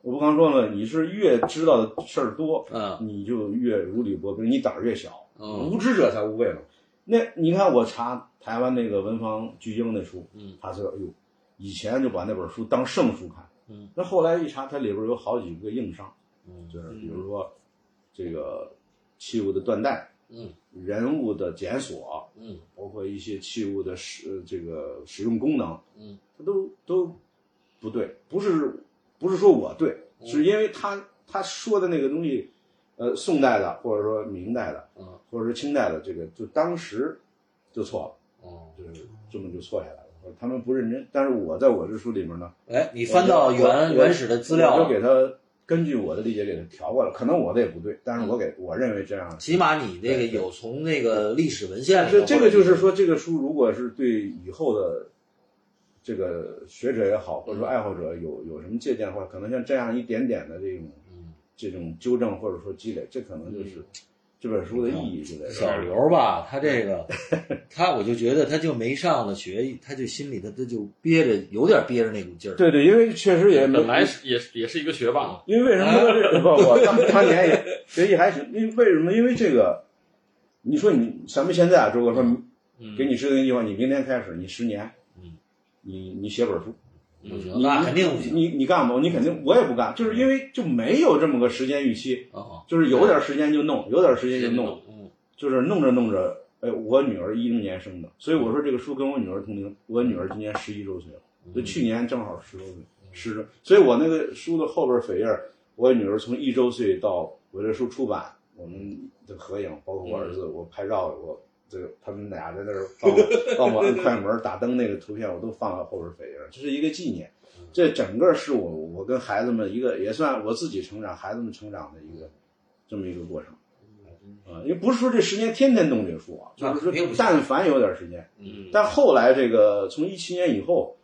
[SPEAKER 3] 我不刚说了，你是越知道的事儿多，
[SPEAKER 1] 嗯
[SPEAKER 3] 你就越如履薄冰，你胆儿越小，
[SPEAKER 2] 嗯
[SPEAKER 3] 无知者才无畏嘛。那你看我查台湾那个文房巨婴那书，
[SPEAKER 1] 嗯，
[SPEAKER 3] 他说，哎呦，以前就把那本书当圣书看，
[SPEAKER 1] 嗯，
[SPEAKER 3] 那后来一查，它里边有好几个硬伤，
[SPEAKER 1] 嗯
[SPEAKER 3] 就是比如说这个器物的断代，
[SPEAKER 1] 嗯，
[SPEAKER 3] 人物的检索，
[SPEAKER 1] 嗯，
[SPEAKER 3] 包括一些器物的使呃这个使用功能，
[SPEAKER 1] 嗯，
[SPEAKER 3] 它都都不对，不是不是说我对，
[SPEAKER 1] 嗯
[SPEAKER 3] 是因为他他说的那个东西，呃，宋代的或者说明代的，
[SPEAKER 1] 嗯，
[SPEAKER 3] 或者说清代的这个，就当时就错
[SPEAKER 1] 哦，
[SPEAKER 3] 了，就是这么就错下来了。他们不认真，但是我在我这书里面呢，
[SPEAKER 1] 哎，你翻到原
[SPEAKER 3] 我
[SPEAKER 1] 原始的资料
[SPEAKER 3] 我就
[SPEAKER 1] 了，
[SPEAKER 3] 给他根据我的理解给他调过来，可能我的也不对，但是我
[SPEAKER 1] 嗯
[SPEAKER 3] 给我认为这样
[SPEAKER 1] 起码你那个有从那个历史文献里头，
[SPEAKER 3] 这这个就是说，这个书如果是对以后的这个学者也好，或者说爱好者有有什么借鉴的话，可能像这样一点点的这种
[SPEAKER 2] 嗯
[SPEAKER 3] 这种纠正或者说积累，这可能就是这本书的意义之类的。
[SPEAKER 1] 小刘吧，他这 个他我就觉得他就没上了学，他就心里头他就憋着，有点憋着那股劲儿。
[SPEAKER 3] 对对，因为确实也没
[SPEAKER 2] 本来是也是也是一个学霸，
[SPEAKER 3] 因为为什么说 这不我当当年也学习还行，因为为什么？因为这个，你说你咱们现在啊，如果说
[SPEAKER 2] 嗯
[SPEAKER 3] 给你制定计划，你明天开始，你十年，
[SPEAKER 1] 嗯，
[SPEAKER 3] 你你写本书，
[SPEAKER 2] 嗯
[SPEAKER 1] 不行，
[SPEAKER 3] 你
[SPEAKER 1] 那肯定不行。
[SPEAKER 3] 你你干吗？你肯定我也不干，就是因为就没有这么个时间预期，
[SPEAKER 2] 哦
[SPEAKER 1] 啊，
[SPEAKER 3] 就是有点时间就弄，有点时间就弄，
[SPEAKER 1] 嗯
[SPEAKER 3] 就是弄着弄着，哎，我女儿一零年生的，所以我说这个书跟我女儿同龄，我女儿今年十一周岁了，就去年正好十周岁，十周，所以我那个书的后边扉页儿，我女儿从一周岁到我这书出版，我们的合影，包括我儿子，我拍照我。这个他们俩在那儿帮我帮我按快门打灯那个图片，我都放到后边扉页儿，这是一个纪念。这整个是我我跟孩子们一个也算我自己成长，孩子们成长的一个这么一个过程。啊、也不是说这十年天天弄这书啊，
[SPEAKER 1] 那
[SPEAKER 3] 就
[SPEAKER 1] 嗯
[SPEAKER 3] 是
[SPEAKER 1] 肯定不
[SPEAKER 3] 说
[SPEAKER 1] 行
[SPEAKER 3] 但凡有点时间。
[SPEAKER 1] 嗯
[SPEAKER 3] 但后来这个从一七年以后，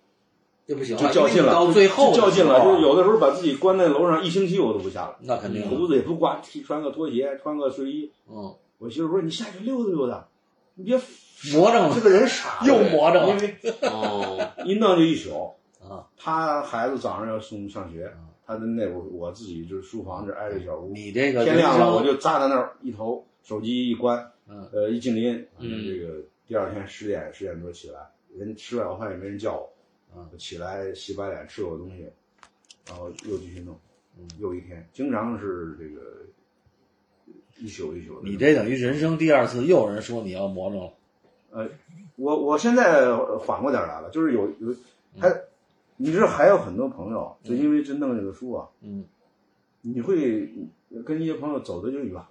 [SPEAKER 1] 这不行，啊
[SPEAKER 3] 就较劲了
[SPEAKER 1] 到最后
[SPEAKER 3] 就较劲
[SPEAKER 1] 的
[SPEAKER 3] 了，
[SPEAKER 1] 时候嗯
[SPEAKER 3] 就是有的嗯时候把自己关在楼上一星期我都不下来，
[SPEAKER 1] 那肯定
[SPEAKER 3] 裤
[SPEAKER 1] 的，
[SPEAKER 3] 子也不挂，穿个拖鞋，穿个睡衣。
[SPEAKER 1] 嗯，
[SPEAKER 3] 我媳妇说：“你下去溜达溜达，你 别
[SPEAKER 1] 魔怔
[SPEAKER 3] 这
[SPEAKER 1] 了，
[SPEAKER 3] 个人傻，
[SPEAKER 1] 又魔怔
[SPEAKER 3] 因
[SPEAKER 1] 了
[SPEAKER 3] 为
[SPEAKER 2] 哦，
[SPEAKER 3] 一弄就一宿。
[SPEAKER 1] 啊！
[SPEAKER 3] 他孩子早上要送上学
[SPEAKER 1] 嗯，
[SPEAKER 3] 他在那屋，我自己就是书房这挨着小屋，
[SPEAKER 1] 你这个
[SPEAKER 3] 天
[SPEAKER 1] 人
[SPEAKER 3] 亮了
[SPEAKER 1] 生，
[SPEAKER 3] 我就扎在那儿一头，手机一关，
[SPEAKER 1] 嗯
[SPEAKER 3] 呃，一静音，反正
[SPEAKER 2] 嗯
[SPEAKER 3] 这个第二天十点十点多起来，人吃完饭也没人叫我，
[SPEAKER 1] 嗯
[SPEAKER 3] 我起来洗把脸吃口东西，然后又继续弄
[SPEAKER 1] 嗯，
[SPEAKER 3] 又一天，经常是这个一宿一宿的。
[SPEAKER 1] 你这等于人生第二次，又有人说你要魔怔了，
[SPEAKER 3] 我我现在缓过点儿来了，就是有有
[SPEAKER 1] 嗯
[SPEAKER 3] 还，你知道还有很多朋友就因为真弄这个书啊，
[SPEAKER 1] 嗯，
[SPEAKER 3] 你会跟一些朋友走的就远了。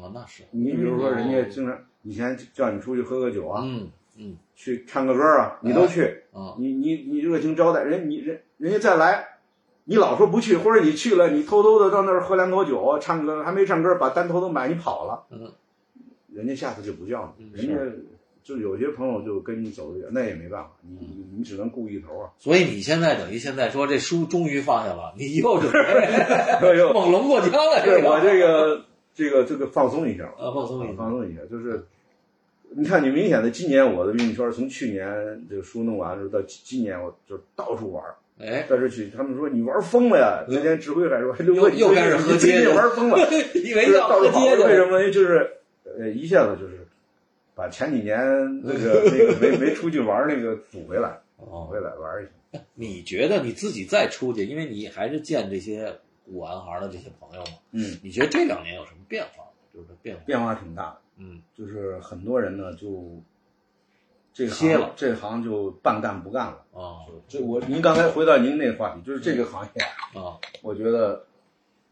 [SPEAKER 1] 啊，那是，
[SPEAKER 3] 你比如说，人家经常以前叫你出去喝个酒啊，
[SPEAKER 1] 嗯嗯
[SPEAKER 3] 去唱个歌啊，你都去，
[SPEAKER 1] 啊，
[SPEAKER 3] 你你你热情招待人，你人人家再来，你老说不去，或者你去了，你偷偷的到那儿喝两口酒，唱歌还没唱歌，把单偷偷买，你跑了，
[SPEAKER 1] 嗯，
[SPEAKER 3] 人家下次就不叫你，
[SPEAKER 2] 嗯
[SPEAKER 3] 人家就有些朋友就跟你走得远，那也没办法，你你你只能顾一头 啊。
[SPEAKER 1] 所以你现在等于现在说这书终于放下了，你又准 备
[SPEAKER 3] 哎呦，
[SPEAKER 1] 猛龙过江了，
[SPEAKER 3] 对
[SPEAKER 1] 这
[SPEAKER 3] 我
[SPEAKER 1] 个
[SPEAKER 3] 这个这个这个放松一下吧。
[SPEAKER 1] 啊，放松
[SPEAKER 3] 啊
[SPEAKER 1] 一下
[SPEAKER 3] 放，松一下，就是你看，你明显的，今年我的运动圈儿从去年这个书弄完之后到今今年，我就到处玩儿，
[SPEAKER 1] 哎，
[SPEAKER 3] 到处去。他们说你玩疯了呀！
[SPEAKER 1] 嗯
[SPEAKER 3] 那天指挥还说，刘哥，你
[SPEAKER 1] 又
[SPEAKER 3] 最近
[SPEAKER 1] 开始喝
[SPEAKER 3] 你最
[SPEAKER 1] 街
[SPEAKER 3] 近
[SPEAKER 1] 了
[SPEAKER 3] 玩疯了，
[SPEAKER 1] 以
[SPEAKER 3] 就
[SPEAKER 1] 为
[SPEAKER 3] 是
[SPEAKER 1] 要
[SPEAKER 3] 到
[SPEAKER 1] 喝
[SPEAKER 3] 处跑。
[SPEAKER 1] 街
[SPEAKER 3] 为什
[SPEAKER 1] 的，
[SPEAKER 3] 么呢？就是呃，一下子就是把前几年那个 那个没没出去玩儿那个补回来，补
[SPEAKER 1] 哦，
[SPEAKER 3] 回来玩儿一下。
[SPEAKER 1] 你觉得你自己再出去，因为你还是见这些古玩行的这些朋友嘛，
[SPEAKER 3] 嗯，
[SPEAKER 1] 你觉得这两年有什么变化？就是变化，
[SPEAKER 3] 变化挺大的，
[SPEAKER 1] 嗯
[SPEAKER 3] 就是很多人呢就这行
[SPEAKER 1] 歇了
[SPEAKER 3] 这行就半干不干了。
[SPEAKER 1] 啊
[SPEAKER 3] 这我您刚才回到您那个话题，就是这个行业，
[SPEAKER 1] 啊，
[SPEAKER 3] 我觉得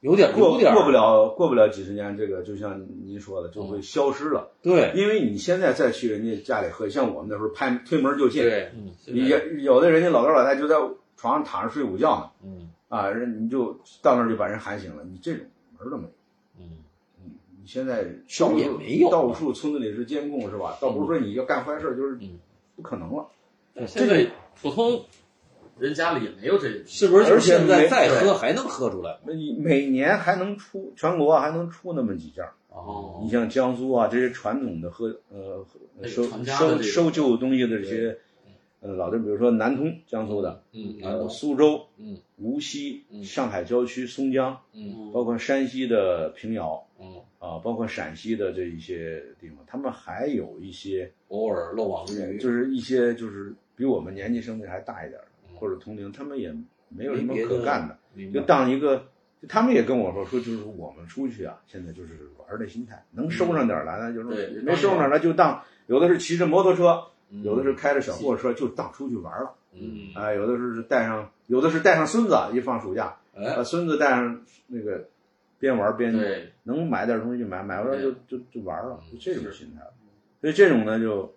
[SPEAKER 1] 有点
[SPEAKER 3] 嗯过
[SPEAKER 1] 有点
[SPEAKER 3] 过不，了过不了几十年，这个就像您说的，就会消失了。
[SPEAKER 1] 对
[SPEAKER 3] 因为你现在再去人家家里喝，像我们那时候拍推门就进，
[SPEAKER 2] 对，
[SPEAKER 1] 嗯
[SPEAKER 2] 现在
[SPEAKER 3] 你有有的人家老高老太就在床上躺着睡午觉呢，
[SPEAKER 1] 嗯
[SPEAKER 3] 啊，人你就到那儿就把人喊醒了，你这种门儿都没有。
[SPEAKER 1] 嗯，
[SPEAKER 3] 你现在
[SPEAKER 1] 其
[SPEAKER 3] 到
[SPEAKER 1] 实
[SPEAKER 3] 处
[SPEAKER 1] 也没有
[SPEAKER 3] 到处村子里是监控是吧？倒不是说你要干坏事儿，就是
[SPEAKER 1] 嗯
[SPEAKER 3] 不可能了。
[SPEAKER 2] 现在普通人家里也没有这种，
[SPEAKER 1] 是不是？
[SPEAKER 3] 而且
[SPEAKER 1] 现在
[SPEAKER 3] 没
[SPEAKER 1] 再
[SPEAKER 3] 对
[SPEAKER 1] 喝还能喝出来？
[SPEAKER 3] 你每年还能出全国啊还能出那么几件儿。
[SPEAKER 1] 哦
[SPEAKER 3] 你像江苏啊，这些传统的喝呃
[SPEAKER 2] 那个
[SPEAKER 3] 收
[SPEAKER 2] 传家的这
[SPEAKER 3] 收
[SPEAKER 2] 个
[SPEAKER 3] 收旧东西的这些呃老地儿，比如说南通江苏的，
[SPEAKER 1] 嗯
[SPEAKER 3] 呃苏州、
[SPEAKER 1] 嗯
[SPEAKER 3] 无锡、
[SPEAKER 1] 嗯
[SPEAKER 3] 上海郊区、松江，
[SPEAKER 1] 嗯
[SPEAKER 3] 包括山西的平遥
[SPEAKER 1] 嗯，
[SPEAKER 2] 哦
[SPEAKER 3] 啊，包括陕西的这一些地方，他们还有一些
[SPEAKER 1] 偶尔漏网之鱼，
[SPEAKER 3] 就是一些就是比我们年纪相对还大一点儿
[SPEAKER 1] 嗯
[SPEAKER 3] 或者同龄，他们也没有
[SPEAKER 1] 没
[SPEAKER 3] 什么
[SPEAKER 1] 别的
[SPEAKER 3] 可干的，
[SPEAKER 1] 明白
[SPEAKER 3] 就当一个，就他们也跟我说说，就是我们出去啊，现在就是玩儿的心态，能收
[SPEAKER 1] 嗯
[SPEAKER 3] 上点儿来呢，就
[SPEAKER 2] 对
[SPEAKER 3] 是没收上点儿来就当有的是骑着摩托车，有的是开着小货车，就当出去玩儿了，
[SPEAKER 1] 嗯，
[SPEAKER 3] 啊、有的是带上，有的是带上孙子，啊一放暑假，
[SPEAKER 1] 哎
[SPEAKER 3] 把孙子带上那个，边玩儿边
[SPEAKER 1] 嗯
[SPEAKER 2] 对，
[SPEAKER 3] 能买点儿东西就买，买回来就
[SPEAKER 2] 对
[SPEAKER 3] 就就玩儿了，就这种
[SPEAKER 2] 是
[SPEAKER 3] 心态了，所以这种呢就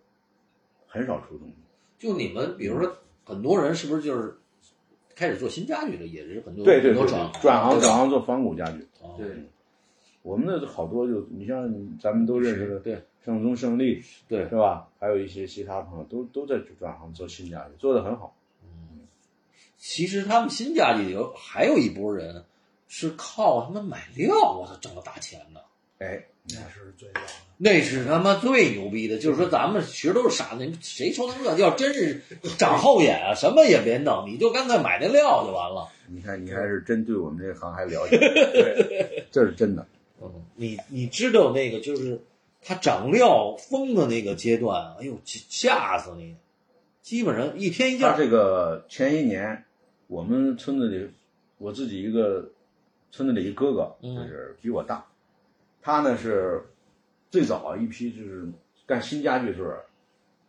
[SPEAKER 3] 很少出东西，
[SPEAKER 1] 就你们比如说很多人是不是就是开始做新家具了，也是很多
[SPEAKER 3] 对对
[SPEAKER 1] 很多
[SPEAKER 3] 对，对
[SPEAKER 1] 转
[SPEAKER 3] 转行转行做仿古家具，
[SPEAKER 1] 行
[SPEAKER 2] 对
[SPEAKER 3] 我们那好多就你像咱们都认识的，
[SPEAKER 1] 对
[SPEAKER 3] 上宗胜利。
[SPEAKER 1] 对
[SPEAKER 3] 是吧？还有一些其他朋友都都在转行做新家具，做得很好。
[SPEAKER 1] 其实他们新家里有还有一波人是靠他们买料，我操，挣了大钱的。
[SPEAKER 3] 哎，
[SPEAKER 4] 那是最屌的。
[SPEAKER 1] 那是他妈最牛逼的，就是说咱们其实都是傻子，你谁抽他们这？要真是长后眼啊，什么也别弄，你就干脆买那料就完了。
[SPEAKER 3] 你看，你还是真对我们这行还了解，对，这是真的。
[SPEAKER 1] 嗯，你你知道那个就是它长料疯的那个阶段，哎呦吓死你！基本上一天一件
[SPEAKER 3] 他
[SPEAKER 1] 儿，
[SPEAKER 3] 这个前一年，我们村子里，我自己一个村子里一哥哥，
[SPEAKER 1] 嗯
[SPEAKER 3] 就是比我大，他呢是最早一批，就是干新家具的时候，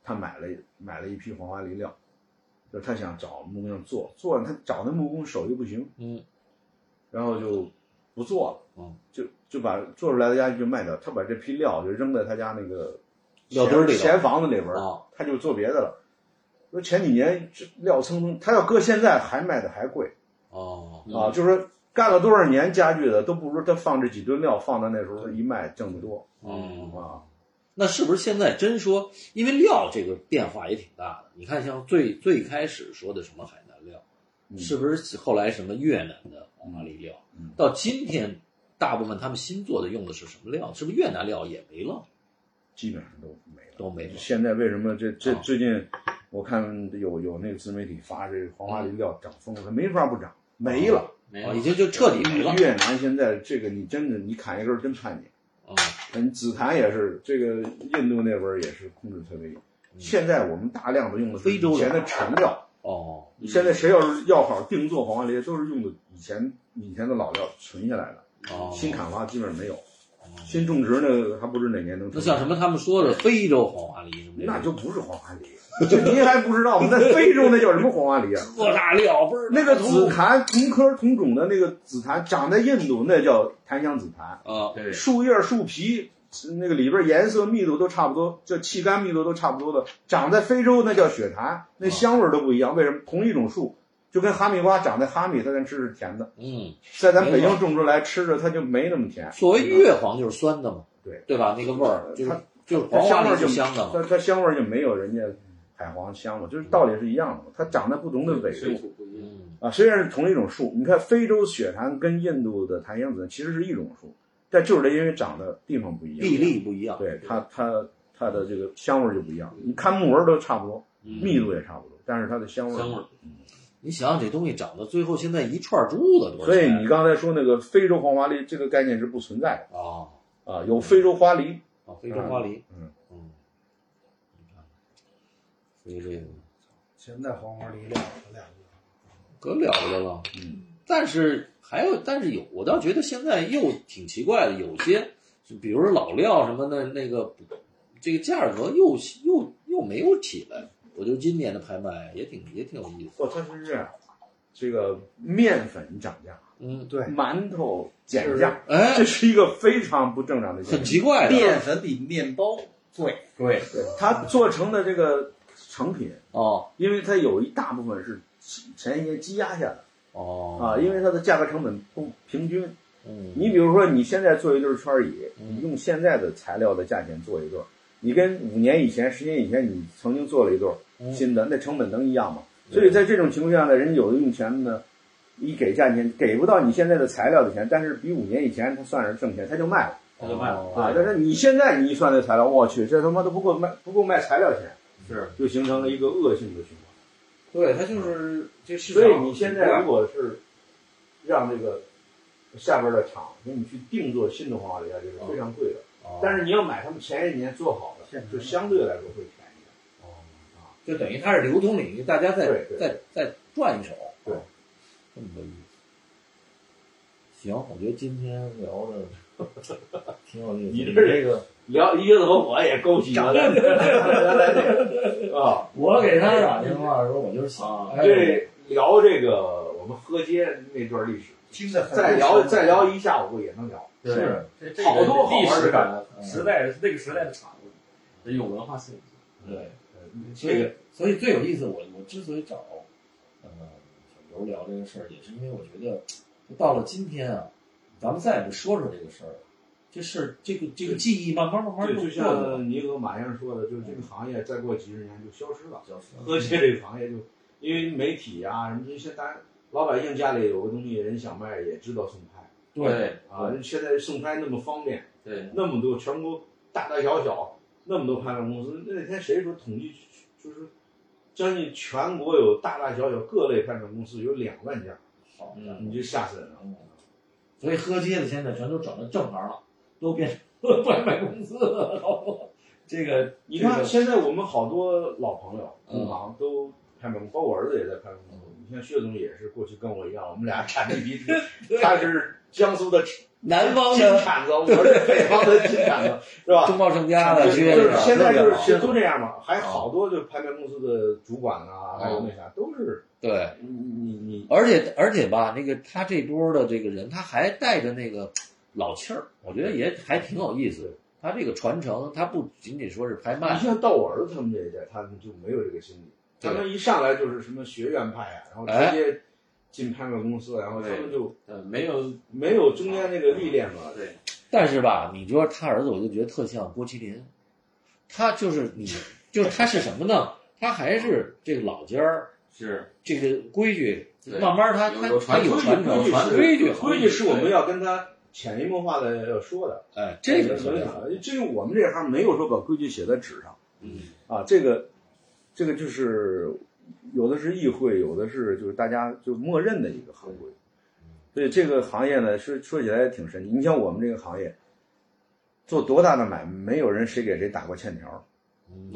[SPEAKER 3] 他买了买了一批黄花梨料，就是他想找木工做，做了他找那木工手艺不行，
[SPEAKER 1] 嗯，
[SPEAKER 3] 然后就不做了，
[SPEAKER 1] 嗯，
[SPEAKER 3] 就就把做出来的家具就卖掉，他把这批料就扔在他家那个
[SPEAKER 1] 料堆儿里头
[SPEAKER 3] 闲房子里边儿，
[SPEAKER 1] 啊
[SPEAKER 3] 他就做别的了。说前几年这料蹭蹭，他要搁现在还卖的还贵
[SPEAKER 1] 哦，
[SPEAKER 3] 啊，就是说干了多少年家具的，都不如他放这几吨料放到那时候一卖挣得多
[SPEAKER 2] 嗯，
[SPEAKER 3] 啊。
[SPEAKER 1] 那是不是现在真说，因为料这个变化也挺大的？你看，像最最开始说的什么海南
[SPEAKER 3] 嗯
[SPEAKER 1] 是不是后来什么越南的黄花梨料？到今天，大部分他们新做的用的是什么料？是不是越南料也没了？
[SPEAKER 3] 基本上都没了。
[SPEAKER 1] 都没了。
[SPEAKER 3] 现在为什么这这
[SPEAKER 1] 啊
[SPEAKER 3] 最近我看有有那个自媒体发这个黄花梨料涨疯了，它没法不涨，没了。
[SPEAKER 2] 没
[SPEAKER 1] 啊，
[SPEAKER 2] 有
[SPEAKER 1] 已经就彻底没了。
[SPEAKER 3] 越南现在这个你真的你砍一根儿真判你。
[SPEAKER 2] 哦
[SPEAKER 1] 啊，
[SPEAKER 3] 嗯，紫檀也是，这个印度那边儿也是控制特别严。现在我们大量的用的是
[SPEAKER 1] 嗯非洲的
[SPEAKER 3] 以前的成料，
[SPEAKER 1] 哦，
[SPEAKER 2] 嗯
[SPEAKER 3] 现在谁要是要好定做黄花梨，都是用的以前以前的老料存下来的，
[SPEAKER 1] 哦，
[SPEAKER 3] 新砍伐基本上没有，新种植呢还不知哪年能。
[SPEAKER 1] 那像什？么他们说的非洲黄花梨什么的，
[SPEAKER 3] 那就不是黄花梨，这您还不知道吗？那非洲那叫什么黄花梨 啊？
[SPEAKER 1] 特大料倍儿
[SPEAKER 3] 那个紫
[SPEAKER 1] 头
[SPEAKER 3] 檀同科同种的那个紫檀，长在印度那叫檀香紫檀。
[SPEAKER 1] 啊，
[SPEAKER 2] 对，
[SPEAKER 3] 树叶、树皮，那个里边颜色密度都差不多，这气干密度都差不多的。长在非洲那叫雪檀，
[SPEAKER 1] 啊
[SPEAKER 3] 那香味儿都不一样。为什么？同一种树，就跟哈密瓜长在哈密，它咱吃是甜的，
[SPEAKER 1] 嗯，
[SPEAKER 3] 在咱北
[SPEAKER 1] 没啊
[SPEAKER 3] 京种出来吃着它就没那么甜，
[SPEAKER 1] 所谓越黄就是酸的嘛，
[SPEAKER 3] 对
[SPEAKER 1] 对吧？那个味儿就是就是
[SPEAKER 3] 它
[SPEAKER 1] 黄
[SPEAKER 3] 香
[SPEAKER 1] 花
[SPEAKER 3] 味儿
[SPEAKER 1] 梨
[SPEAKER 3] 就是
[SPEAKER 1] 香的嘛，
[SPEAKER 3] 它它香味儿就没有人家海黄香了，就是道理是一样的嘛。它长在不同的纬
[SPEAKER 2] 水
[SPEAKER 3] 度
[SPEAKER 2] 土不一样。
[SPEAKER 1] 嗯，
[SPEAKER 3] 啊，虽然是同一种树，你看非洲雪檀跟印度的檀香子其实是一种树，但就是因为长的地方不一样，
[SPEAKER 1] 地力不一样，
[SPEAKER 3] 对它它它的这个香味儿就不一样。你看木纹儿都差不多，密度也差不多，但是它的香味儿。
[SPEAKER 2] 香味儿，
[SPEAKER 1] 你想想这东西长到最后，现在一串珠子多少
[SPEAKER 3] 所以
[SPEAKER 1] 钱？
[SPEAKER 3] 你刚才说那个非洲黄花梨这个概念是不存在
[SPEAKER 1] 啊
[SPEAKER 3] 的啊，有非洲花梨，
[SPEAKER 1] 啊，非洲花梨，
[SPEAKER 3] 嗯
[SPEAKER 1] 嗯，你看，所以这个
[SPEAKER 4] 现在黄花梨料可了不
[SPEAKER 1] 可了不得了，
[SPEAKER 3] 嗯，
[SPEAKER 1] 但是还有，但是有，我倒觉得现在又挺奇怪的，有些就比如说老料什么的，那个这个价格又又又没有起来。我觉得今年的拍卖也挺也挺有意思，
[SPEAKER 3] 不，哦它是这样，这个面粉涨价，
[SPEAKER 1] 嗯，
[SPEAKER 4] 对
[SPEAKER 3] 馒头减价，
[SPEAKER 1] 哎
[SPEAKER 3] 这，是一个非常不正常的
[SPEAKER 1] 很
[SPEAKER 3] 现象。
[SPEAKER 1] 奇怪的
[SPEAKER 4] 面粉比面包贵，
[SPEAKER 2] 对，
[SPEAKER 3] 它做成的这个成品，
[SPEAKER 1] 哦
[SPEAKER 3] 因为它有一大部分是前一年积压下的
[SPEAKER 1] 哦
[SPEAKER 3] 啊，因为它的价格成本不平均，
[SPEAKER 1] 嗯
[SPEAKER 3] 你比如说，你现在做一对圈儿椅，
[SPEAKER 1] 嗯
[SPEAKER 3] 你用现在的材料的价钱做一对儿，你跟五年以前、十年以前你曾经做了一对儿
[SPEAKER 1] 嗯
[SPEAKER 3] 新的，那成本能一样吗？
[SPEAKER 1] 嗯
[SPEAKER 3] 所以在这种情况下呢，人有的用钱呢，一给价钱给不到你现在的材料的钱，但是比五年以前他算是挣钱，他就卖了
[SPEAKER 2] 他就卖了
[SPEAKER 1] 哦
[SPEAKER 3] 啊。但是你现在你一算这材料，我去，这他妈都不够卖，不够卖材料钱，
[SPEAKER 2] 是
[SPEAKER 3] 就形成了一个恶性的循环。
[SPEAKER 1] 对，它就是啊这市
[SPEAKER 3] 所以你现在如果是让这个下边的厂给你去定做新的黄花梨啊，这
[SPEAKER 1] 哦
[SPEAKER 3] 是非常贵的。但是你要买他们前一年做好的
[SPEAKER 4] 现，成
[SPEAKER 3] 就
[SPEAKER 4] 的
[SPEAKER 3] 相对来说会便宜。
[SPEAKER 1] 哦就等于它是流通领域，大家再
[SPEAKER 3] 对对
[SPEAKER 1] 再再转一手，啊
[SPEAKER 3] 对，
[SPEAKER 1] 这么个意思。行，我觉得今天聊的挺有意思。
[SPEAKER 3] 你
[SPEAKER 1] 你
[SPEAKER 3] 这
[SPEAKER 1] 这个，
[SPEAKER 3] 聊一个和我也勾起了 啊，
[SPEAKER 1] 我给他打电话的时候，我就想，哎呦，
[SPEAKER 3] 这聊这个我们喝街那段历史，
[SPEAKER 4] 听着很
[SPEAKER 3] 再聊再聊一下午也能聊。
[SPEAKER 1] 是
[SPEAKER 2] 这这
[SPEAKER 3] 好
[SPEAKER 2] 个
[SPEAKER 3] 多好
[SPEAKER 2] 历
[SPEAKER 3] 玩的
[SPEAKER 2] 史
[SPEAKER 3] 感
[SPEAKER 2] 感，嗯时代那个时代的产物，这有文化性。
[SPEAKER 1] 对，呃所
[SPEAKER 3] 这
[SPEAKER 1] 以
[SPEAKER 3] 个
[SPEAKER 1] 所以最有意思，我我之所以找呃小刘聊这个事儿，也是因为我觉得，就到了今天啊，咱们再也不说说这个事儿了，这事儿这个这个记忆慢慢慢慢
[SPEAKER 3] 对，
[SPEAKER 1] 就
[SPEAKER 3] 就
[SPEAKER 1] 过去了。
[SPEAKER 3] 像你和马先生说的，就是这个行业再过几十年就消失了。
[SPEAKER 1] 就是
[SPEAKER 3] 喝街这个行业就因为媒体啊什么这些，大家老百姓家里有个东西，人想卖也知道送拍
[SPEAKER 1] 对
[SPEAKER 3] 啊。人现在送拍那么方便，
[SPEAKER 2] 对，
[SPEAKER 3] 那么多全国大大小小那么多拍卖公司，那天谁说统计就是将近全国有大大小小各类拍卖公司有两万家，
[SPEAKER 1] 好
[SPEAKER 2] 嗯
[SPEAKER 3] 你就吓死人了。
[SPEAKER 1] 嗯所以喝街的现在全都转到正行了，都变成外卖公司了。这个
[SPEAKER 3] 你
[SPEAKER 1] 这
[SPEAKER 3] 看
[SPEAKER 1] 个
[SPEAKER 3] 现在我们好多老朋友
[SPEAKER 1] 嗯
[SPEAKER 3] 同行都拍卖公司，包括我儿子也在拍卖公司。你像薛总也是过去跟我一样，我们俩产地鼻 子，他是江苏的
[SPEAKER 1] 南方
[SPEAKER 3] 金
[SPEAKER 1] 的
[SPEAKER 3] 铲子，我是北方的金铲 子，是吧？
[SPEAKER 1] 中茂盛家的
[SPEAKER 3] 就是
[SPEAKER 1] 薛
[SPEAKER 3] 就是
[SPEAKER 1] 是啊
[SPEAKER 3] 现在就是
[SPEAKER 1] 特别好
[SPEAKER 3] 就都这样嘛，还好多就拍卖公司的主管啊，还有那啥，都是
[SPEAKER 1] 对，
[SPEAKER 3] 你你你，
[SPEAKER 1] 而且而且吧，那个他这波的这个人，他还带着那个老气儿，我觉得也还挺有意思。他这个传承，他不仅仅说是拍
[SPEAKER 3] 你
[SPEAKER 1] 卖，
[SPEAKER 3] 像到我儿子他们这一代，他们就没有这个心理，他们一上来就是什么学院派啊，然后
[SPEAKER 1] 哎
[SPEAKER 3] 直接进拍卖公司，啊然后他们就
[SPEAKER 2] 呃，没有
[SPEAKER 3] 没有中间那个历练嘛。
[SPEAKER 2] 对，
[SPEAKER 1] 但是吧，你说他儿子，我就觉得特像郭麒麟，他就是你，就是他是什么呢？他还是这个老家儿，
[SPEAKER 2] 是
[SPEAKER 1] 这个规矩
[SPEAKER 2] 对
[SPEAKER 1] 慢慢它
[SPEAKER 2] 有
[SPEAKER 1] 它它
[SPEAKER 2] 有传
[SPEAKER 1] 有
[SPEAKER 2] 统
[SPEAKER 1] 传
[SPEAKER 2] 有
[SPEAKER 1] 承、
[SPEAKER 2] 传统
[SPEAKER 1] 规矩，
[SPEAKER 3] 规矩是我们要跟他潜移默化的要说的。
[SPEAKER 1] 哎，这个特
[SPEAKER 3] 很
[SPEAKER 1] 别好
[SPEAKER 3] 好。至于我啊们这行，没有说把规矩写在纸上。嗯，啊，这个，这个就是有的是议会，有的是就是大家就默认的一个行规。所以这个行业呢，说说起来也挺神奇。你像我们这个行业，做多大的买卖，没有人谁给谁打过欠条儿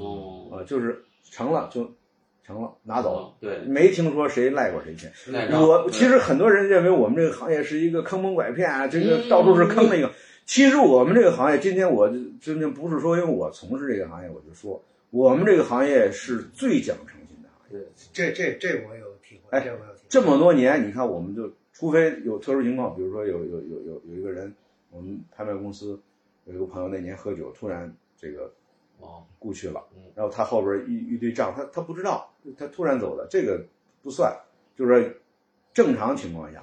[SPEAKER 2] 哦，
[SPEAKER 3] 啊，就是成了就成了拿走，
[SPEAKER 1] 嗯
[SPEAKER 2] 对，
[SPEAKER 3] 没听说谁赖过谁钱。
[SPEAKER 2] 赖账
[SPEAKER 3] 我
[SPEAKER 2] 对
[SPEAKER 3] 其实很多人认为我们这个行业是一个坑蒙拐骗啊，这
[SPEAKER 1] 嗯
[SPEAKER 3] 个到处是坑的一个。其实我们这个行业，今天我真的不是说因为我从事这个行业，我就说我们这个行业是最讲诚信的行业。
[SPEAKER 4] 这这这我有体会，
[SPEAKER 3] 哎
[SPEAKER 4] 这我有体会。
[SPEAKER 3] 这么多年，你看我们就除非有特殊情况，比如说有有有有有一个人，我们拍卖公司有一个朋友那年喝酒突然这个
[SPEAKER 1] 哦，
[SPEAKER 3] 故去了
[SPEAKER 1] 嗯，
[SPEAKER 3] 然后他后边一一堆账，他他不知道，他突然走的，这个不算，就是说正常情况下，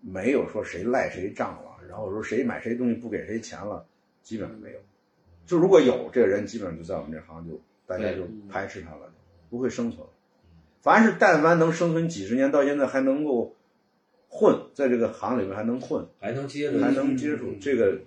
[SPEAKER 3] 没有说谁赖谁账了，然后说谁买谁东西不给谁钱了，基本上没有。就如果有这个人，基本上就在我们这行就大家就
[SPEAKER 1] 嗯
[SPEAKER 3] 排斥他了，不会生存了。凡是但凡能生存几十年，到现在还能够混，在这个行里面还能混，
[SPEAKER 1] 还能接着
[SPEAKER 3] 还能接触，这个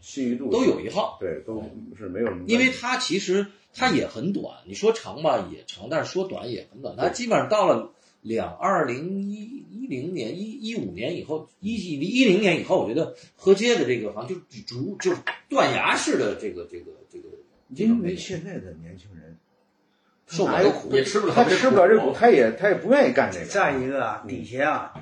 [SPEAKER 3] 信誉度
[SPEAKER 1] 嗯都有一号。
[SPEAKER 3] 对，都是没有什么问题。
[SPEAKER 1] 因为它其实它也很短，你说长吧也长，但是说短也很短。它基本上到了两二零一一零年一一五年以后，一一一零年以后，我觉得河街的这个好像就逐就是断崖式的这个这个这个
[SPEAKER 3] 因为现在的年轻人，
[SPEAKER 1] 受不
[SPEAKER 3] 哪
[SPEAKER 1] 了
[SPEAKER 3] 有
[SPEAKER 1] 苦
[SPEAKER 2] 也。吃不了，
[SPEAKER 3] 他吃不了这苦，他也他也不愿意干这个。
[SPEAKER 4] 再一个
[SPEAKER 3] 嗯
[SPEAKER 4] 啊，底下啊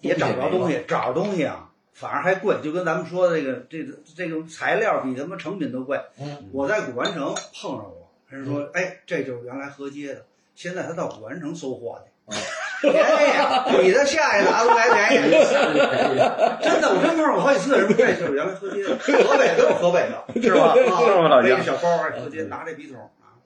[SPEAKER 4] 也找不着东
[SPEAKER 1] 东西
[SPEAKER 4] 西，找东西啊反而还贵，就跟咱们说的这个这个这种材料比他妈成品都贵。
[SPEAKER 1] 嗯
[SPEAKER 4] 我在古玩城碰上过，人
[SPEAKER 3] 嗯
[SPEAKER 4] 说哎，这就是原来河街的，现在他到古玩城搜货
[SPEAKER 3] 哦
[SPEAKER 4] 去。便宜，比他下一个阿都还便宜。真的，我真碰上过好几次，人说这就是原来河街的，河北都是河北的，是吧？
[SPEAKER 3] 是吗老
[SPEAKER 4] 啊，背
[SPEAKER 3] 姜
[SPEAKER 4] 着小包儿，河街拿这笔筒啊，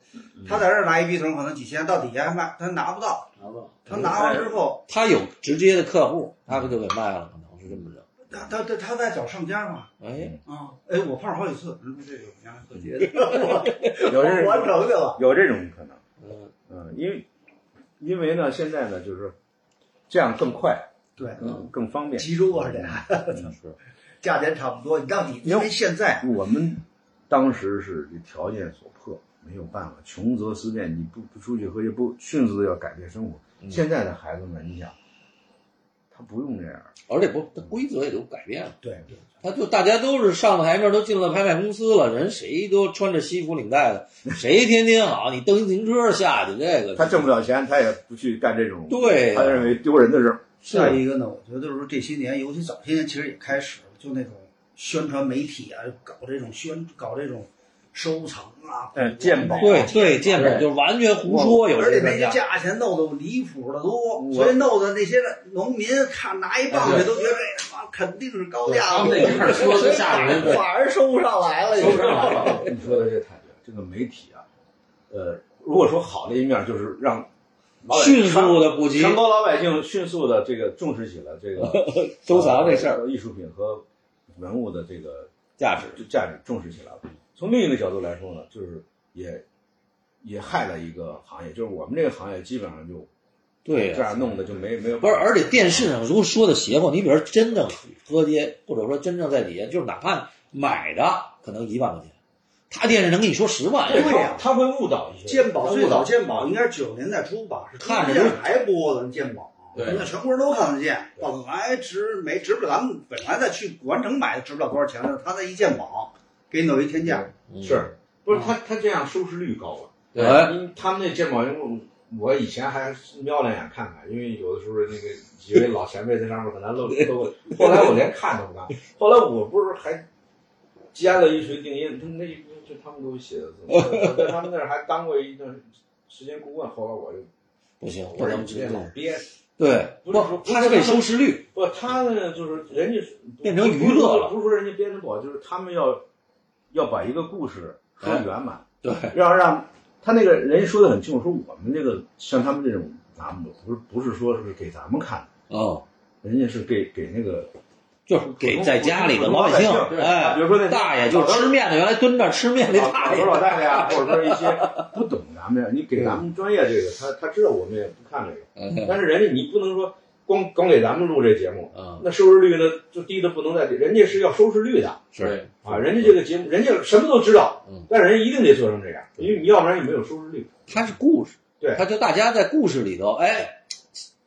[SPEAKER 4] 他在这儿拿一笔筒，可能几千，到底下还卖，他拿不到。 他拿完之后，
[SPEAKER 1] 他有直接的客户，他不就给卖了，可能是这么着。
[SPEAKER 4] 他他他他在找上家嘛
[SPEAKER 1] 哎，
[SPEAKER 4] 啊！哎，我碰上好几次，嗯，这个原来和解的，
[SPEAKER 3] 有这
[SPEAKER 4] 完
[SPEAKER 3] 种
[SPEAKER 4] 成去了。
[SPEAKER 3] 有这种可能，
[SPEAKER 1] 嗯，
[SPEAKER 3] 嗯，因为因为呢，现在呢就是这样更快，
[SPEAKER 4] 对，
[SPEAKER 1] 呃
[SPEAKER 3] 嗯，更方便。
[SPEAKER 4] 集中而且
[SPEAKER 3] 嗯是
[SPEAKER 4] 价钱差不多。你到底因为现在
[SPEAKER 3] 嗯我们当时是这条件所迫，没有办法，穷则思变，你不不出去喝酒，不迅速地要改变生活。现在的孩子们，你想，他不用这样，
[SPEAKER 1] 而且不，它规则也都改变了。
[SPEAKER 4] 对
[SPEAKER 1] 他就大家都是上了台面，都进了拍卖公司了，人谁都穿着西服领带的，谁天天好，你蹬自行车下去，这个
[SPEAKER 3] 他挣不了钱，他也不去干这种
[SPEAKER 1] 对
[SPEAKER 3] 他认为丢人的事儿。
[SPEAKER 4] 再一个呢，我觉得就是这些年，尤其早些年，其实也开始就那种宣传媒体啊，搞这种宣搞这种收藏啊，
[SPEAKER 3] 嗯鉴宝
[SPEAKER 1] 对对，见着就是完全胡说，有
[SPEAKER 4] 而且
[SPEAKER 1] 些
[SPEAKER 4] 那
[SPEAKER 1] 专
[SPEAKER 4] 些
[SPEAKER 1] 家
[SPEAKER 4] 价钱弄得离谱的多，所以弄得那些农民看拿一棒槌都觉得这他妈肯定是高价
[SPEAKER 2] 哎他们那边说的吓人，对，
[SPEAKER 4] 反而收不上来了，
[SPEAKER 2] 收不上来了。
[SPEAKER 3] 你说的这太对了，这个媒体啊，呃，如果说好的一面，就是让老百姓
[SPEAKER 1] 迅速的普及
[SPEAKER 3] 全国老百姓迅速的这个重视起了这个
[SPEAKER 1] 收藏这事儿
[SPEAKER 3] 呃艺术品和文物的这个
[SPEAKER 1] 价值。
[SPEAKER 3] 就价值重视起来了。从另一个角度来说呢，就是也也害了一个行业，就是我们这个行业基本上就
[SPEAKER 1] 对
[SPEAKER 3] 这
[SPEAKER 1] 呀、
[SPEAKER 3] 样弄的就没没有
[SPEAKER 1] 不是，而且电视上如果说的邪乎，你比如说真正喝街，或者说真正在底下，就是哪怕买的可能一万块钱，他电视能跟你说十万，
[SPEAKER 4] 对呀
[SPEAKER 3] 他会误导一些
[SPEAKER 4] 鉴宝
[SPEAKER 3] 他
[SPEAKER 4] 最
[SPEAKER 3] 误
[SPEAKER 4] 早
[SPEAKER 3] 导
[SPEAKER 4] 鉴宝应该是九十年代初吧，是
[SPEAKER 1] 看着
[SPEAKER 4] 电
[SPEAKER 1] 就
[SPEAKER 4] 视台播的鉴宝，
[SPEAKER 2] 对
[SPEAKER 4] 人家全国人都看得见。本来值没值不了，咱们本来在去古玩城买的值不了多少钱的，他再一鉴宝给你弄一天价，
[SPEAKER 1] 嗯
[SPEAKER 3] 是，不是他他这样收视率高了。
[SPEAKER 2] 对
[SPEAKER 1] 哎，
[SPEAKER 3] 因为他们那鉴宝人物，我以前还瞄两眼看看，因为有的时候那个几位老前辈在上面可能露露，后来我连看都不看。后来我不是还兼了一锤定音，他们那一就他们给我写的字，我在他们那儿还当过一段时间顾问，后来我就
[SPEAKER 1] 不行，不
[SPEAKER 3] 我
[SPEAKER 1] 能
[SPEAKER 3] 说
[SPEAKER 1] 直
[SPEAKER 3] 别老
[SPEAKER 1] 接。
[SPEAKER 3] 憋。
[SPEAKER 1] 对，
[SPEAKER 3] 不是说
[SPEAKER 1] 他是为收视率，
[SPEAKER 3] 不，他呢就是人家
[SPEAKER 1] 变成娱乐了
[SPEAKER 3] 不是说人家编的不好，就是他们要要把一个故事说圆满。
[SPEAKER 1] 哎对，
[SPEAKER 3] 要让他那个人说的很清楚，说我们这个像他们这种，咱们不是不是说是给咱们看，
[SPEAKER 1] 哦，
[SPEAKER 3] 人家是给给那个
[SPEAKER 1] 就是给在家里的老百姓
[SPEAKER 3] 普通，老百姓
[SPEAKER 1] 哎，
[SPEAKER 3] 比如说那
[SPEAKER 1] 大爷就吃面的，原来蹲那儿吃面那
[SPEAKER 3] 老
[SPEAKER 1] 大
[SPEAKER 3] 头
[SPEAKER 1] 爷，
[SPEAKER 3] 老太太 啊，或者说一些不懂咱们的，你给咱们专业这个，他他知道我们也不看这个，但是人家你不能说光光给咱们录这节目，
[SPEAKER 1] 嗯，
[SPEAKER 3] 那收视率呢就低的不能再低，人家是要收视率的
[SPEAKER 1] 是，
[SPEAKER 3] 啊，人家这个节目人家什么都知道
[SPEAKER 1] 嗯，
[SPEAKER 3] 但是人家一定得做成这样，因为你要不然你没有收视率。
[SPEAKER 1] 它是故事，
[SPEAKER 3] 对
[SPEAKER 1] 它就大家在故事里头，哎，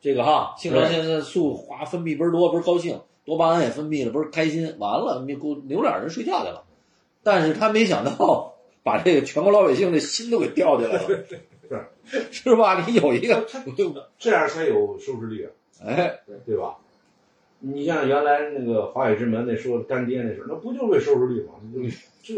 [SPEAKER 1] 这个哈，性
[SPEAKER 3] 对
[SPEAKER 1] 上腺素哗分泌倍儿多，倍儿高兴，多巴胺也分泌了，倍儿开心，完了，你给我扭脸儿人睡觉去了，但是他没想到把这个全国老百姓的心都给吊起来了， 是吧？你有一个，
[SPEAKER 3] 这样才有收视率，啊
[SPEAKER 1] 哎，
[SPEAKER 3] 对吧？你像原来那个《华语之门》那说干爹那事儿，那不就为收视率吗？就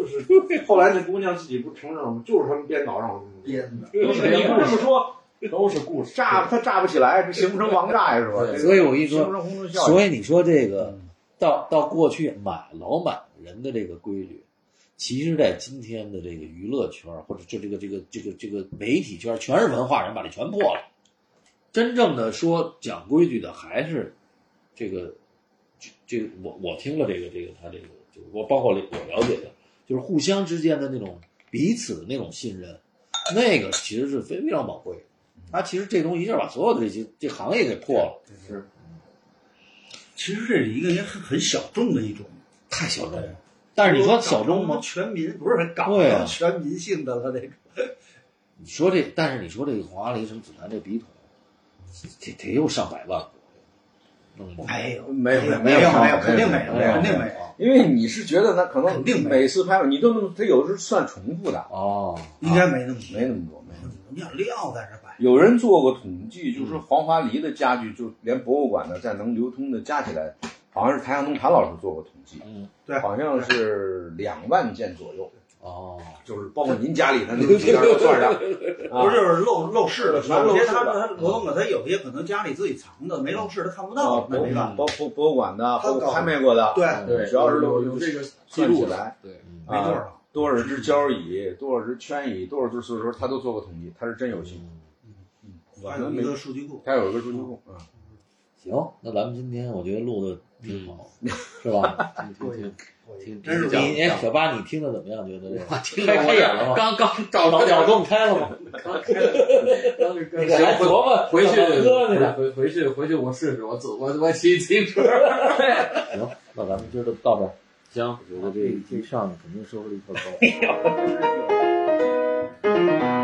[SPEAKER 3] 是 就是后来那姑娘自己不承认了吗？就是他们编导让我们
[SPEAKER 4] 编的。
[SPEAKER 3] 你不这么说，
[SPEAKER 2] 都是故事。
[SPEAKER 3] 炸他炸不起来，这形不成王炸呀，是吧？
[SPEAKER 1] 所以我跟你
[SPEAKER 3] 形
[SPEAKER 1] 说
[SPEAKER 3] 不，成轰动效应。
[SPEAKER 1] 所以你说这个，到到过去买老买人的这个规律，其实在今天的这个娱乐圈儿或者这这个这个这个这个媒体圈儿，全是文化人把这全破了。真正的说讲规矩的还是这个，这这个我我听了这个这个他这个，就是我包括我了解的，就是互相之间的那种彼此的那种信任，那个其实是非非常宝贵的。他其实这东西一下把所有的这些这行业给破了，
[SPEAKER 4] 其实这是一个也很很小众的一种。
[SPEAKER 1] 太小众了。但是你说小众
[SPEAKER 4] 吗？
[SPEAKER 1] 吗？
[SPEAKER 4] 全民不是搞
[SPEAKER 1] 对啊
[SPEAKER 4] 到全民性的了，那个
[SPEAKER 1] 你说这，但是你说这个黄阿离什么紫檀这笔筒，得得有上百万，弄不好
[SPEAKER 4] 没有，
[SPEAKER 3] 没有
[SPEAKER 4] 没有，
[SPEAKER 3] 没
[SPEAKER 4] 没
[SPEAKER 3] 有
[SPEAKER 4] 有，肯定没有，
[SPEAKER 3] 啊
[SPEAKER 1] 没有
[SPEAKER 4] 肯定哎没有。
[SPEAKER 3] 因为你是觉得他可能
[SPEAKER 4] 肯定没
[SPEAKER 3] 每次拍完你都能，他有时候算重复的，
[SPEAKER 1] 哦，
[SPEAKER 4] 应该没那么多
[SPEAKER 3] 没那么多，没那么多。
[SPEAKER 4] 你想料在这摆，
[SPEAKER 3] 有人做过统计，
[SPEAKER 4] 嗯
[SPEAKER 3] 就是说黄花梨的家具，就连博物馆的在能流通的加起来，好像是谭向东谭老师做过统计，
[SPEAKER 1] 嗯，
[SPEAKER 4] 对
[SPEAKER 3] 好像是两万件左右，
[SPEAKER 1] 哦，
[SPEAKER 3] 就是包括您家里的那 个都算上，啊
[SPEAKER 4] 不是就是露露事的，
[SPEAKER 3] 全露
[SPEAKER 4] 有
[SPEAKER 3] 事
[SPEAKER 4] 些
[SPEAKER 3] 的
[SPEAKER 4] 他他罗栋的，他有些可能家里自己藏的，没露事他看不
[SPEAKER 3] 啊嗯
[SPEAKER 4] 到，那
[SPEAKER 3] 博
[SPEAKER 4] 没办法。
[SPEAKER 3] 博博博物馆的，
[SPEAKER 4] 他
[SPEAKER 3] 包
[SPEAKER 4] 搞
[SPEAKER 3] 括拍卖过的，
[SPEAKER 4] 对，
[SPEAKER 2] 对，
[SPEAKER 3] 只要是
[SPEAKER 2] 有
[SPEAKER 3] 有
[SPEAKER 2] 有这个记
[SPEAKER 3] 算起
[SPEAKER 2] 录的，
[SPEAKER 3] 来
[SPEAKER 2] 对，
[SPEAKER 1] 嗯
[SPEAKER 4] 没多
[SPEAKER 3] 啊，
[SPEAKER 4] 少。
[SPEAKER 3] 多少只胶椅，多少只圈椅，多少只所以说他都做过统计，他是真有
[SPEAKER 1] 嗯
[SPEAKER 3] 心，我
[SPEAKER 4] 还有
[SPEAKER 3] 们
[SPEAKER 4] 一
[SPEAKER 3] 没
[SPEAKER 4] 个数据库，
[SPEAKER 3] 他有一个数据库
[SPEAKER 4] 嗯
[SPEAKER 3] 啊，
[SPEAKER 1] 行，那咱们今天我觉得录的挺好，是吧？挺挺挺
[SPEAKER 4] 真是
[SPEAKER 1] 挺，你哎，小八，你听着怎么样？觉得这
[SPEAKER 2] 我
[SPEAKER 1] 个
[SPEAKER 2] 听
[SPEAKER 1] 开
[SPEAKER 2] 着
[SPEAKER 1] 开
[SPEAKER 2] 我
[SPEAKER 1] 眼了
[SPEAKER 2] 也
[SPEAKER 1] 吗？
[SPEAKER 2] 刚刚找
[SPEAKER 1] 脑
[SPEAKER 2] 着点
[SPEAKER 1] 脑
[SPEAKER 2] 儿
[SPEAKER 1] 洞开了 吗？
[SPEAKER 2] 刚开了刚刚
[SPEAKER 1] 你还琢磨
[SPEAKER 2] 回去
[SPEAKER 1] 怎么喝去呢？
[SPEAKER 2] 回回去回去我试试，我走我我骑自行车。
[SPEAKER 1] 行，那咱们今儿就到这儿。行，我觉得这一期上肯定收视率特高。